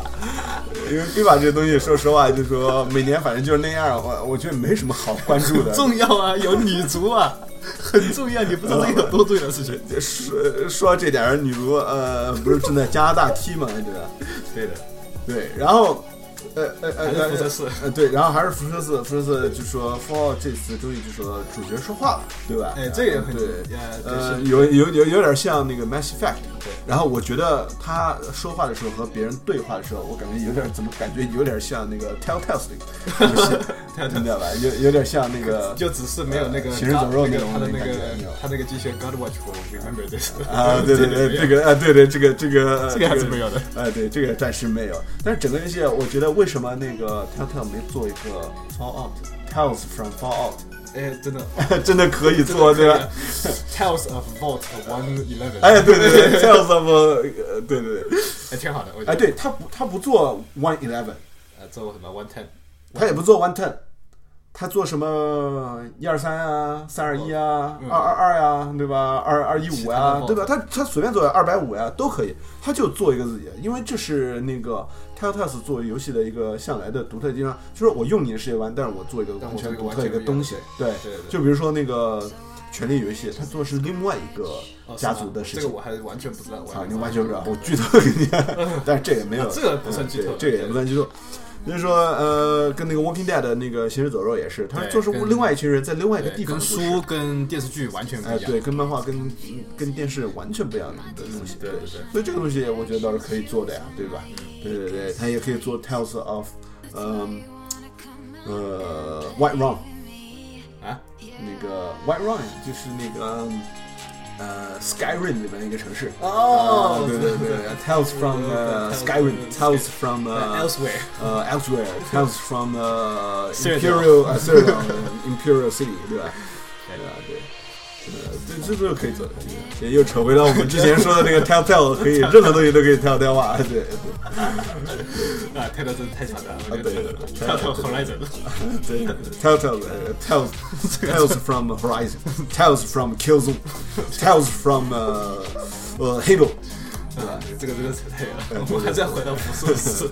Speaker 1: 因为 FIFA 这东西，说实话，就说每年反正就是那样，我我觉得没什么好关注
Speaker 2: [LAUGHS]
Speaker 1: 的。
Speaker 2: 重要啊，有女足啊，很重要，你不知道这个有多重要的事情。
Speaker 1: 说说这点儿女足，呃，不是正在加拿大踢嘛，对吧？
Speaker 2: 对的，
Speaker 1: 对，然后，呃呃呃，
Speaker 2: 还是辐射四
Speaker 1: 呃，呃对，然后还是辐射四，辐射四就说 Fallout 这次终于就说主角说话了，对吧？
Speaker 2: 哎这个很
Speaker 1: 对，
Speaker 2: 呃
Speaker 1: 呃，
Speaker 2: 这
Speaker 1: 有有有有点像那个 Mass Effect，
Speaker 4: 对
Speaker 1: 然后我觉得他说话的时候和别人对话的时候，我感觉有点怎么感觉有点像那个 Telltales 那个游
Speaker 2: [LAUGHS]
Speaker 1: 戏，你知道吧？有有点像那个
Speaker 4: 就只是没有那个
Speaker 1: 呃行尸走肉
Speaker 4: 那
Speaker 1: 那
Speaker 4: 个
Speaker 1: 种
Speaker 4: 他的那
Speaker 1: 感觉
Speaker 4: 个
Speaker 1: 你知道吗
Speaker 4: 他那个机械 God Watch for Remember
Speaker 1: [LAUGHS]
Speaker 4: This
Speaker 1: 啊，对对对，这个啊，对对，这个这个呃
Speaker 2: 这个还是没有的。
Speaker 1: 哎，对，这个暂时没有。但是整个游戏，我觉得为什么那个 Telltale 没做一个 Fallout Tales from Fallout， [LAUGHS]
Speaker 4: 哎，真的
Speaker 1: 真的可以做哦对
Speaker 2: [LAUGHS]
Speaker 1: 吧？
Speaker 4: Tales of Vault One Eleven，
Speaker 1: 哎，对对对，Tales of 呃对对对，
Speaker 4: 哎，挺好的，我觉得
Speaker 1: 哎，对他不他不做 One Eleven，
Speaker 4: 呃，做什么 One Ten，
Speaker 1: 他也不做 One Ten，他做什么一二三啊，三二一啊，二二二呀，对吧？二二一
Speaker 4: 哦嗯
Speaker 1: 五
Speaker 4: 他
Speaker 1: 啊
Speaker 4: 的，
Speaker 1: 对吧？他他随便做二百五呀都可以，他就做一个自己的，因为这是那个 Telltales 作为游戏的一个向来的独特地方，就是我用你的世界观，但是我做一个
Speaker 4: 但
Speaker 1: 完
Speaker 4: 我做
Speaker 1: 全
Speaker 4: 一个
Speaker 1: 独
Speaker 4: 完
Speaker 1: 特
Speaker 4: 全
Speaker 1: 一个
Speaker 4: 不一样的
Speaker 1: 东西，对
Speaker 4: 对对对
Speaker 1: 就比如说那个权力游戏，他做的是另外一个
Speaker 4: 哦是
Speaker 1: 家
Speaker 4: 吗
Speaker 1: 族的事
Speaker 4: 这
Speaker 1: 情
Speaker 4: 个。我还完全不知道，我
Speaker 1: 啊
Speaker 4: 还，
Speaker 1: 你
Speaker 4: 知道
Speaker 1: 完全不知道，我剧透给你，但是这也没有，
Speaker 4: 嗯啊这个不算剧透
Speaker 1: 嗯对这个也不算剧透。就是说，呃，跟那个《Walking Dead》的那个《行尸走肉》也是，他
Speaker 2: 对
Speaker 1: 就是
Speaker 2: 跟
Speaker 1: 另外一群人在另外一个地
Speaker 2: 对，
Speaker 1: 方的
Speaker 2: 跟
Speaker 1: 故事
Speaker 2: 书跟电视剧完全不
Speaker 1: 哎，
Speaker 2: 一样。
Speaker 1: 对，跟漫画、跟跟电视完全不一样的东西。
Speaker 4: 对对对
Speaker 1: 所以这个东西我觉得倒是可以做的呀，对吧？对对对，他也可以做《Tales of》，嗯，呃，《White Rum》
Speaker 4: 啊，
Speaker 1: 那个《White Rum》就是那个嗯呃《Skyrim》里面的一个城市。
Speaker 4: 哦
Speaker 1: 啊对对对对，Tales from 呃 Skyrim，Tales from
Speaker 4: [LAUGHS]
Speaker 1: 呃
Speaker 4: Elsewhere，
Speaker 1: 呃 elsewhere comes from 呃
Speaker 2: Cyrodiil
Speaker 1: imperial 呃 c y r i imperial city 对吧？对啊，对。呃，对，这这个可以做的，也又扯回到我们之前说的那个 telltale，可以任何东西都可以 telltale 化，对对
Speaker 4: 啊，泰勒真的太惨了，我觉
Speaker 1: 对
Speaker 4: 得
Speaker 1: 对
Speaker 4: 跳跳 Horizon，
Speaker 1: 对，telltale 呃 tells tells from horizon，tells from killzone，tells from 呃呃 halo，
Speaker 4: 啊这个真的扯太远了，我们还是要回到福寿
Speaker 1: [LAUGHS]
Speaker 4: 寺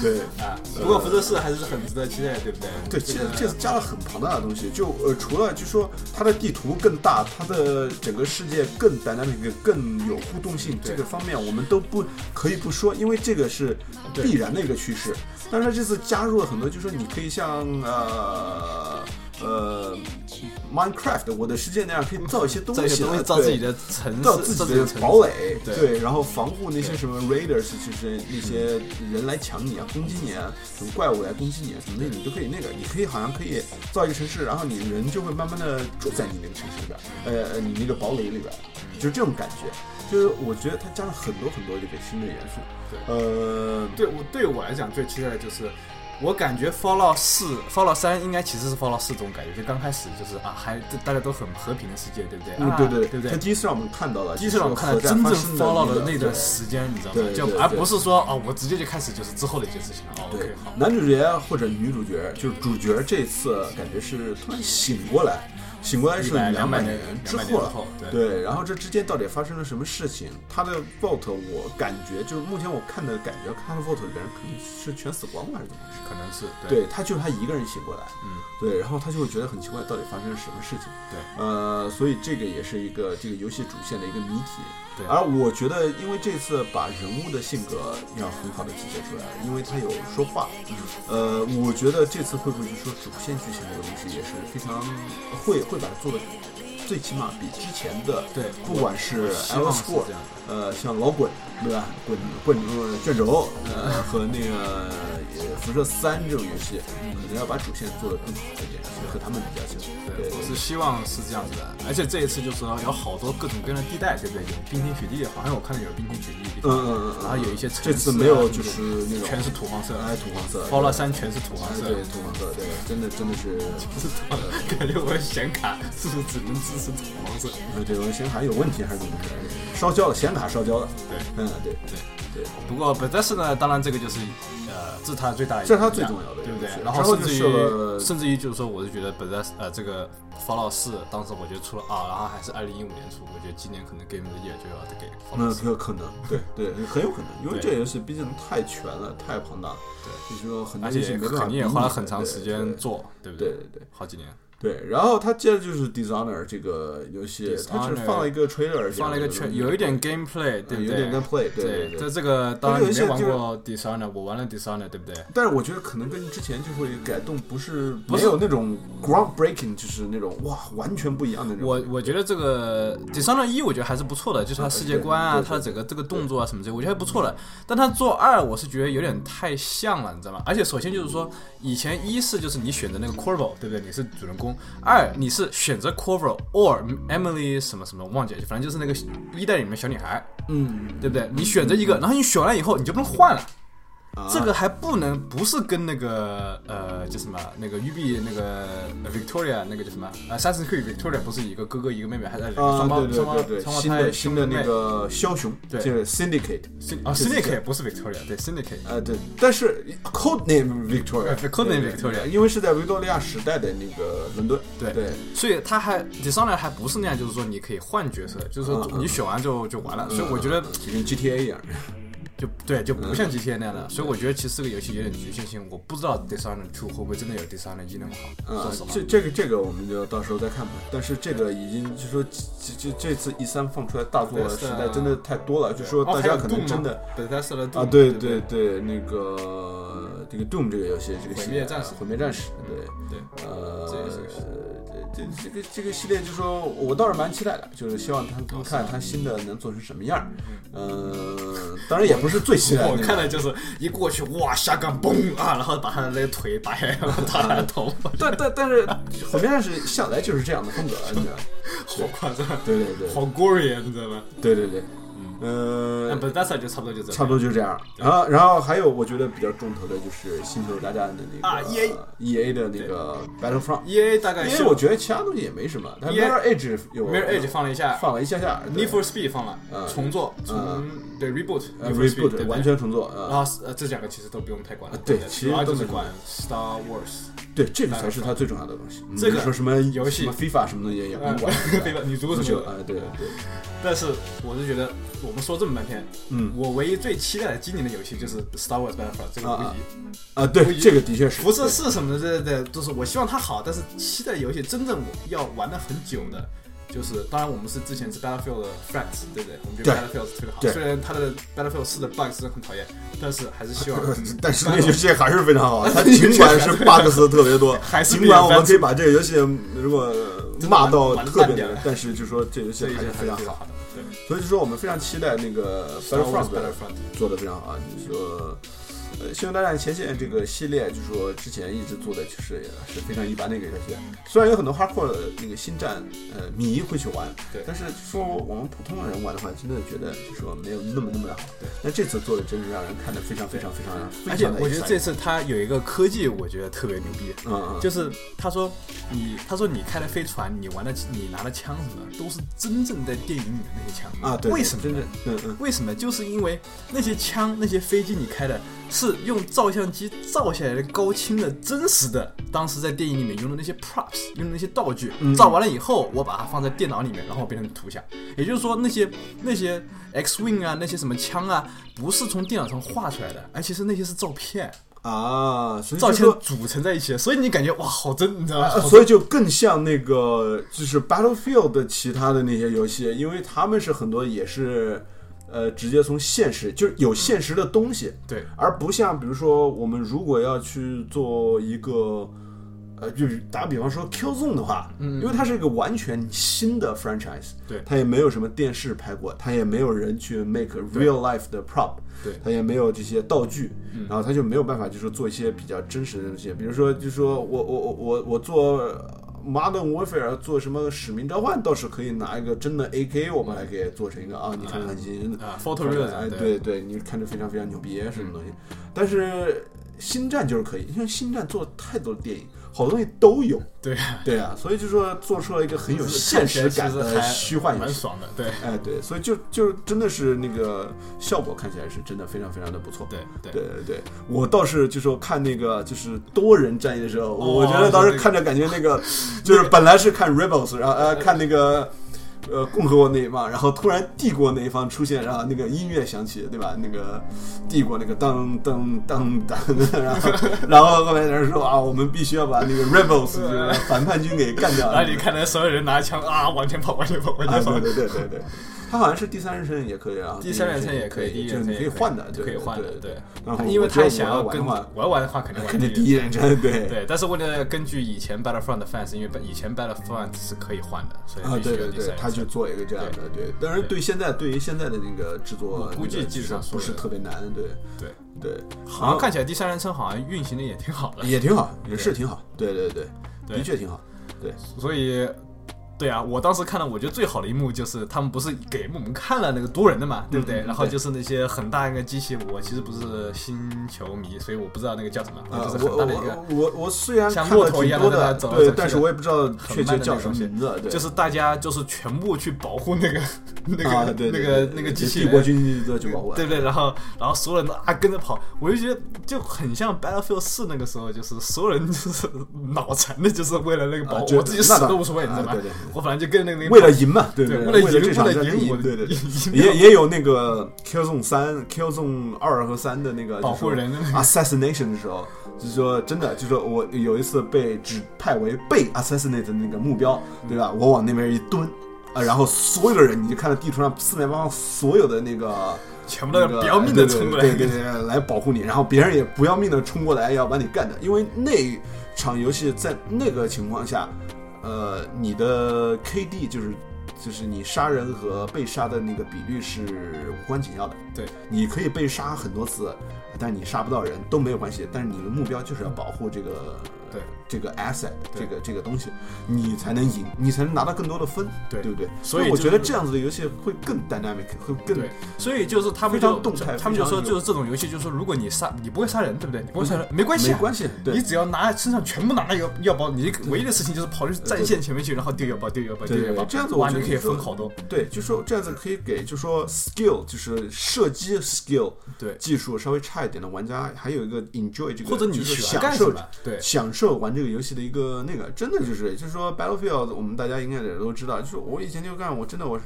Speaker 1: 对。
Speaker 4: 啊，不过福寿寺还是很值得期待，对不对？
Speaker 1: 对，其实
Speaker 4: 这个
Speaker 1: 这次加了很庞大的东西，就呃，除了就说它的地图更大，它的整个世界更 dynamic，更有互动性，这个方面我们都不可以不说，因为这个是必然的一个趋势。但是它这次加入了很多，就说你可以像呃。呃，Minecraft，我的世界那样可以造一些东
Speaker 2: 这些
Speaker 1: 西
Speaker 2: 东
Speaker 1: 了，
Speaker 2: 西造自
Speaker 1: 对
Speaker 2: 己的城市，
Speaker 1: 到
Speaker 2: 造
Speaker 1: 自
Speaker 2: 自
Speaker 1: 己
Speaker 2: 己
Speaker 1: 的
Speaker 2: 城市
Speaker 1: 堡垒，
Speaker 2: 对
Speaker 1: 然后防护那些什么 raiders，就是那些人来抢你啊，攻击你啊，什么怪物来攻击你啊，什么的，你都可以那个，你可以好像可以造一个城市，然后你人就会慢慢的住在你那个城市里边，呃，呃你那个堡垒里边，就这种感觉，就是我觉得它加了很多很多这个新的元素，呃，
Speaker 4: 对我对我来讲最期待的就是
Speaker 2: 我感觉 Fallout 四、Fallout 三应该其实是 Fallout 四这种感觉，就刚开始就是啊，还大家都很和平的世界，对不对？
Speaker 1: 嗯
Speaker 2: 啊，
Speaker 1: 对对
Speaker 2: 对不
Speaker 1: 它
Speaker 2: 对？
Speaker 1: 第一次让我们看到了，
Speaker 2: 第一次让我看到
Speaker 1: 就是
Speaker 2: 真
Speaker 1: 核战
Speaker 2: 正
Speaker 1: 发生的
Speaker 2: Fallout 的
Speaker 1: 那
Speaker 2: 那
Speaker 1: 个
Speaker 2: 段时间，你知道吗
Speaker 1: 对？
Speaker 2: 就
Speaker 1: 对
Speaker 2: 而
Speaker 1: 对
Speaker 2: 不是说啊，我直接就开始就是之后的一件事情了。哦
Speaker 1: 对
Speaker 2: OK，好，，
Speaker 1: 男主角或者女主角，就是主角这次感觉是突然醒过来，醒过来是
Speaker 2: 100
Speaker 1: 两
Speaker 2: 200
Speaker 1: 年
Speaker 2: 年
Speaker 1: 之
Speaker 2: 200年
Speaker 1: 后
Speaker 2: 之
Speaker 1: 了
Speaker 2: 后。对
Speaker 1: 对，然后这之间到底发生了什么事情？他的 VOT 我感觉就是目前我看的感觉，他的 VOT 里边可能是全死光了还是怎么回事？
Speaker 2: 可能是
Speaker 1: 对，他就他一个人醒过来，
Speaker 2: 嗯，
Speaker 1: 对，然后他就会觉得很奇怪，到底发生了什么事情？
Speaker 2: 对，
Speaker 1: 呃，所以这个也是一个这个游戏主线的一个谜题。
Speaker 2: 对
Speaker 1: 而我觉得，因为这次把人物的性格要很好的体现出来了，因为他有说话，
Speaker 2: 嗯
Speaker 1: 呃，我觉得这次会不会就说主线剧情这个东西也是非常会会把它做的，最起码比之前的
Speaker 2: 对
Speaker 1: 不管是
Speaker 2: 希望
Speaker 1: Alice
Speaker 2: 是
Speaker 1: Score
Speaker 2: 这样的
Speaker 1: 呃，像老滚，对吧？滚滚呃卷轴，
Speaker 2: [LAUGHS]
Speaker 1: 呃，和那个呃辐射三这种游戏，
Speaker 2: 嗯
Speaker 1: 可能要把主线做得更好一点，和他们比较像。
Speaker 2: 对，我是希望是这样子的，而且这一次就是说有好多各种各样的地带，对不对？有冰天雪地的，好像我看到有冰天雪地的地
Speaker 1: 嗯
Speaker 2: 方，
Speaker 1: 嗯嗯嗯。
Speaker 2: 然后有一些城市
Speaker 1: 这
Speaker 2: 啊
Speaker 1: 次没有就
Speaker 2: 什么
Speaker 1: 是那种
Speaker 2: 全是土黄色，
Speaker 1: 哎土黄色，
Speaker 2: Fallout 三全是土黄
Speaker 1: 哎
Speaker 2: 色，
Speaker 1: 对土黄色，对，真的真的是，
Speaker 2: [LAUGHS] 感觉我的显卡是不是只能支持土黄色？ [LAUGHS]
Speaker 1: 呃对，我显卡有问题还是怎么回事？烧焦了，显卡烧焦了。
Speaker 2: 对，
Speaker 1: 嗯对，
Speaker 2: 对对。不过 b e t h e s 呢，当然这个就是呃，这是它最大的，
Speaker 1: 这是它最重要的
Speaker 2: 对不对
Speaker 1: 一个是？
Speaker 2: 然
Speaker 1: 然后
Speaker 2: 后甚
Speaker 1: 就
Speaker 2: 至
Speaker 1: 是了
Speaker 2: 于甚至于就是说，我是觉得 b e t h e s 呃这个 Fallout 四，当时我觉得出了啊，然后还是二零一五年出，我觉得今年可能 Game of the Year 就要给 Fallout
Speaker 1: 嗯，
Speaker 2: 四。
Speaker 1: 有可能，对对，很有可能，因为
Speaker 2: 对
Speaker 1: 这个游戏毕竟太全了，太庞大了，
Speaker 2: 对，
Speaker 1: 就是说很多
Speaker 2: 而
Speaker 1: 游戏
Speaker 2: 且
Speaker 1: 没办法
Speaker 2: 肯
Speaker 1: 比拟
Speaker 2: 定
Speaker 1: 的，
Speaker 2: 也花了很长
Speaker 1: 对
Speaker 2: 时
Speaker 1: 对
Speaker 2: 间做，对不
Speaker 1: 对
Speaker 2: 对
Speaker 1: 对对
Speaker 2: 好几年。
Speaker 1: 对，然后他接着就是 Dishonor 这个游戏，他是
Speaker 2: Dishonored
Speaker 1: 放了一个 trailer，
Speaker 2: 放了一个圈，有一点 gameplay，对不对？
Speaker 1: 有点 gameplay，对对
Speaker 2: 对
Speaker 1: 对
Speaker 2: 在这个当
Speaker 1: 但
Speaker 2: 然
Speaker 1: 是有
Speaker 2: 你
Speaker 1: 一
Speaker 2: 没
Speaker 1: 些就
Speaker 2: 玩
Speaker 1: 是
Speaker 2: 过 Dishonor，我玩了 Dishonor，对不对？
Speaker 1: 但是我觉得可能跟之前就会改动不是
Speaker 2: 不
Speaker 1: 没
Speaker 2: 是
Speaker 1: 有那种 groundbreaking，就是那种哇完全不一样的那种。
Speaker 2: 我我觉得这个《Dishonor 一》我觉得还是不错的，就是它世界观
Speaker 1: 对
Speaker 2: 啊
Speaker 1: 对，对
Speaker 2: 它整个这个动作啊什么之类，我觉得还不错的。但它做二，我是觉得有点太像了，你知道吗？而且首先就是说，以前一是就是你选择那个 Corvo，对不对？你是主人公；二你是选择 Corvo or Emily 什么什么忘记了，反正就是那个一代里面小女孩，嗯，对不对？你选择
Speaker 1: 嗯
Speaker 2: 一个，然后你选完以后你就不能换了。
Speaker 1: 啊
Speaker 2: 这个还不能不是跟那个呃叫什么那个育碧那个呃 Victoria 那个叫什么呃 Assassin's Creed Victoria 不是一个哥哥一个妹妹，还是两个
Speaker 1: 啊
Speaker 2: 双，胞
Speaker 1: 对对
Speaker 2: 双胞
Speaker 1: 对对，
Speaker 2: 双胞
Speaker 1: 新
Speaker 2: 胎
Speaker 1: 的新的那个枭雄，
Speaker 2: 对
Speaker 1: 就是 Syndicate，
Speaker 2: 兄妹啊 Syndicate 不是 Victoria 对 Syndicate
Speaker 1: 呃，对，但是 Code Name Victoria，
Speaker 2: 呃，Code Name
Speaker 1: 对对
Speaker 2: Victoria
Speaker 1: 因为是在维多利亚时代的那个伦敦，
Speaker 2: 对
Speaker 1: 对，
Speaker 2: 所以他还 Dishonored 还不是那样，就是说你可以换角色，就是
Speaker 1: 啊
Speaker 2: 说你选完就就完了。
Speaker 1: 嗯
Speaker 2: 所以我觉得
Speaker 1: 就跟 GTA 一
Speaker 2: [LAUGHS]
Speaker 1: 样。
Speaker 2: 就对就
Speaker 1: 嗯
Speaker 2: 不像 GTA 那样的，所以我觉得其实这个游戏有点局限性，我不知道 Dishonored Two 会不会真的有 Dishonored 一那么好，
Speaker 1: 啊
Speaker 2: 说实，话
Speaker 1: 这。这个这个我们就到时候再看吧。但是这个已经就说这这这次 E 三放出来大作
Speaker 2: 对
Speaker 1: 实
Speaker 2: 是啊
Speaker 1: 在真的太多了，就说
Speaker 2: 哦
Speaker 1: 大
Speaker 2: 还
Speaker 1: 家
Speaker 2: 有
Speaker 1: 可能
Speaker 2: Doom
Speaker 1: 真的
Speaker 2: 吗 Bethesda 的 Doom，
Speaker 1: 啊，对对对，那个这个 Doom 这个游戏，这个
Speaker 2: 毁
Speaker 1: 系列呃
Speaker 2: 灭战士嗯
Speaker 1: 毁灭战士，对，
Speaker 2: 对，
Speaker 1: 呃
Speaker 2: 这也是个系，
Speaker 1: 这这个这个系列，就说我倒是蛮期待的，就是希望他
Speaker 2: 哦
Speaker 1: 们看
Speaker 2: 啊
Speaker 1: 他新的能做成什么样儿。呃，当然也不是最期待
Speaker 2: 嗯我
Speaker 1: 那
Speaker 2: 看
Speaker 1: 个。
Speaker 2: 的就是一过去，哇，下杠嘣啊，然后把他的那个腿拔下来，然后打他的头发，
Speaker 1: 但但但是毁灭战士向来就是这样的风格，你知道吗？
Speaker 2: 好夸张，
Speaker 1: 对对对，
Speaker 2: 好 gory 啊，你知道吗？
Speaker 1: 对对对，嗯，
Speaker 2: 那 Bethesda 就差不多就这样，
Speaker 1: 差不多就这样。然后，然后还有我觉得比较重头的就是《星球大战》的那个
Speaker 2: 啊，EA
Speaker 1: E A 的那个 Battlefront。
Speaker 2: E A 大概
Speaker 1: 因
Speaker 2: 是
Speaker 1: 为我觉得其他东西也没什么，但
Speaker 2: EA
Speaker 1: Mirror Edge 有
Speaker 2: Mirror Edge 放了一下
Speaker 1: 放了一下下
Speaker 2: Need
Speaker 1: 对
Speaker 2: for Speed 放了
Speaker 1: 嗯，
Speaker 2: 重做，从
Speaker 1: 嗯
Speaker 2: 对 reboot
Speaker 1: 呃
Speaker 2: Need for Speed，对
Speaker 1: reboot
Speaker 2: 不对
Speaker 1: 完。全重做
Speaker 2: 然
Speaker 1: 啊，
Speaker 2: 后呃，这两个其实都不用太管了
Speaker 1: 啊，对
Speaker 2: 不
Speaker 1: 其实
Speaker 2: 主要
Speaker 1: 都
Speaker 2: 就
Speaker 1: 没
Speaker 2: 是
Speaker 1: 管
Speaker 2: 管 Star Wars。
Speaker 1: 对，这个才是它最重要的东西。
Speaker 2: 哎
Speaker 1: 嗯
Speaker 2: 这个
Speaker 1: 你说什么
Speaker 2: 游戏
Speaker 1: 什么
Speaker 2: 哎
Speaker 1: FIFA 什么东西也不用管，
Speaker 2: 对吧？你如
Speaker 1: 不
Speaker 2: 果什
Speaker 1: 久
Speaker 2: 么？
Speaker 1: 啊，对对，
Speaker 2: 但是我是觉得，我们说这么半天，
Speaker 1: 嗯
Speaker 2: 我唯一最期待的今年的游戏就是 Star Wars Battlefront 这个无
Speaker 1: 啊
Speaker 2: 疑，
Speaker 1: 啊，对，这个的确是
Speaker 2: 不是是什么的，对对对，就是我希望它好，但是期待游戏真正我要玩的很久的，就是当然我们是之前是 Battlefield 的 Friends，对不对？我们觉得 Battlefield 是特别好，
Speaker 1: 对。
Speaker 2: 虽然它的 Battlefield 四的 bug 是很讨厌，但是还是希望嗯
Speaker 1: [LAUGHS] 但是那游戏还是非常好，它尽管
Speaker 2: [LAUGHS]
Speaker 1: 是 bugs 特别多，
Speaker 2: 还是比
Speaker 1: 尽管我们
Speaker 2: Advance-
Speaker 1: 可以把这个游戏如果骂到特别难，但是就说这游戏
Speaker 2: 这一
Speaker 1: 还
Speaker 2: 些
Speaker 1: 是
Speaker 2: 还
Speaker 1: 非
Speaker 2: 是
Speaker 1: 常
Speaker 2: 非常
Speaker 1: 好
Speaker 2: 好。的，对。
Speaker 1: 所以就说我们非常期待那个
Speaker 2: Star Wars
Speaker 1: Battlefront 的
Speaker 2: Battlefront
Speaker 1: 做的非常好，啊，就是说。呃，《星球大战前线》这个系列，就是说之前一直做的就是也是非常一般的一个游戏，啊虽然有很多 hardcore 的那个星战呃迷会去玩，
Speaker 2: 对
Speaker 1: 但是说我们普通人玩的话，真的觉得就是说没有那么那么的好。那这次做的真是让人看得非常非常非常，
Speaker 2: 嗯而
Speaker 1: 非
Speaker 2: 且
Speaker 1: 常地
Speaker 2: 我觉得
Speaker 1: excited
Speaker 2: 这次它有一个科技，我觉得特别牛逼。
Speaker 1: 嗯嗯
Speaker 2: 就是他说你，他说你开的飞船，你玩的，你拿的枪什么的，都是真正在电影里的那些枪
Speaker 1: 啊，对，
Speaker 2: 为什么
Speaker 1: 真
Speaker 2: 呢
Speaker 1: 的？，嗯嗯，
Speaker 2: 为什么？就是因为那些枪、那些飞机，你开的是用照相机照下来的高清的、真实的，当时在电影里面用的那些 props，用的那些道具，
Speaker 1: 嗯
Speaker 2: 照完了以后，我把它放在电脑里面，然后变成图像。也就是说，那些那些 X wing 啊，那些什么枪啊，不是从电脑上画出来的，而其实那些是照片，
Speaker 1: 啊，所以
Speaker 2: 照
Speaker 1: 就
Speaker 2: 片
Speaker 1: 说，
Speaker 2: 组成在一起的，所以你感觉哇，好真，你知道吗？
Speaker 1: 啊所以就更像那个就是 Battlefield 的其他的那些游戏，因为他们是很多也是。呃，直接从现实就是有现实的东西，
Speaker 2: 对，
Speaker 1: 而不像比如说我们如果要去做一个，呃，就是打比方说 Q Zone 的话，嗯，因为它是一个完全新的 franchise，
Speaker 2: 对
Speaker 1: 它也没有什么电视拍过，它也没有人去 make real life 的 prop，
Speaker 2: 对
Speaker 1: 它也没有这些道具，
Speaker 2: 嗯
Speaker 1: 然后它就没有办法就是做一些比较真实的东西，比如说就说我我我我我做。Modern Warfare 做什么使命召唤倒是可以拿一个真的 AK，我们来给做成一个啊，你看看已经
Speaker 2: 啊，photorealism，
Speaker 1: 哎，
Speaker 2: 对嗯
Speaker 1: 对对，你看着非常非常牛逼什么东西，但是星战就是可以，因为星战做了太多的电影，好多东西都有，
Speaker 2: 对啊，
Speaker 1: 对啊，所以就说做出了一个很有现实感
Speaker 2: 看起
Speaker 1: 的
Speaker 2: 来其实还
Speaker 1: 虚幻游
Speaker 2: 蛮
Speaker 1: 戏。
Speaker 2: 爽的，对。
Speaker 1: 哎，对，所以就就真的是那个效果看起来是真的非常非常的不错。
Speaker 2: 对对
Speaker 1: 对对对，我倒是就说看那个就是多人战役的时
Speaker 2: 哦
Speaker 1: [LAUGHS] 候，我觉得当时看着感觉那个就是本来是看 Rebels，然后呃看那个呃共和国那一方，然后突然帝国那一方出现，然后那个音乐响起，对吧？那个帝国那个当当当当，然后 [LAUGHS] 然后后面人说啊，我们必须要把那个 rebels 就是反叛军给干掉。
Speaker 2: [LAUGHS] 然后哎你看到所有人拿枪啊，往前跑，往前 [LAUGHS] 跑，往
Speaker 1: 啊，
Speaker 2: 前跑
Speaker 1: 对。对对对 [LAUGHS] 对，它好像是第三人称也可以啊，
Speaker 2: 第三人称也可
Speaker 1: 可
Speaker 2: 以，第一
Speaker 1: 就是
Speaker 2: 人称
Speaker 1: 你
Speaker 2: 也
Speaker 1: 可以换的，对
Speaker 2: 可以换的，
Speaker 1: 对
Speaker 2: 对。
Speaker 1: 然后
Speaker 2: 因为
Speaker 1: 我觉得
Speaker 2: 他想
Speaker 1: 我
Speaker 2: 要
Speaker 1: 玩
Speaker 2: 跟
Speaker 1: 的话，
Speaker 2: 我要玩的话，肯定玩
Speaker 1: 肯定第
Speaker 2: 第
Speaker 1: 一人称，对
Speaker 2: 对，但是为了根据以前 Battlefront 的 fans，因为以前 Battlefront 是可以换的，所以
Speaker 1: 啊，
Speaker 2: 必
Speaker 1: 对
Speaker 2: 须有
Speaker 1: 对
Speaker 2: 第
Speaker 1: 对
Speaker 2: 三，
Speaker 1: 他
Speaker 2: 人
Speaker 1: 就
Speaker 2: 称。
Speaker 1: 做一个这样的，对。但是对现在，对于现在的那个制作，
Speaker 2: 估计
Speaker 1: 那个
Speaker 2: 技术上
Speaker 1: 不是
Speaker 2: 说的
Speaker 1: 特别难，对
Speaker 2: 对，
Speaker 1: 对。
Speaker 2: 好像看起来第三人称好像运行的也挺好的，
Speaker 1: 也挺好，也是挺好，对对对，
Speaker 2: 对
Speaker 1: 的确挺好。
Speaker 2: 所以。对啊，我当时看了，我觉得最好的一幕就是他们不是给我们看了那个多人的嘛，对不
Speaker 1: 嗯
Speaker 2: 对？然后就是那些很大一个机器，我其实不是星球迷，所以我不知道那个叫什么，
Speaker 1: 呃
Speaker 2: 就，是
Speaker 1: 我
Speaker 2: 很大的一个
Speaker 1: 我我我虽然
Speaker 2: 像
Speaker 1: 看了
Speaker 2: 骆驼一
Speaker 1: 挺
Speaker 2: 样
Speaker 1: 多
Speaker 2: 的那
Speaker 1: 的，
Speaker 2: 个走来
Speaker 1: 对
Speaker 2: 走，去
Speaker 1: 但是
Speaker 2: 的
Speaker 1: 我也不知道
Speaker 2: 很
Speaker 1: 确
Speaker 2: 慢
Speaker 1: 切
Speaker 2: 的
Speaker 1: 叫
Speaker 2: 那
Speaker 1: 什么
Speaker 2: 种
Speaker 1: 名字，对，
Speaker 2: 就是大家就是全部去保护那个那个、
Speaker 1: 啊，对对
Speaker 2: 那个
Speaker 1: 对对
Speaker 2: 那个
Speaker 1: 对
Speaker 2: 机器
Speaker 1: 帝国
Speaker 2: 人。
Speaker 1: 军军队去保护，
Speaker 2: 对不对？然后，然后所有人都啊跟着跑，我就觉得就很像 Battlefield 四那个时候，就是所有人就是脑残的，就是为了那个保，
Speaker 1: 啊就
Speaker 2: 我自己死
Speaker 1: 那当
Speaker 2: 都无所谓，你
Speaker 1: 啊
Speaker 2: 知道吧？
Speaker 1: 对对对
Speaker 2: 我反正就跟着那个那个
Speaker 1: 为了赢嘛，对
Speaker 2: 对
Speaker 1: 对，
Speaker 2: 为了赢
Speaker 1: 这场
Speaker 2: 为
Speaker 1: 战
Speaker 2: 了赢
Speaker 1: 役
Speaker 2: 我
Speaker 1: 对对对
Speaker 2: 赢，
Speaker 1: 也也有那个 Killzone 三、Killzone 二和三的那个
Speaker 2: 保护人的那个
Speaker 1: assassination 的时候，就说真的，就说我有一次被指派为被 assassinate 的那个目标，
Speaker 2: 嗯
Speaker 1: 对吧？我往那边一蹲。啊，然后所有的人，你就看到地图上四面八方所有的那个
Speaker 2: 全部
Speaker 1: 那
Speaker 2: 都
Speaker 1: 个
Speaker 2: 不要命的冲过来，
Speaker 1: 对对对对，来保护你，然后别人也不要命的冲过来要把你干掉，因为那场游戏在那个情况下，呃，你的 KD 就是就是你杀人和被杀的那个比率是无关紧要的，
Speaker 2: 对，
Speaker 1: 你可以被杀很多次，但你杀不到人都没有关系，但是你的目标就是要保护这个。
Speaker 2: 对
Speaker 1: 这个 asset，这
Speaker 2: 对
Speaker 1: 个这个东西，你才能赢，你才能拿到更多的分，
Speaker 2: 对
Speaker 1: 对不对？
Speaker 2: 所以
Speaker 1: 我
Speaker 2: 就
Speaker 1: 觉得
Speaker 2: 是
Speaker 1: 这样子的游戏会更 dynamic，会更
Speaker 2: 对，所以就是他们
Speaker 1: 非常
Speaker 2: 就
Speaker 1: 动态
Speaker 2: 他们就
Speaker 1: 非常
Speaker 2: 说
Speaker 1: 有
Speaker 2: 就是这种游戏，就是如果你杀你不会杀人，对不对？你不会杀人没关系
Speaker 1: 没
Speaker 2: 啊，
Speaker 1: 关系。对
Speaker 2: 你，只要拿身上全部拿那个药包，你唯一的事情就是跑去战线前面去，然后丢药包，丢药包，
Speaker 1: 对
Speaker 2: 丢
Speaker 1: 对
Speaker 2: 药包，
Speaker 1: 对这样子我
Speaker 2: 哇，
Speaker 1: 觉
Speaker 2: 你
Speaker 1: 得
Speaker 2: 可以
Speaker 1: 是
Speaker 2: 分好多。
Speaker 1: 对，就说这样子可以给，就说 skill 就是射击 skill
Speaker 2: 对
Speaker 1: 技术稍微差一点的玩家，还有一个 enjoy 这个，
Speaker 2: 或者你
Speaker 1: 就是
Speaker 2: 喜欢
Speaker 1: 享
Speaker 2: 干
Speaker 1: 受
Speaker 2: 什么对
Speaker 1: 享受玩这个游戏的一个那个，真的就是就是说 Battlefield，我们大家应该也都知道，就是我以前就干，我真的我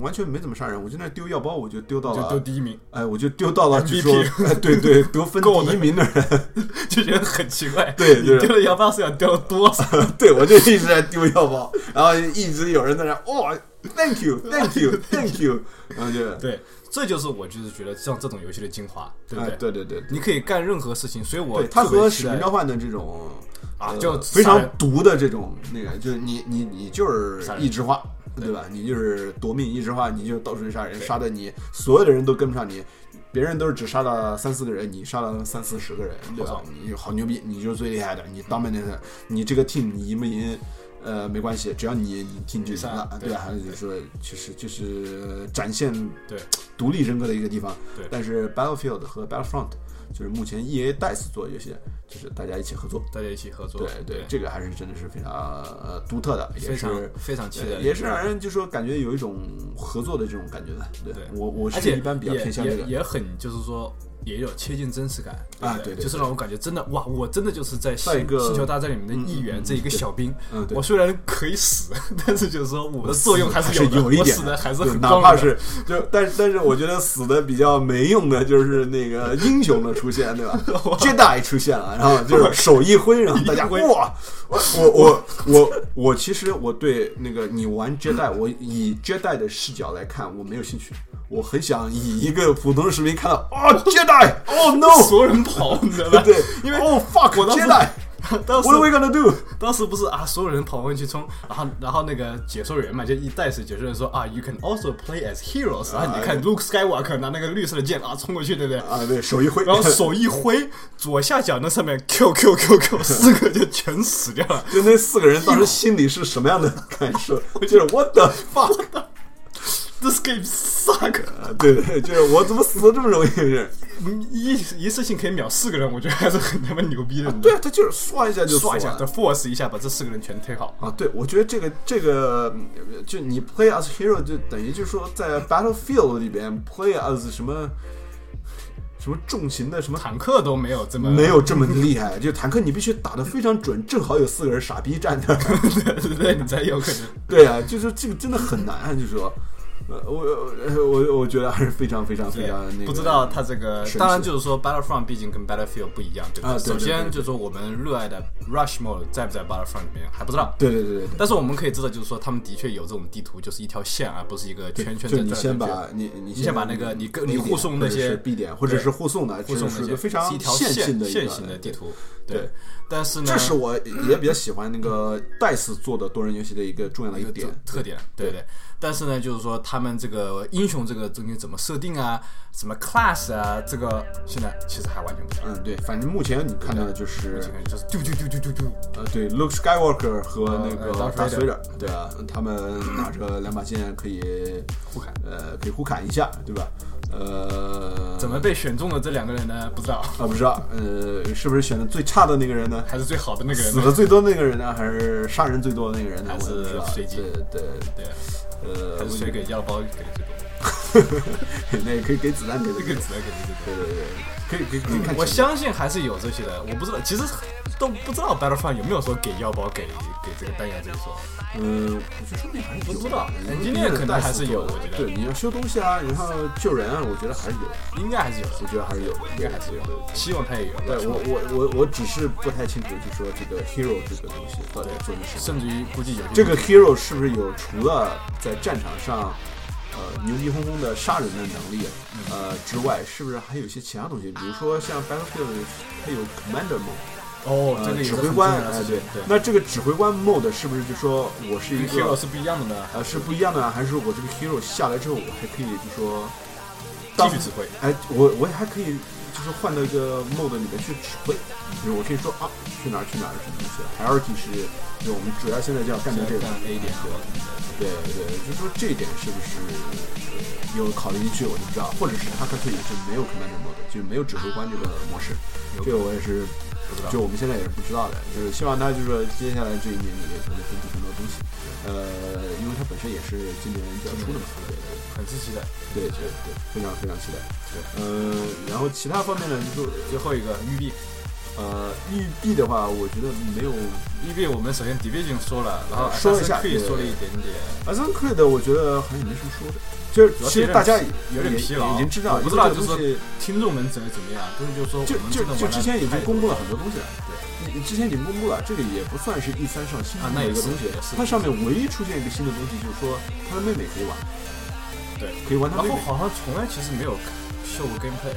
Speaker 1: 完全没怎么杀人，我就那丢药包，我就丢到
Speaker 2: 就丢
Speaker 1: 了。
Speaker 2: 第一名， [LAUGHS]
Speaker 1: 哎，我就丢到了，就
Speaker 2: MVP
Speaker 1: 说，哎对对，得分
Speaker 2: 够
Speaker 1: 第
Speaker 2: 的
Speaker 1: 一名的人，
Speaker 2: 就觉得很奇怪。
Speaker 1: 对
Speaker 2: 你
Speaker 1: 就是
Speaker 2: 丢了幺八四要丢了多少？
Speaker 1: 对我就一直在丢药包，然后一直有人在那，哇，thank you，thank you，thank you，然后就，
Speaker 2: 对，这就是我就是觉得像这种游戏的精华，对不
Speaker 1: 哎
Speaker 2: 对？
Speaker 1: 对对对，
Speaker 2: 你可以干任何事情，所以我
Speaker 1: 对，它
Speaker 2: 特别
Speaker 1: 和《
Speaker 2: 期
Speaker 1: 使
Speaker 2: 待
Speaker 1: 命召唤》的这种
Speaker 2: 啊，
Speaker 1: 呃
Speaker 2: 就
Speaker 1: 非
Speaker 2: 杀
Speaker 1: 常
Speaker 2: 人
Speaker 1: 毒的这种那个，就是你你你就是
Speaker 2: 杀人
Speaker 1: 一枝花，对吧？你就是夺命一枝花，你就到处去杀人，杀的你所有的人都跟不上你，别人都是只杀了三四个人，你杀了三四十个人，对吧
Speaker 2: 爽？
Speaker 1: 你好牛逼，你就是最厉害的，你 dominant，的你这个 team 你赢不赢？呃，没关系，只要你你 team 就赢了，
Speaker 2: 嗯
Speaker 1: 对啊吧？还有就是说，就是就是展现
Speaker 2: 对
Speaker 1: 独立人格的一个地方。
Speaker 2: 对
Speaker 1: 但是 Battlefield 和 Battlefront 就是目前 EA DICE 做的游戏，就是大家一起合作。
Speaker 2: 大家一起合作，
Speaker 1: 对对，这个还是真的是非常呃独特的，也
Speaker 2: 非常
Speaker 1: 是
Speaker 2: 非常期待
Speaker 1: 呃
Speaker 2: 的
Speaker 1: 也是让人就说感觉有一种合作的这种感觉的。对
Speaker 2: 对
Speaker 1: 我我
Speaker 2: 而
Speaker 1: 是
Speaker 2: 且
Speaker 1: 一般比较
Speaker 2: 也
Speaker 1: 偏向这
Speaker 2: 也
Speaker 1: 个。
Speaker 2: 也很就是说。也有切近真实感
Speaker 1: 啊
Speaker 2: 不
Speaker 1: 对对
Speaker 2: 就是
Speaker 1: 对
Speaker 2: 让我感觉真的哇，我真的就是在星
Speaker 1: 在一个
Speaker 2: 星球大战里面的一
Speaker 1: 嗯嗯
Speaker 2: 员，
Speaker 1: 嗯
Speaker 2: 这一
Speaker 1: 对
Speaker 2: 个小兵。
Speaker 1: 嗯对
Speaker 2: 我虽然可以死， [LAUGHS] 但是就是说我的作用还
Speaker 1: 还
Speaker 2: 是有的，
Speaker 1: 有一
Speaker 2: 我
Speaker 1: 点
Speaker 2: 死的还是
Speaker 1: 对
Speaker 2: 很
Speaker 1: 哪
Speaker 2: 光
Speaker 1: 怕
Speaker 2: 荣
Speaker 1: 是
Speaker 2: 的
Speaker 1: 就，但但是我觉得死的比较没用的就是那个英雄的出现，
Speaker 2: [LAUGHS]
Speaker 1: 对吧？Jedi 出现了，然后就是手一挥，然后大家
Speaker 2: 一挥
Speaker 1: 哇！我我我我我其实我对那个你玩 Jedi，我以 Jedi 的视角来看，我没有兴趣。我很想以一个普通的士兵看到哦 Jedi，哦
Speaker 2: [LAUGHS]
Speaker 1: [LAUGHS] no，
Speaker 2: 所有人跑，你知道吧？
Speaker 1: [LAUGHS] 对，
Speaker 2: [LAUGHS] 因为
Speaker 1: 哦 fuck
Speaker 2: 我当时
Speaker 1: Jedi。
Speaker 2: [LAUGHS] 当时
Speaker 1: What are we gonna do？
Speaker 2: 当时不是啊，所有人跑过去冲，然后然后那个解说员嘛，就一代是解说员说啊，you can also play as heroes，然后
Speaker 1: 哎
Speaker 2: 你看 Luke Skywalker 拿那个绿色的剑啊冲过去，对不对？
Speaker 1: 啊，对手一挥，
Speaker 2: 然后手一挥，左下角那上面 Q Q Q Q 四个就全死掉了。
Speaker 1: [LAUGHS] 就那四个人当时心里是什么样的感
Speaker 2: [LAUGHS]
Speaker 1: 受？就是 What the fuck？
Speaker 2: This game suck，
Speaker 1: 啊， [LAUGHS] 对对，就是我怎么死的这么容易？是，
Speaker 2: 嗯一一次性可以秒四个人，我觉得还是很他妈牛逼的。你
Speaker 1: [LAUGHS]
Speaker 2: 知
Speaker 1: 对
Speaker 2: 道
Speaker 1: 啊，他就是刷一下就
Speaker 2: 吗，刷一
Speaker 1: 死
Speaker 2: 下，
Speaker 1: 完
Speaker 2: 再 force 一下把这四个人全推好。
Speaker 1: 啊，对，我觉得这个这个嗯就你 play as hero 就等于就是说在 battlefield 里边 play as 什么什么重型的什么
Speaker 2: 坦克都没有这么
Speaker 1: 没有这么厉害，就坦克你必须打得非常准，正好有四个人傻逼站那儿。 [LAUGHS]
Speaker 2: 对对 [LAUGHS] 对，你才有可能。
Speaker 1: 对啊，就是这个真的很难啊，就说，呃，我呃我我觉得还是非常非常非
Speaker 2: 对
Speaker 1: 啊常那个，
Speaker 2: 不知道它这个
Speaker 1: 神，奇
Speaker 2: 当然就是说 Battlefront 毕竟跟 Battlefield 不一样，对吧？
Speaker 1: 啊对对对
Speaker 2: 首
Speaker 1: 对
Speaker 2: 先就是说我们热爱的 Rush Mode 在不在 Battlefront 里面还不知道，
Speaker 1: 对对对对对。
Speaker 2: 但是我们可以知道，就是说他们的确有这种地图，就是一条线而不是一个圈圈
Speaker 1: 就
Speaker 2: 转
Speaker 1: 你
Speaker 2: 转
Speaker 1: 先
Speaker 2: 的。
Speaker 1: 把你你
Speaker 2: 你先把那个你跟你
Speaker 1: 点
Speaker 2: 护送
Speaker 1: 或
Speaker 2: 那
Speaker 1: 者是
Speaker 2: 些
Speaker 1: B 点或者是护送的，
Speaker 2: 护送
Speaker 1: 这是
Speaker 2: 那
Speaker 1: 一
Speaker 2: 些
Speaker 1: 个非常
Speaker 2: 是一条
Speaker 1: 线性的一个
Speaker 2: 线性的地。图，
Speaker 1: 对
Speaker 2: 对。但是呢，
Speaker 1: 这是我也比较喜欢那个 DICE 做的多人游戏的一个重要的一个点。
Speaker 2: 特点，对对。但是呢，就是说他们这个英雄这个中间怎么设定啊，什么 class 啊，这个现在其实还完全不知道。
Speaker 1: 嗯，对，反正目前你看到的就是
Speaker 2: 这个就是丢丢丢丢丢丢，
Speaker 1: 呃，对，Luke Skywalker 和那个
Speaker 2: 呃
Speaker 1: 达
Speaker 2: 达
Speaker 1: 斯
Speaker 2: 斯
Speaker 1: 维
Speaker 2: 维
Speaker 1: 尔，对啊，他们拿着两把剑可以互砍，呃，可以互砍一下，对吧？呃，
Speaker 2: 怎么被选中的这两个人呢？不知道，
Speaker 1: 啊？不知道，呃，是不是选的最差的那个人呢？
Speaker 2: 还是最好的那个人
Speaker 1: 死
Speaker 2: 呢
Speaker 1: 的最多的那个人呢？还是杀人最多的那个人呢？
Speaker 2: 还是
Speaker 1: 我也不知道
Speaker 2: 随机
Speaker 1: 对对，
Speaker 2: 对，
Speaker 1: 呃，
Speaker 2: 还是谁给药包给最多？
Speaker 1: 那也可以给子弹给的
Speaker 2: 这个。啊词给最多。
Speaker 1: 对对对，可以可以可以嗯看。
Speaker 2: 我相信还是有这些的，我不知道，其实都不知道 Battlefront 有没有说给药包给给这个弹药这一说。
Speaker 1: 嗯，我觉得说不定还是有的
Speaker 2: 不知道
Speaker 1: 因为
Speaker 2: engineer 可能还嗯是有
Speaker 1: 因为
Speaker 2: 我觉得
Speaker 1: 对，你要修东西啊，然后救人啊，我觉得还是有，
Speaker 2: 应该还是有
Speaker 1: 我
Speaker 2: 的，
Speaker 1: 觉得还是有的，应该还是有的。
Speaker 2: 希望他也有。
Speaker 1: 对我我我我只是不太清楚，就说这个 hero 这个东西到底做的是什么。
Speaker 2: 甚至于估计有些
Speaker 1: 这个 hero 是不是有除了在战场上，呃牛逼哄哄的杀人的能力，呃之外，是不是还有一些其他东西？比如说像 Battlefield 它有 commander mode，
Speaker 2: 哦，这
Speaker 1: 呃
Speaker 2: 个
Speaker 1: 指
Speaker 2: 也是
Speaker 1: 挥
Speaker 2: 很
Speaker 1: 官，
Speaker 2: 重要的
Speaker 1: 哎
Speaker 2: 事情
Speaker 1: 对
Speaker 2: 对，
Speaker 1: 那这个指挥官 mode 是不是就说我是一
Speaker 2: 跟
Speaker 1: 个
Speaker 2: hero 是不一样的呢，
Speaker 1: 呃，是不一样的啊，还是我这个 hero 下来之后，我还可以就说
Speaker 2: 继续指挥。
Speaker 1: 哎，我我还可以就是换到一个 mode 里面去指挥，就是我可以说啊，去哪儿去哪儿什么东西，hierarchy 是，就我们主要现在就要干掉这个，
Speaker 2: 干 A 点和
Speaker 1: 对对，就是说这一点是不是呃有考虑进去，我就不知道，或者是他干脆也就没有 commander mode，就是没有指挥官这个模式，这个我也是
Speaker 2: 不知道
Speaker 1: 就我们现在也是不知道的，就是希望他就是说接下来这一年里面可能分出很多东西，呃，因为它本身也是今年就要出的嘛，对对。
Speaker 2: 很刺激的。
Speaker 1: 对对对，非常非常期待。对，呃，然后其他方面呢，就是
Speaker 2: 最后一个育碧，
Speaker 1: 呃，育碧的话，我觉得没有
Speaker 2: 育碧我们首先 Division 说了，然后
Speaker 1: 说了一下
Speaker 2: Assassin's Creed
Speaker 1: 对
Speaker 2: 说了一点点，
Speaker 1: Assassin's Creed，我觉得好像也没什么说的。就是
Speaker 2: 主要
Speaker 1: 其实
Speaker 2: 是有点
Speaker 1: 大家也
Speaker 2: 有点
Speaker 1: 也
Speaker 2: 疲劳
Speaker 1: 已经知道，
Speaker 2: 我不知道
Speaker 1: 因为这个
Speaker 2: 就是
Speaker 1: 东西
Speaker 2: 听众们怎么怎么样，但是就是说
Speaker 1: 就
Speaker 2: 我们真的
Speaker 1: 就
Speaker 2: 玩
Speaker 1: 就
Speaker 2: 了
Speaker 1: 之前已经
Speaker 2: 太多
Speaker 1: 公布了很多东西了，对，之前已经公布了，这个也不算是 E 三上新
Speaker 2: 啊
Speaker 1: 的
Speaker 2: 那
Speaker 1: 一
Speaker 2: 也
Speaker 1: 个
Speaker 2: 是
Speaker 1: 东西
Speaker 2: 也是。
Speaker 1: 它上面唯一出现一个新的东西，就是说他的妹妹可以玩，
Speaker 2: 对，
Speaker 1: 可以玩他
Speaker 2: 然
Speaker 1: 妹
Speaker 2: 后
Speaker 1: 妹。
Speaker 2: 好像从来其实没有秀过 gameplay，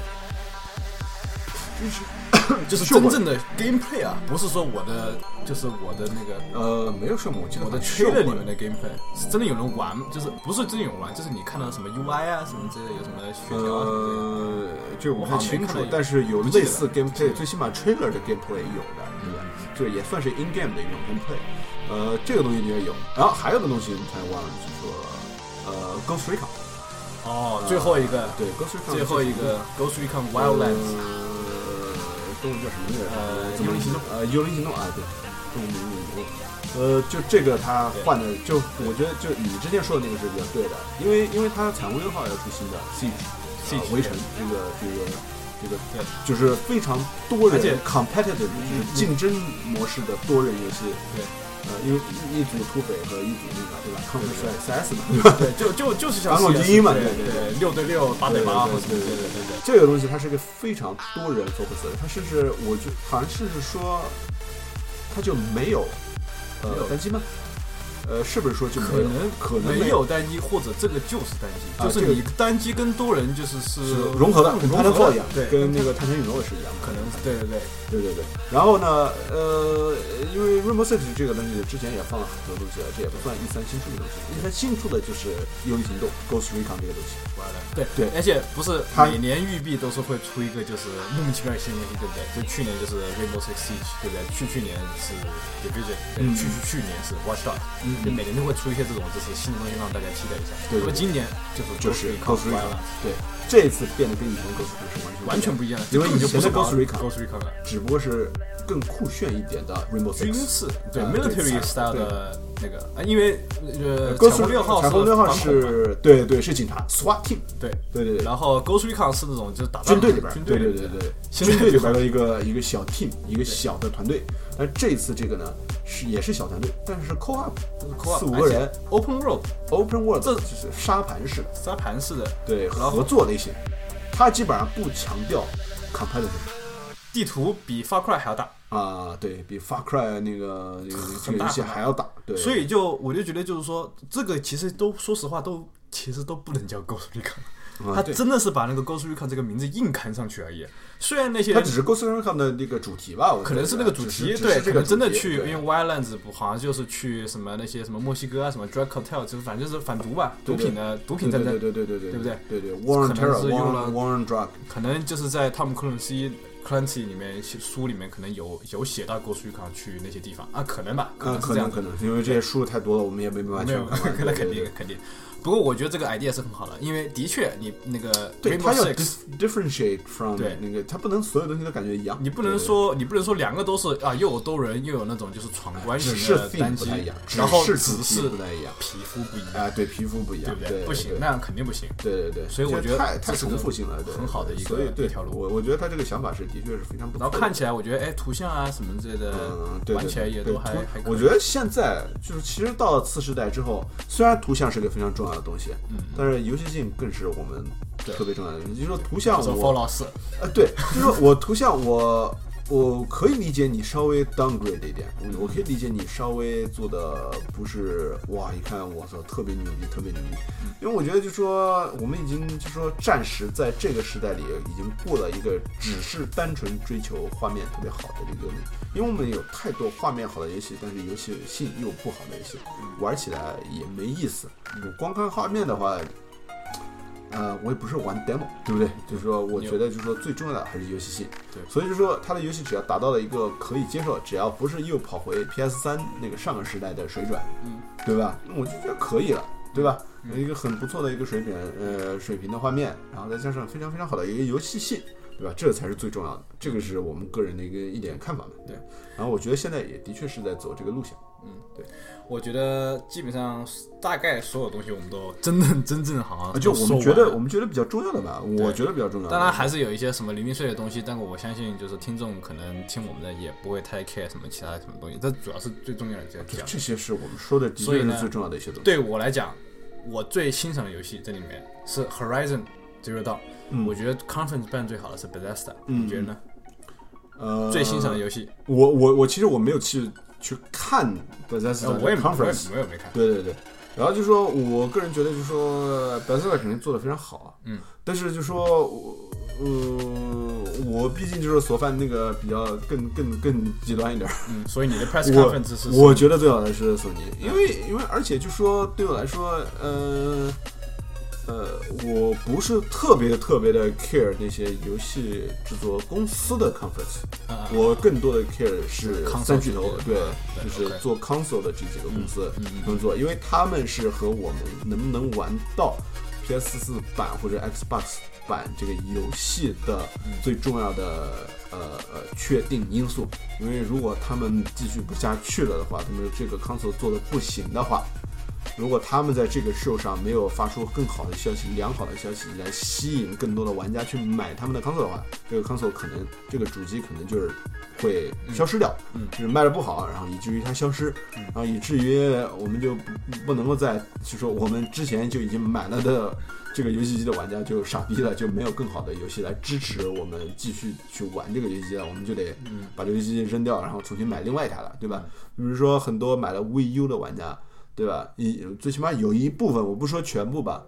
Speaker 2: 就是
Speaker 1: 秀过
Speaker 2: 真正的 gameplay 啊，不是说我的就是我的那个
Speaker 1: 呃，没有什么，我记得
Speaker 2: 我的
Speaker 1: 好像
Speaker 2: trailer
Speaker 1: 秀
Speaker 2: 里
Speaker 1: 过
Speaker 2: 面的 gameplay 是真的有人玩，就是不是真有人玩，就是你看到什么 UI 啊什么之类的，有什么血条啊什么之
Speaker 1: 呃，
Speaker 2: 类的。
Speaker 1: 这个不太
Speaker 2: 我好像
Speaker 1: 清楚
Speaker 2: 没看到，
Speaker 1: 但是有
Speaker 2: 不记
Speaker 1: 类
Speaker 2: 得嗯
Speaker 1: 似 gameplay，最起码 trailer 的 gameplay 有的，对吧？这也算是 in game 的一种 gameplay。呃，这个东西你也有，然后还有个东西你才忘了，就是说，呃，Ghost Recon，
Speaker 2: 哦，最后一个，
Speaker 1: 对，Ghost Recon，
Speaker 2: 最后一个 Ghost
Speaker 1: 呃
Speaker 2: Recon Wildlands，
Speaker 1: 中文叫什么来着？
Speaker 2: 呃
Speaker 1: 怎么
Speaker 2: 幽灵行动，
Speaker 1: 呃，幽灵行动啊，对，中文名字我忘了呃，就这个他换的，就我觉得就你之前说的那个是比较对的，因为因为他惨无人号要出新的 Siege，呃
Speaker 2: Siege
Speaker 1: 围城这个这个这个
Speaker 2: 对，
Speaker 1: 就是非常多人
Speaker 2: 而且
Speaker 1: competitive，就是竞争模式的多人游戏。
Speaker 2: 对，
Speaker 1: 呃，因为一一组土匪和一组那个对吧，Counter Strike CS 嘛，
Speaker 2: 对，就就就是像
Speaker 1: 反恐
Speaker 2: 世界
Speaker 1: 精英嘛
Speaker 2: 对
Speaker 1: 对对
Speaker 2: 对，六对六，八
Speaker 1: 对
Speaker 2: 八
Speaker 1: 对
Speaker 2: 或者什
Speaker 1: 对
Speaker 2: 么
Speaker 1: 对
Speaker 2: 之类的，
Speaker 1: 对
Speaker 2: 对对。
Speaker 1: 这个东西它是个非常多人 focus 的，它甚至我觉好像甚至说，它就没有
Speaker 2: 没
Speaker 1: 呃
Speaker 2: 有
Speaker 1: 单机吗？呃，是不是说就没
Speaker 2: 可
Speaker 1: 有？
Speaker 2: 能
Speaker 1: 可能
Speaker 2: 没有单机，或者这个就是单机，
Speaker 1: 啊
Speaker 2: 就是
Speaker 1: 这个
Speaker 2: 你单机跟多人就是是
Speaker 1: 是融合的，跟
Speaker 2: 融合
Speaker 1: t i
Speaker 2: 的
Speaker 1: 一样，
Speaker 2: 对，
Speaker 1: 跟那个探险宇宙是一样的，啊
Speaker 2: 可能是对对对，
Speaker 1: 对对对。然后呢，呃，因为 Rainbow Six 这个东西之前也放了很多东西了，这也不算 E 三新出的东西，E 三新出的就是《幽灵行动》Ghost Recon 这个东西。
Speaker 2: 对
Speaker 1: 对
Speaker 2: 而且不是
Speaker 1: 它
Speaker 2: 每年育碧都是会出一个就是莫名其妙的新游戏，对不对？就去年就是 Rainbow Six Siege，对不对？去去年是 Division，对
Speaker 1: 嗯
Speaker 2: 去去去年是 Watchdog，
Speaker 1: 嗯
Speaker 2: 就每年都会出一些这种就是新的东西让大家期待一下。
Speaker 1: 对对对
Speaker 2: 那么今年就是
Speaker 1: 就是
Speaker 2: 高
Speaker 1: Ghost
Speaker 2: 斯
Speaker 1: Recon
Speaker 2: 了，
Speaker 1: 对，这一次变得跟以前 Ghost Recon 是完全
Speaker 2: 完全不一样，
Speaker 1: 因
Speaker 2: 这
Speaker 1: 为
Speaker 2: 根本就不
Speaker 1: 以前
Speaker 2: 是
Speaker 1: 的
Speaker 2: Ghost
Speaker 1: Ghost Recon
Speaker 2: Ghost Recon 了，
Speaker 1: 只不过是更酷炫一点的 Rainbow
Speaker 2: 军
Speaker 1: Six。
Speaker 2: 事对
Speaker 1: 啊对
Speaker 2: military
Speaker 1: 对
Speaker 2: style 的那个，啊，因为呃，
Speaker 1: 哥
Speaker 2: 彩
Speaker 1: 斯
Speaker 2: 虹六号
Speaker 1: 彩虹六号
Speaker 2: 反恐嘛
Speaker 1: 是对对是警察 SWAT team，
Speaker 2: 对，
Speaker 1: 对对对，
Speaker 2: 然后 Ghost Recon 是那种就是打
Speaker 1: 军
Speaker 2: 仗
Speaker 1: 队里边儿，
Speaker 2: 军队
Speaker 1: 对
Speaker 2: 里
Speaker 1: 对
Speaker 2: 面
Speaker 1: 对对，
Speaker 2: 现
Speaker 1: 军
Speaker 2: 在
Speaker 1: 队里边的一个一个小 team，一个小的团队。但这次这个呢是也是小团队，但是是 co op，
Speaker 2: co-op，
Speaker 1: 四五个人
Speaker 2: 而且 Open World
Speaker 1: ，open world，
Speaker 2: 这
Speaker 1: 就是沙盘式的，
Speaker 2: 沙盘式的，
Speaker 1: 对
Speaker 2: 然后
Speaker 1: 合作类型，它基本上不强调 competitive
Speaker 2: 地图比 Far Cry 还要大，
Speaker 1: 啊，对比 Far Cry 那个那个这
Speaker 2: 很
Speaker 1: 个
Speaker 2: 大
Speaker 1: 游戏
Speaker 2: 很大
Speaker 1: 还要大，对，
Speaker 2: 所以就我就觉得就是说，这个其实都说实话都其实都不能叫 Ghost Recon，、
Speaker 1: 啊
Speaker 2: 他
Speaker 1: 对
Speaker 2: 真的是把那个 Ghost Recon 这个名字硬扛上去而已。虽然那些
Speaker 1: 它
Speaker 2: 人
Speaker 1: 只是 Ghost Recon 的那个主题吧，我觉得
Speaker 2: 可能是那个主
Speaker 1: 只
Speaker 2: 题，
Speaker 1: 是
Speaker 2: 对，
Speaker 1: 只是这个
Speaker 2: 可能
Speaker 1: 主
Speaker 2: 真的
Speaker 1: 题
Speaker 2: 去，因
Speaker 1: 对
Speaker 2: 为 Wildlands 不好像就是去什么那些什么墨西哥啊，什么 drug cartel，就是反正就是反毒吧，
Speaker 1: 对
Speaker 2: 毒
Speaker 1: 对
Speaker 2: 品的毒品
Speaker 1: 对
Speaker 2: 战
Speaker 1: 对
Speaker 2: 争，
Speaker 1: 对对对对
Speaker 2: 对不对
Speaker 1: 对对，War on
Speaker 2: 可能
Speaker 1: Terror，
Speaker 2: 是用了
Speaker 1: War on Drug，
Speaker 2: 可能就是在汤姆克鲁斯 Clancy 里面书里面可能有有写到过 s 康去那些地方啊，可能吧，可
Speaker 1: 啊，
Speaker 2: 能是
Speaker 1: 可
Speaker 2: 这样
Speaker 1: 能
Speaker 2: 子
Speaker 1: 可，能，因为这些书太多了，我们也没办法
Speaker 2: 没
Speaker 1: 全
Speaker 2: 有，
Speaker 1: 看完。
Speaker 2: [LAUGHS]
Speaker 1: 对
Speaker 2: 那肯定。
Speaker 1: 对对
Speaker 2: 肯定。不过我觉得这个 idea 是很好的，因为的确你那个
Speaker 1: 对，它
Speaker 2: Rainbow
Speaker 1: 要
Speaker 2: Six，
Speaker 1: dif- differentiate from
Speaker 2: 对
Speaker 1: 那个，它不能所有东西都感觉一样。
Speaker 2: 你不能
Speaker 1: 对
Speaker 2: 说你不能说两个都是啊，又有多人又有那种就是闯关
Speaker 1: 只
Speaker 2: 型
Speaker 1: 是
Speaker 2: 的
Speaker 1: theme
Speaker 2: 单
Speaker 1: 不
Speaker 2: 机
Speaker 1: 太一样，，只
Speaker 2: 然后
Speaker 1: 是主
Speaker 2: 只
Speaker 1: 题
Speaker 2: 是
Speaker 1: 不太一
Speaker 2: [LAUGHS]
Speaker 1: 样。
Speaker 2: 皮肤不一样。
Speaker 1: 啊，对，皮肤不一
Speaker 2: 对
Speaker 1: 样
Speaker 2: 不，对？
Speaker 1: 对，
Speaker 2: 不行，
Speaker 1: 对
Speaker 2: 那样肯定不行。
Speaker 1: 对对对，
Speaker 2: 所以我
Speaker 1: 这
Speaker 2: 觉得
Speaker 1: 太
Speaker 2: 这
Speaker 1: 太
Speaker 2: 是个
Speaker 1: 重复性了，对，
Speaker 2: 很好的一个
Speaker 1: 所以对
Speaker 2: 一条路
Speaker 1: 我我觉得他这个想法是的确是非常不错的。
Speaker 2: 然后看起来，我觉得哎，图像啊什么之类的，
Speaker 1: 嗯，对，
Speaker 2: 玩起来也
Speaker 1: 对
Speaker 2: 都还
Speaker 1: 图
Speaker 2: 还可以。
Speaker 1: 我觉得现在就是，其实到了次世代之后，虽然图像是个非常重要的东西，嗯，但是游戏性更是我们
Speaker 2: 对
Speaker 1: 特别重要的。你就说图像
Speaker 2: 说
Speaker 1: 我，
Speaker 2: Fallout 四，
Speaker 1: 呃，对，就是说我图像我。我可以理解你稍微 downgrade 一点，我我可以理解你稍微做的不是哇，一看我操特别牛逼，特别牛逼，因为我觉得就说我们已经就说暂时在这个时代里已经过了一个只是单纯追求画面特别好的这个，因为我们有太多画面好的游戏，但是游戏性又不好的游戏，玩起来也没意思。我光看画面的话。呃，我也不是玩 demo，对不对？就是说，我觉得就是说最重要的还是游戏性。
Speaker 2: 对
Speaker 1: 所以就是说它的游戏只要达到了一个可以接受，只要不是又跑回 PS 三那个上个时代的水准，
Speaker 2: 嗯，
Speaker 1: 对吧？那我就觉得可以了，对吧？一个很不错的一个水平，呃，水平的画面，然后再加上非常非常好的一个游戏性，对吧？这才是最重要的，这个是我们个人的一个一点看法嘛。
Speaker 2: 对，
Speaker 1: 然后我觉得现在也的确是在走这个路线。
Speaker 2: 我觉得基本上大概所有东西我们都真正真正好像
Speaker 1: 啊，就
Speaker 2: 都
Speaker 1: 我
Speaker 2: 说
Speaker 1: 们
Speaker 2: 完
Speaker 1: 觉得
Speaker 2: 了
Speaker 1: 我们觉得比较重要的吧，我觉得比较重要的。
Speaker 2: 当然还是有一些什么零零碎的东西，但我相信就是听众可能听我们的也不会太 care 什么其他什么东西，这主要是最重要的这
Speaker 1: 这
Speaker 2: 讲。
Speaker 1: 这些是我们说的，的
Speaker 2: 所以
Speaker 1: 确是
Speaker 2: 呢
Speaker 1: 最重要的一些东西。
Speaker 2: 对我来讲，我最欣赏的游戏这里面是 Horizon 这个道，
Speaker 1: 嗯
Speaker 2: 我觉得 Conference 办最好的是 Bethesda，你觉得呢？
Speaker 1: 呃，
Speaker 2: 最欣赏的游戏，
Speaker 1: 我我我其实我没有去去看 b e t h e s
Speaker 2: 呃
Speaker 1: d
Speaker 2: 我也没我也
Speaker 1: conference，
Speaker 2: 没有没看。
Speaker 1: 对对对。然后就说，我个人觉得，就说 b e t h e s d 肯定做的非常好啊，
Speaker 2: 嗯，
Speaker 1: 但是就说我。呃，我毕竟就是索范那个比较更更更极端一点儿，
Speaker 2: 嗯，所以你的 press
Speaker 1: 我
Speaker 2: conference 是
Speaker 1: 我觉得最好的是索尼，因为因为而且就说对我来说，呃呃，我不是特别特别的 care 那些游戏制作公司的 conference，
Speaker 2: 啊
Speaker 1: 我更多的 care 是
Speaker 2: Console
Speaker 1: 三巨头
Speaker 2: 之，
Speaker 1: 对，
Speaker 2: 对
Speaker 1: 就是
Speaker 2: ，OK 嗯
Speaker 1: 做 console 的这几个公司能做，因为他们是和我们能不能玩到 PS 四版或者 Xbox 版这个游戏的最重要的
Speaker 2: 嗯
Speaker 1: 呃呃确定因素。因为如果他们继续不下去了的话，他们这个 console 做的不行的话，如果他们在这个事上没有发出更好的消息、良好的消息来吸引更多的玩家去买他们的 console 的话，这个 console 可能这个主机可能就是会消失掉，
Speaker 2: 嗯
Speaker 1: 就是卖的不好，然后以至于它消失，然后以至于我们就不不能够再就说我们之前就已经买了的这个游戏机的玩家就傻逼了，就没有更好的游戏来支持我们继续去玩这个游戏机了，我们就得把这个游戏机扔掉，然后重新买另外一台了，对吧？比如说很多买了 VU 的玩家，对吧？一最起码有一部分，我不说全部吧，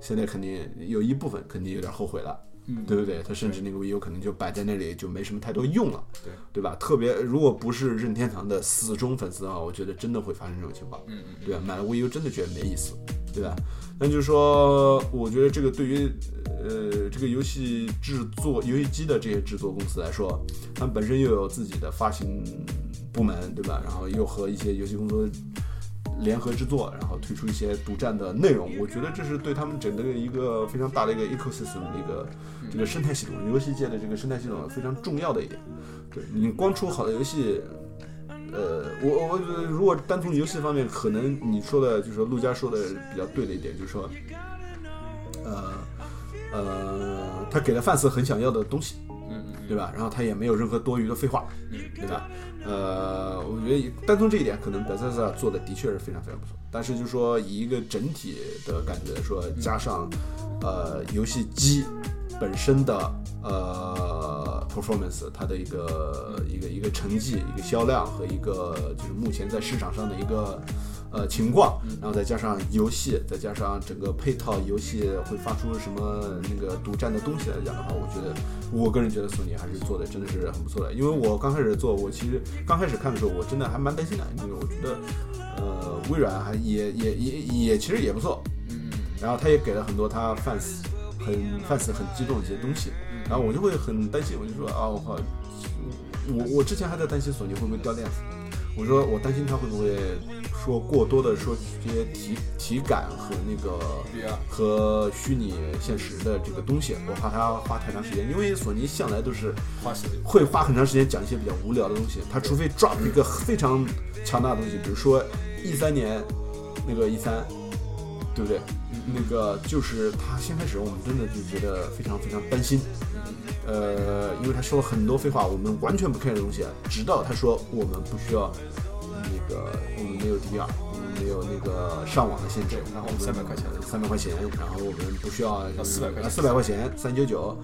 Speaker 1: 现在肯定有一部分肯定有点后悔了。
Speaker 2: 嗯
Speaker 1: 对不对？他甚至那个 VU 可能就摆在那里，就没什么太多用了，
Speaker 2: 对
Speaker 1: 对吧？特别如果不是任天堂的死忠粉丝啊，我觉得真的会发生这种情况。
Speaker 2: 嗯嗯
Speaker 1: 对吧？买了 VU 真的觉得没意思，对吧？那就是说，我觉得这个对于呃这个游戏制作、游戏机的这些制作公司来说，他们本身又有自己的发行部门，对吧？然后又和一些游戏公司联合制作，然后推出一些独占的内容，我觉得这是对他们整个一个非常大的一个 ecosystem 的一个这个生态系统，游戏界的这个生态系统非常重要的一点。对你光出好的游戏，呃，我我我如果单从游戏方面，可能你说的，就是说陆家说的比较对的一点，就是说，呃呃，他给了范斯很想要的东西，嗯，对吧？然后他也没有任何多余的废话，对吧？呃，我觉得单从这一点，可能白塞斯塔做的的确是非常非常不错。但是就是说，以一个整体的感觉说，加上呃游戏机本身的呃 performance，它的一个一个一个成绩、一个销量和一个就是目前在市场上的一个呃情况，然后再加上游戏，再加上整个配套游戏会发出什么那个独占的东西来讲的话，我觉得我个人觉得索尼还是做的真的是很不错的。因为我刚开始做，我其实刚开始看的时候，我真的还蛮担心的，因为我觉得呃微软还也也也也其实也不错，然后他也给了很多他 fans 很 fans 很激动的一些东西，然后我就会很担心，我就说啊，我靠，我我之前还在担心索尼会不会掉链子，我说我担心他会不会说过多的说一些体体感和那个和虚拟现实的这个东西，我怕他花太长时间，因为索尼向来都是
Speaker 4: 花时间。
Speaker 1: 会花很长时间讲一些比较无聊的东西。他除非 drop 一个非常强大的东西，比如说一三年那个一三，对不对？那个就是他先开始，我们真的就觉得非常非常担心。呃，因为他说了很多废话，我们完全不 care 的东西，直到他说我们不需要那个，我们没有 DVR，我们没有那个上网的限制，
Speaker 4: 然后我们300块钱
Speaker 1: 三百块钱，然后我们不需要呃
Speaker 4: 400块钱
Speaker 1: 四百块钱，三九九，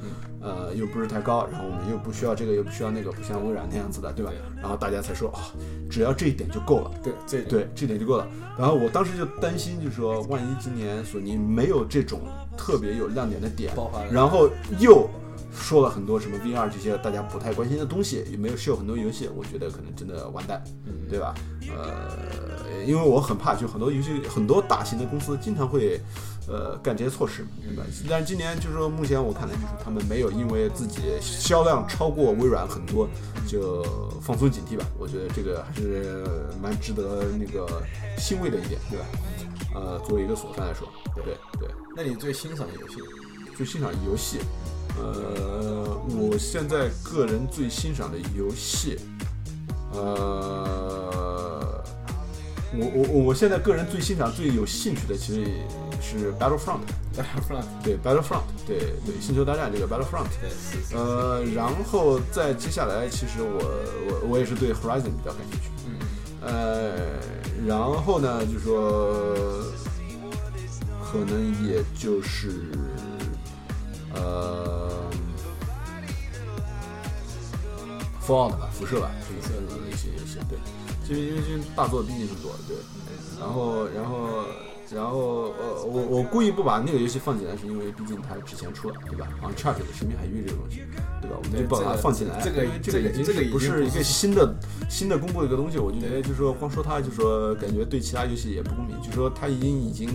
Speaker 1: 呃，又不是太高，然后我们又不需要这个，又不需要那个，不像微软那样子的，对吧？然后大家才说啊、只要这一点就够了。
Speaker 4: 对，这
Speaker 1: 对，这点就够了。然后我当时就担心，就是说，万一今年索尼没有这种特别有亮点的点
Speaker 4: 爆发，了
Speaker 1: 然后又说了很多什么 VR 这些大家不太关心的东西，也没有秀很多游戏，我觉得可能真的完蛋，
Speaker 4: 嗯
Speaker 1: 对吧？呃，因为我很怕，就很多游戏，很多大型的公司经常会。呃，干这些措施，对吧？
Speaker 4: 嗯
Speaker 1: 但是今年就是说，目前我看来，就是他们没有因为自己销量超过微软很多，就放松警惕吧。我觉得这个还是蛮值得那个欣慰的一点，对吧？呃，作为一个索fan 来说，对对。
Speaker 4: 那你最欣赏的游戏？
Speaker 1: 最欣赏游戏，呃，我现在个人最欣赏的游戏，呃，我我我我现在个人最欣赏、最有兴趣的其实是 Battlefront，对 Battlefront，对对，星球大战这个 Battlefront，呃，然后再接下来，其实我我我也是对 Horizon 比较感兴趣，嗯，呃，然后呢，就说可能也就是呃，Fallout 吧，辐射吧，这个一些游戏，对，就是因为这大作毕竟是多，对，然后然后。然后，呃，我我故意不把那个游戏放进来，是因为毕竟它之前出了，对吧？好像 Charge 的《神秘海域》这个东西，对吧？我们就不把它放进来，
Speaker 4: 这个
Speaker 1: 因为
Speaker 4: 这
Speaker 1: 这
Speaker 4: 个
Speaker 1: 个已经
Speaker 4: 这个
Speaker 1: 是
Speaker 4: 已经
Speaker 1: 不
Speaker 4: 不
Speaker 1: 是一
Speaker 4: 是
Speaker 1: 个新的新的公布的一个东西，我就觉得就是说光说它，就说感觉对其他游戏也不公平，就说它已经已经，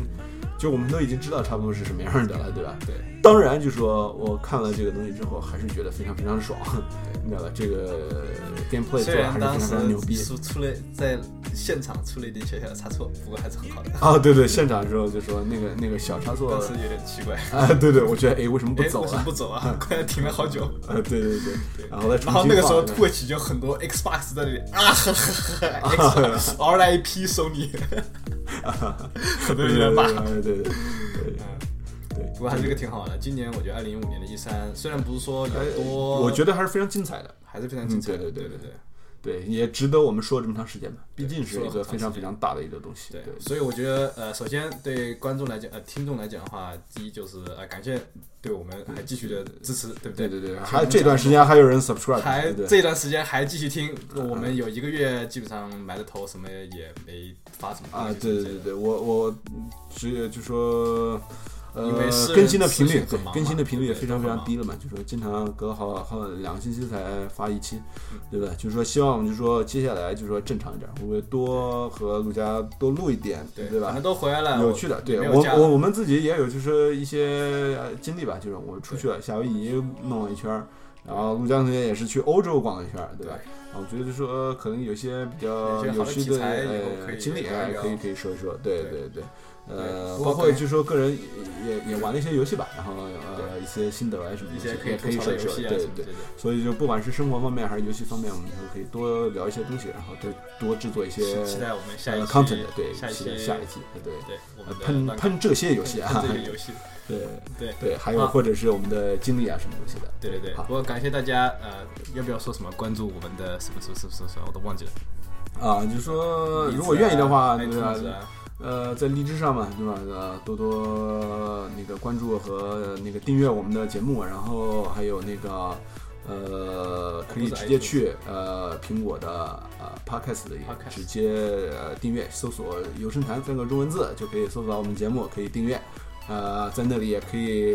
Speaker 1: 就我们都已经知道差不多是什么样的了，对吧？对。当然，就说我看了这个东西之后，还是觉得非常非常爽，你知道吧？这个 gameplay 做
Speaker 4: 虽
Speaker 1: 的
Speaker 4: 然
Speaker 1: 还是
Speaker 4: 当
Speaker 1: 非
Speaker 4: 时
Speaker 1: 常非常牛逼。
Speaker 4: 出出了在现场出了一点小小的差错，不过还是很好的，
Speaker 1: 啊，对对，现场的时候就说那个那个小插座
Speaker 4: 当时有点奇怪，
Speaker 1: [LAUGHS] 啊，对对，我觉得哎，为什么不
Speaker 4: 哎
Speaker 1: 走
Speaker 4: 为什
Speaker 1: 了
Speaker 4: 么？不走啊，快要停了好久。
Speaker 1: [LAUGHS] 啊，对对对，然后再重新
Speaker 4: 然后那个时候，
Speaker 1: 放
Speaker 4: 土耳其就很多 Xbox 在那里啊呵呵呵，Xbox RIP 索尼，很多人
Speaker 1: 对
Speaker 4: 在
Speaker 1: 对
Speaker 4: 骂
Speaker 1: 对。对对
Speaker 4: [LAUGHS]
Speaker 1: 对，
Speaker 4: 不过还是一个挺好的。今年我觉得二零一五年的 E 三，虽然不是说
Speaker 1: 哎
Speaker 4: 有多，
Speaker 1: 我觉得还是非常精彩的，
Speaker 4: 还是非常精彩的。
Speaker 1: 嗯对对
Speaker 4: 对
Speaker 1: 对
Speaker 4: 对
Speaker 1: 对，也值得我们说这么长时间吧，毕竟是
Speaker 4: 说
Speaker 1: 一
Speaker 4: 了
Speaker 1: 个
Speaker 4: 很
Speaker 1: 非
Speaker 4: 长
Speaker 1: 常
Speaker 4: 时
Speaker 1: 非
Speaker 4: 间
Speaker 1: 常大的一个东西，
Speaker 4: 对
Speaker 1: 对
Speaker 4: 对，所以我觉得呃，首先对观众来讲，呃，听众来讲的话，第一就是呃，感谢对我们还继续的支持，对不
Speaker 1: 对
Speaker 4: 对？
Speaker 1: 对对，还这段时间还有人 subscribe，
Speaker 4: 还
Speaker 1: 对啊
Speaker 4: 这段时间还继续听，我们有一个月基本上埋着头，什么也没发什么东
Speaker 1: 啊，
Speaker 4: 西
Speaker 1: 对对对，对，我我只有就说。呃
Speaker 4: 因为私，人
Speaker 1: 更新的频
Speaker 4: 私
Speaker 1: 率
Speaker 4: 信很忙嘛
Speaker 1: 更新的频率也
Speaker 4: 对
Speaker 1: 非常
Speaker 4: 都很
Speaker 1: 非常
Speaker 4: 忙
Speaker 1: 低了嘛，就说经常隔好好两个星期才发一期，
Speaker 4: 嗯
Speaker 1: 对吧？就是说希望我们就说接下来就说正常一点，我会多和陆家多录一点，
Speaker 4: 对
Speaker 1: 对吧
Speaker 4: 反正？都回来了，
Speaker 1: 有趣的，对
Speaker 4: 没
Speaker 1: 我
Speaker 4: 有加
Speaker 1: 我我们自己也有就是一些呃经历吧，就是我出去了夏威夷弄了一圈儿，然后陆江同学也是去欧洲逛了一圈儿，对吧？啊，我觉得就是说可能有些比较
Speaker 4: 有些
Speaker 1: 有
Speaker 4: 好的
Speaker 1: 趣
Speaker 4: 题材以后可
Speaker 1: 呃
Speaker 4: 以
Speaker 1: 经历
Speaker 4: 聊一
Speaker 1: 啊，
Speaker 4: 聊
Speaker 1: 可以可以说一说，对
Speaker 4: 对
Speaker 1: 对对。呃，
Speaker 4: 不过
Speaker 1: 包括
Speaker 4: 可以
Speaker 1: 就说个人也也也玩了一些游戏吧，然后呃一些新的来什么
Speaker 4: 一
Speaker 1: 东
Speaker 4: 些
Speaker 1: 西
Speaker 4: 可以
Speaker 1: 吐
Speaker 4: 吐
Speaker 1: 槽
Speaker 4: 槽的
Speaker 1: 的
Speaker 4: 游
Speaker 1: 事
Speaker 4: 戏
Speaker 1: 儿
Speaker 4: 啊
Speaker 1: 对
Speaker 4: 什么之
Speaker 1: 对
Speaker 4: 类。的。
Speaker 1: 所以就不管是生活方面还是游戏方面，我们以后可以多聊一些东西，然后多多制作一些
Speaker 4: 期待我们下一
Speaker 1: 呃
Speaker 4: 期
Speaker 1: content，对，
Speaker 4: 下一
Speaker 1: 期
Speaker 4: 期
Speaker 1: 待下一期，对，呃
Speaker 4: 对我们的
Speaker 1: 喷
Speaker 4: 乱
Speaker 1: 喷这些游戏啊
Speaker 4: [LAUGHS] 看，这个游戏。
Speaker 1: 对
Speaker 4: 对
Speaker 1: 对，还有
Speaker 4: 啊
Speaker 1: 或者是我们的经历啊什么东西的，
Speaker 4: 对对对，
Speaker 1: 好
Speaker 4: 不过感谢大家，呃，要不要说什么关注我们的什么什么什么什么什么，我都忘记了。
Speaker 1: 啊，就说
Speaker 4: 荔枝啊
Speaker 1: 如果愿意的话，对吧
Speaker 4: iTunes 啊
Speaker 1: 呃，在荔枝上嘛，对吧？呃，多多那个关注和那个订阅我们的节目，然后还有那个呃，可以直接去呃苹果的呃 Podcast 里
Speaker 4: Podcast
Speaker 1: 直接呃订阅，搜索“游声谈”三个中文字就可以搜索到我们节目，可以订阅。呃，在那里也可以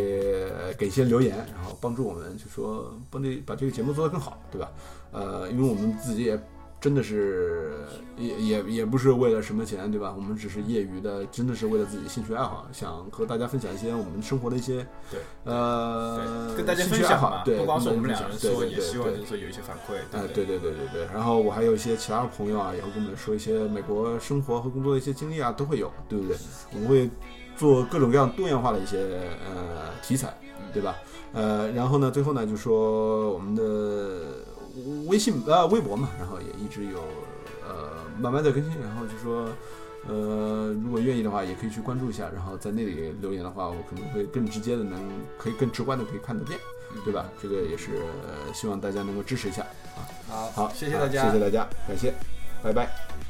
Speaker 1: 呃给一些留言，然后帮助我们，就说帮这把这个节目做得更好，对吧？呃，因为我们自己也真的是也也也不是为了什么钱，对吧？我们只是业余的，真的是为了自己兴趣爱好，想和大家分享一些我们生活的一些
Speaker 4: 对
Speaker 1: 呃
Speaker 4: 对，跟大家
Speaker 1: 兴
Speaker 4: 分
Speaker 1: 趣爱
Speaker 4: 享
Speaker 1: 好
Speaker 4: 吧，
Speaker 1: 对，
Speaker 4: 不光是我们
Speaker 1: 跟大
Speaker 4: 两
Speaker 1: 家
Speaker 4: 个人
Speaker 1: 分享
Speaker 4: 说，
Speaker 1: 对对
Speaker 4: 也
Speaker 1: 对
Speaker 4: 希望
Speaker 1: 对
Speaker 4: 就是说有一些反馈，
Speaker 1: 哎
Speaker 4: 不，
Speaker 1: 对
Speaker 4: 对？
Speaker 1: 对对对对，然后我还有一些其他朋友啊，也会跟我们说一些美国生活和工作的一些经历啊，都会有，对不对？我们会做各种各样多元化的一些呃题材，对吧？呃，然后呢，最后呢，就说我们的微信呃微博嘛，然后也一直有呃慢慢在更新，然后就说。呃，如果愿意的话，也可以去关注一下，然后在那里留言的话，我可能会更直接的能，可以更直观的可以看得见，对吧？这个也是、呃希望大家能够支持一下。
Speaker 4: 嗯好，
Speaker 1: 好，
Speaker 4: 谢谢大家
Speaker 1: 啊谢谢大家，感谢，拜拜。
Speaker 4: 拜